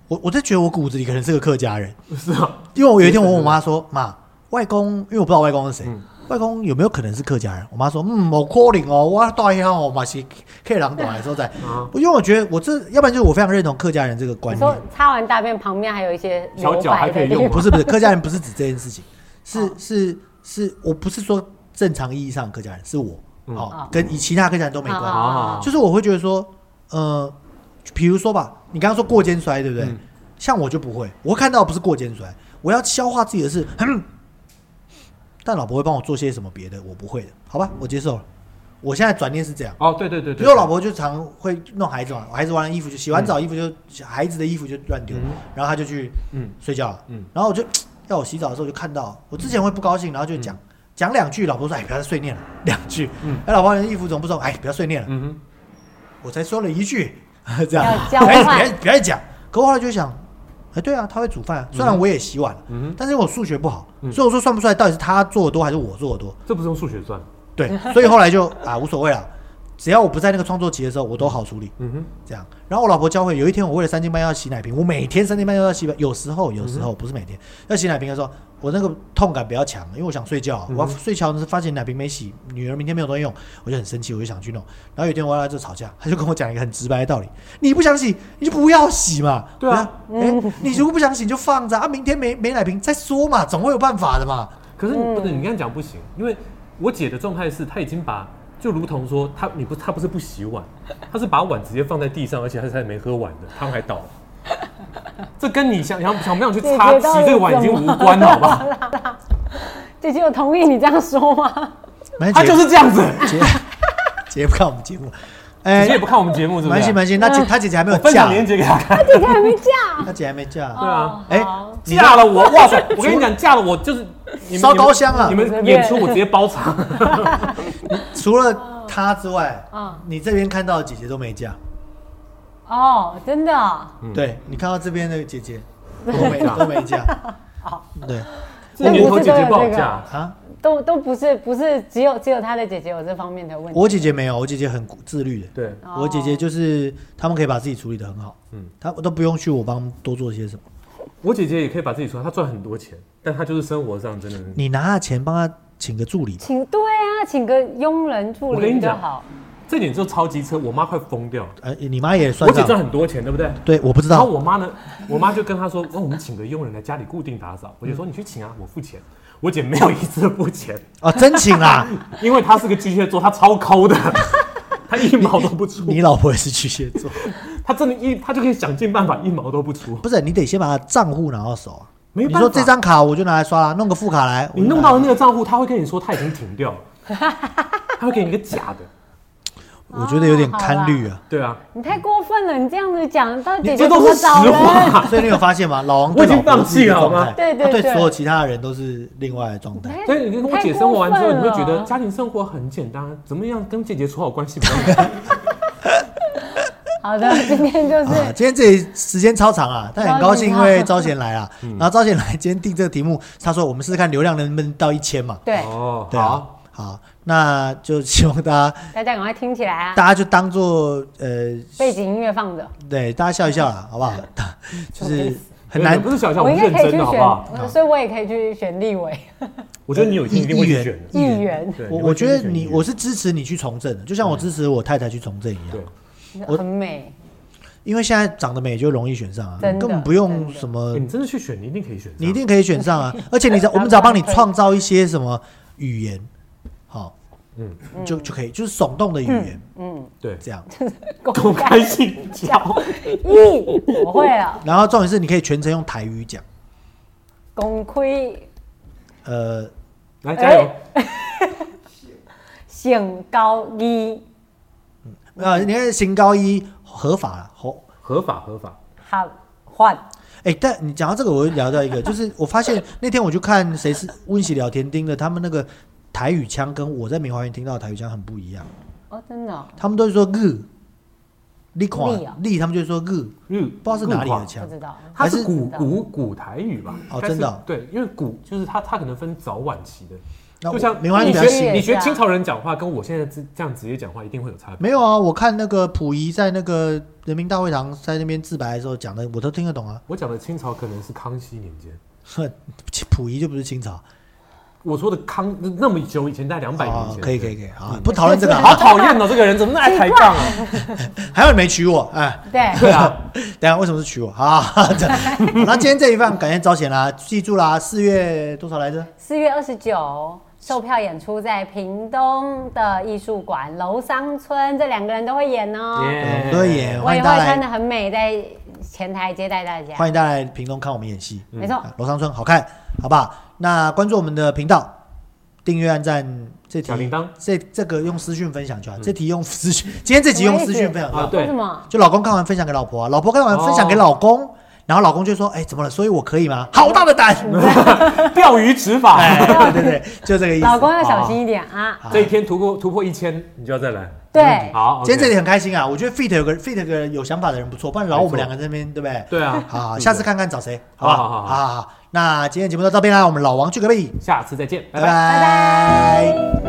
B: 我我在觉得我骨子里可能是个客家人，
A: 是啊，
B: 因为我有一天我问我妈说，妈，外公，因为我不知道外公是谁，
A: 嗯
B: 外公有没有可能是客家人？我妈说，嗯，我可能哦，我大乡哦，嘛是客人大的所在。
A: 啊，
B: 因为我觉得我这，要不然就是我非常认同客家人这个观
C: 你
B: 念
C: 说，擦完大便旁边还有一些
A: 小
C: 留
A: 脚
C: 白
A: 还可
C: 的
A: 以
C: 地
A: 用
C: 方 啊
A: 吗，
B: 不是不 是，客家人不是指这件事情，是
A: 啊
C: 哦
B: 是是，我不是说正常意义上的客家人，是我，
A: 嗯
B: 哦
C: 哦，
B: 跟以其他客家人都没关系。
A: 啊
B: 就是我会觉得说，呃，比如说吧，你刚刚说过肩摔，对不对？
A: 嗯
B: 像我就不会，我会看到不是过肩摔，我要消化自己的事。嗯但老婆会帮我做些什么别的，我不会的，好吧，我接受了。我现在转念是这样，
A: 哦，对对对
B: 比
A: 对，
B: 如说我老婆就常会弄孩子嘛，孩子完了衣服就洗完澡，衣服就孩子的衣服就乱丢，
A: 嗯
B: 然后他就去
A: 嗯
B: 睡觉了。
A: 嗯
B: 然后我就要我洗澡的时候就看到，我之前会不高兴，然后就讲、讲两句，老婆说：“哎，不要再碎念了。”两句，
A: 嗯
B: 哎，老婆你的衣服怎么不收？哎，不要碎念了。
A: 嗯哼，
B: 我才说了一句， 这样
C: 要交换
B: 别别别再讲。可我后来就想，哎，对啊，他会煮饭、啊，虽然我也洗碗了，
A: 嗯哼
B: 但是因为我数学不好，
A: 嗯
B: 所以我说算不出来到底是他做的多还是我做的多。
A: 这不是用数学算，
B: 对，所以后来就啊无所谓了，只要我不在那个创作期的时候，我都好处理。
A: 嗯哼，
B: 这样，然后我老婆教会，有一天我为了三更半夜要洗奶瓶，我每天三更半夜都要洗，有时候有
A: 嗯
B: 时候不是每天要洗奶瓶的时候，我那个痛感比较强，因为我想睡觉，啊
A: 嗯
B: 我要睡觉呢是发现奶瓶没洗，女儿明天没有东西用，我就很生气，我就想去弄。然后有一天我要这吵架，她就跟我讲一个很直白的道理：你不想洗，你就不要洗嘛。
A: 对啊
B: 我说，哎、你如果不想洗你就放着啊，明天没没奶瓶再说嘛，总会有办法的嘛。
A: 可是你不能，你刚才讲不行，因为我姐的状态是，她已经把就如同说她你不她不是不洗碗，她是把碗直接放在地上，而且她才没喝完的，汤还倒了。这跟你想想想不想去擦
C: 解决到底
A: 洗这个碗已经无关了，好不好？
C: 姐姐有同意你这样说吗？
B: 蛮
A: 她就是这样子，
B: 姐姐不看我们节目，哎、
A: 姐姐也不看我们节目，是不
B: 蛮
A: 是
B: 行？蛮行，那姐她姐姐还没有
A: 我分
B: 嫁
A: 享，链接给她看。
C: 姐姐还没嫁。
B: 她姐还没嫁。
A: 对啊，
B: 哎、
C: 哦好
B: 你
A: 嫁了我，哇塞！我跟你讲，嫁了我就是你们
B: 烧高香啊
A: 你们演出我直接包场。
B: 除了她之外，
C: 嗯
B: 你这边看到的姐姐都没嫁，
C: 哦，真的哦，
A: 嗯
B: 对你看到这边的姐姐都没都没嫁， 对
A: 这年头姐姐不好嫁，
B: 啊，
C: 都都不是不是只有只有她的姐姐有这方面的问题。
B: 我姐姐没有，我姐姐很自律的，
A: 对，
C: 哦
B: 我姐姐就是他们可以把自己处理的很好，嗯
A: 嗯，
B: 她都不用去我帮多做些什么，
A: 我姐姐也可以把自己穿，她赚很多钱，但她就是生活上真的是
B: 你拿她钱帮她请个助理吧，
C: 请对啊，请个佣人助
A: 我跟
C: 理
A: 你
C: 就
A: 讲
C: 好。
A: 这点就超机车，我妈快疯掉了。
B: 呃，你妈也
A: 我
B: 算
A: 姐赚
B: 上，
A: 很多钱，对不对？
B: 对，我不知
A: 然后
B: 道，
A: 我妈呢，我妈就跟她说：“哦，我们请个佣人来家里固定打扫。”我姐说：“你去请啊，我付钱。”我姐没有一次付钱，
B: 哦，真请啦，
A: 因为她是个巨蟹座，她超抠的，她一毛都不 出，
B: 你老婆也是巨蟹座，
A: 她真的一她就可以想尽办法一毛都不出。
B: 不是，你得先把她账户拿到手啊，
A: 没
B: 你
A: 办法
B: 说这张卡我就拿来刷啦，弄个副卡来，我就
A: 你弄
B: 拿
A: 到了那个账户，她会跟你说她已经停掉了，她会给你一个假的。
B: 我觉得有点堪虑啊。
A: 对啊，
C: 你太过分了，你这样子讲，到底姐
A: 你
C: 姐
A: 这
C: 怎
A: 都是
C: 么
A: 实
C: 找人？
A: 话。
B: 所以你有发 现吗？老王对
A: 我已经
B: 老婆是
A: 放
B: 一个
A: 弃了好吗
B: 状态
C: 对对
B: 他对
C: 对
B: 所有其他人都是另外的状 态。
A: 所以你跟我姐生活完之后，你会觉得家庭生活很简单，怎么样跟姐姐处好关系比较好？
C: 好的，今天就是
B: 啊，今天这里时间超长啊，但很高兴，因为招贤来 啊。
A: 嗯
B: 然后招贤来今天定这个题目，他说我们试试看流量能不能到一千嘛。
C: 对
A: 哦，
B: 对啊
A: 好，，
B: 好，那就希望大 家
C: 大家赶快听起来啊，
B: 大家就当做呃，
C: 背景音乐放着，
B: 对，大家笑一笑啦，好 不好？就是很
A: 对
B: 难
A: 不是小小，我
C: 我
A: 们
C: 应
A: 认
C: 该可以
A: 真
C: 去
A: 的好不好？
C: 选，所以我也可以去选立委、
A: 我觉得你有一天一定会去选的。
B: 议员
C: 议员，
A: 对
B: 我
A: 你
B: 我
A: 会
B: 觉
A: 去
B: 得
A: 选
B: 你
A: 议员嗯
B: 我是支持你去从政的，就像我支持我太太去从政一样
A: 对。
C: 很美。
B: 因为现在长得美就容易选上啊，
C: 真的
B: 根本不
C: 真
B: 用
C: 的
B: 什么
A: 欸，你真的去选，你一定可以选上。
B: 你一定可以选上啊！而且你只 我们只要帮你创造一些什么语言，好，
A: 嗯
B: 就就可以，就是耸动的语言，
C: 嗯，
A: 对，
B: 这样。
A: 公开信
C: 哎
A: 教，
C: 咦，我会了，
B: 然后重点是你可以全程用台语讲，
C: 功亏
B: 呃，
A: 来加油！
C: 性高一
B: 呃，你看行高一合法啦，合。
A: 合法合法，
C: 合法，
B: 哎、但你讲到这个，我又聊到一个，就是我发现那天我就看谁是温习聊天盯的，他们那个台语腔跟我在明华园听到的台语腔很不一样，
C: 哦，真的哦，
B: 他们都是说日，你看
C: 日哦
B: 日，他们就说日，
A: 日不
B: 不知道是哪里的腔
C: 不，知道，
A: 它
B: 还
A: 是
B: 是
A: 古
C: 知道
A: 古古台语吧？
B: 哦
A: 应该是
B: 真的哦
A: 对，因为古就是它，它可能分早晚期的。
B: 那
A: 就
B: 我
A: 像
B: 明华园
A: 你
B: 比较
C: 学
B: 新
A: 学你
C: 也是
A: 学
C: 啊
A: 清朝人讲话，跟我现在这这样直接讲话一定会有差别。
B: 没有啊，我看那个溥仪在那个人民大会堂在那边自白的时候讲的，我都听得懂啊。
A: 我讲的清朝可能是康熙年间，
B: 哼溥仪就不是清朝，
A: 我说的康那么久以前，在两百年
B: 哦，
A: 前。
B: 可以可以可以，好，不讨论这个，
A: 好
B: 好，
A: 讨厌哦，这个人怎么那么爱抬杠啊？
B: 还有你没娶我，哎，
C: 对，
A: 对啊，
B: 等一下为什么是娶我啊？这样那今天这一份感谢招贤啦，记住啦，四月多少来着？
C: 四月二十九。售票演出在屏东的艺术馆楼桑村，这两个人都会演哦。
A: 耶
B: 嗯对耶
C: 我
B: 欢
C: 也
B: 迎
C: 会
B: 大家来
C: 穿的很美，在前台接待大家。
B: 欢迎大家来屏东看我们演戏，
C: 没错，
B: 啊楼上村好看，好不好？那关注我们的频道，订阅、按赞，这题
A: 小铃铛
B: 这这个用私讯分享就好，这题用私讯， 今天这集用私
C: 什么意
B: 讯
C: 思
B: 分享就
A: 啊
B: 好。
C: 为
A: 对
C: 什，么？
B: 就老公看完分享给老婆、啊，老婆看完分享给老公，然后老公就说：“哎、怎么了？所以我可以吗？ 好大的胆！”
A: 钓鱼执法。
B: 嗯哎，对对对，就这个意思。
C: 老公要小心一点啊！
B: 好。
A: 这一天突破突破一千，你就要再来。嗯
C: 对，
A: 好，
B: 今天这
A: 里
B: 里很开心啊，我觉得 fit 有个 fit 有个有想法的人不错，不然老我们两个在那边，对 不对？
A: 对啊，
B: 好，
A: 对
B: 下次看看找谁，好不
A: 好
B: 好？
A: 好好
B: 好好好，那今天节目到这边啦，我们老王去隔壁，
A: 下次再见，拜
B: 拜
A: 拜。
B: 拜。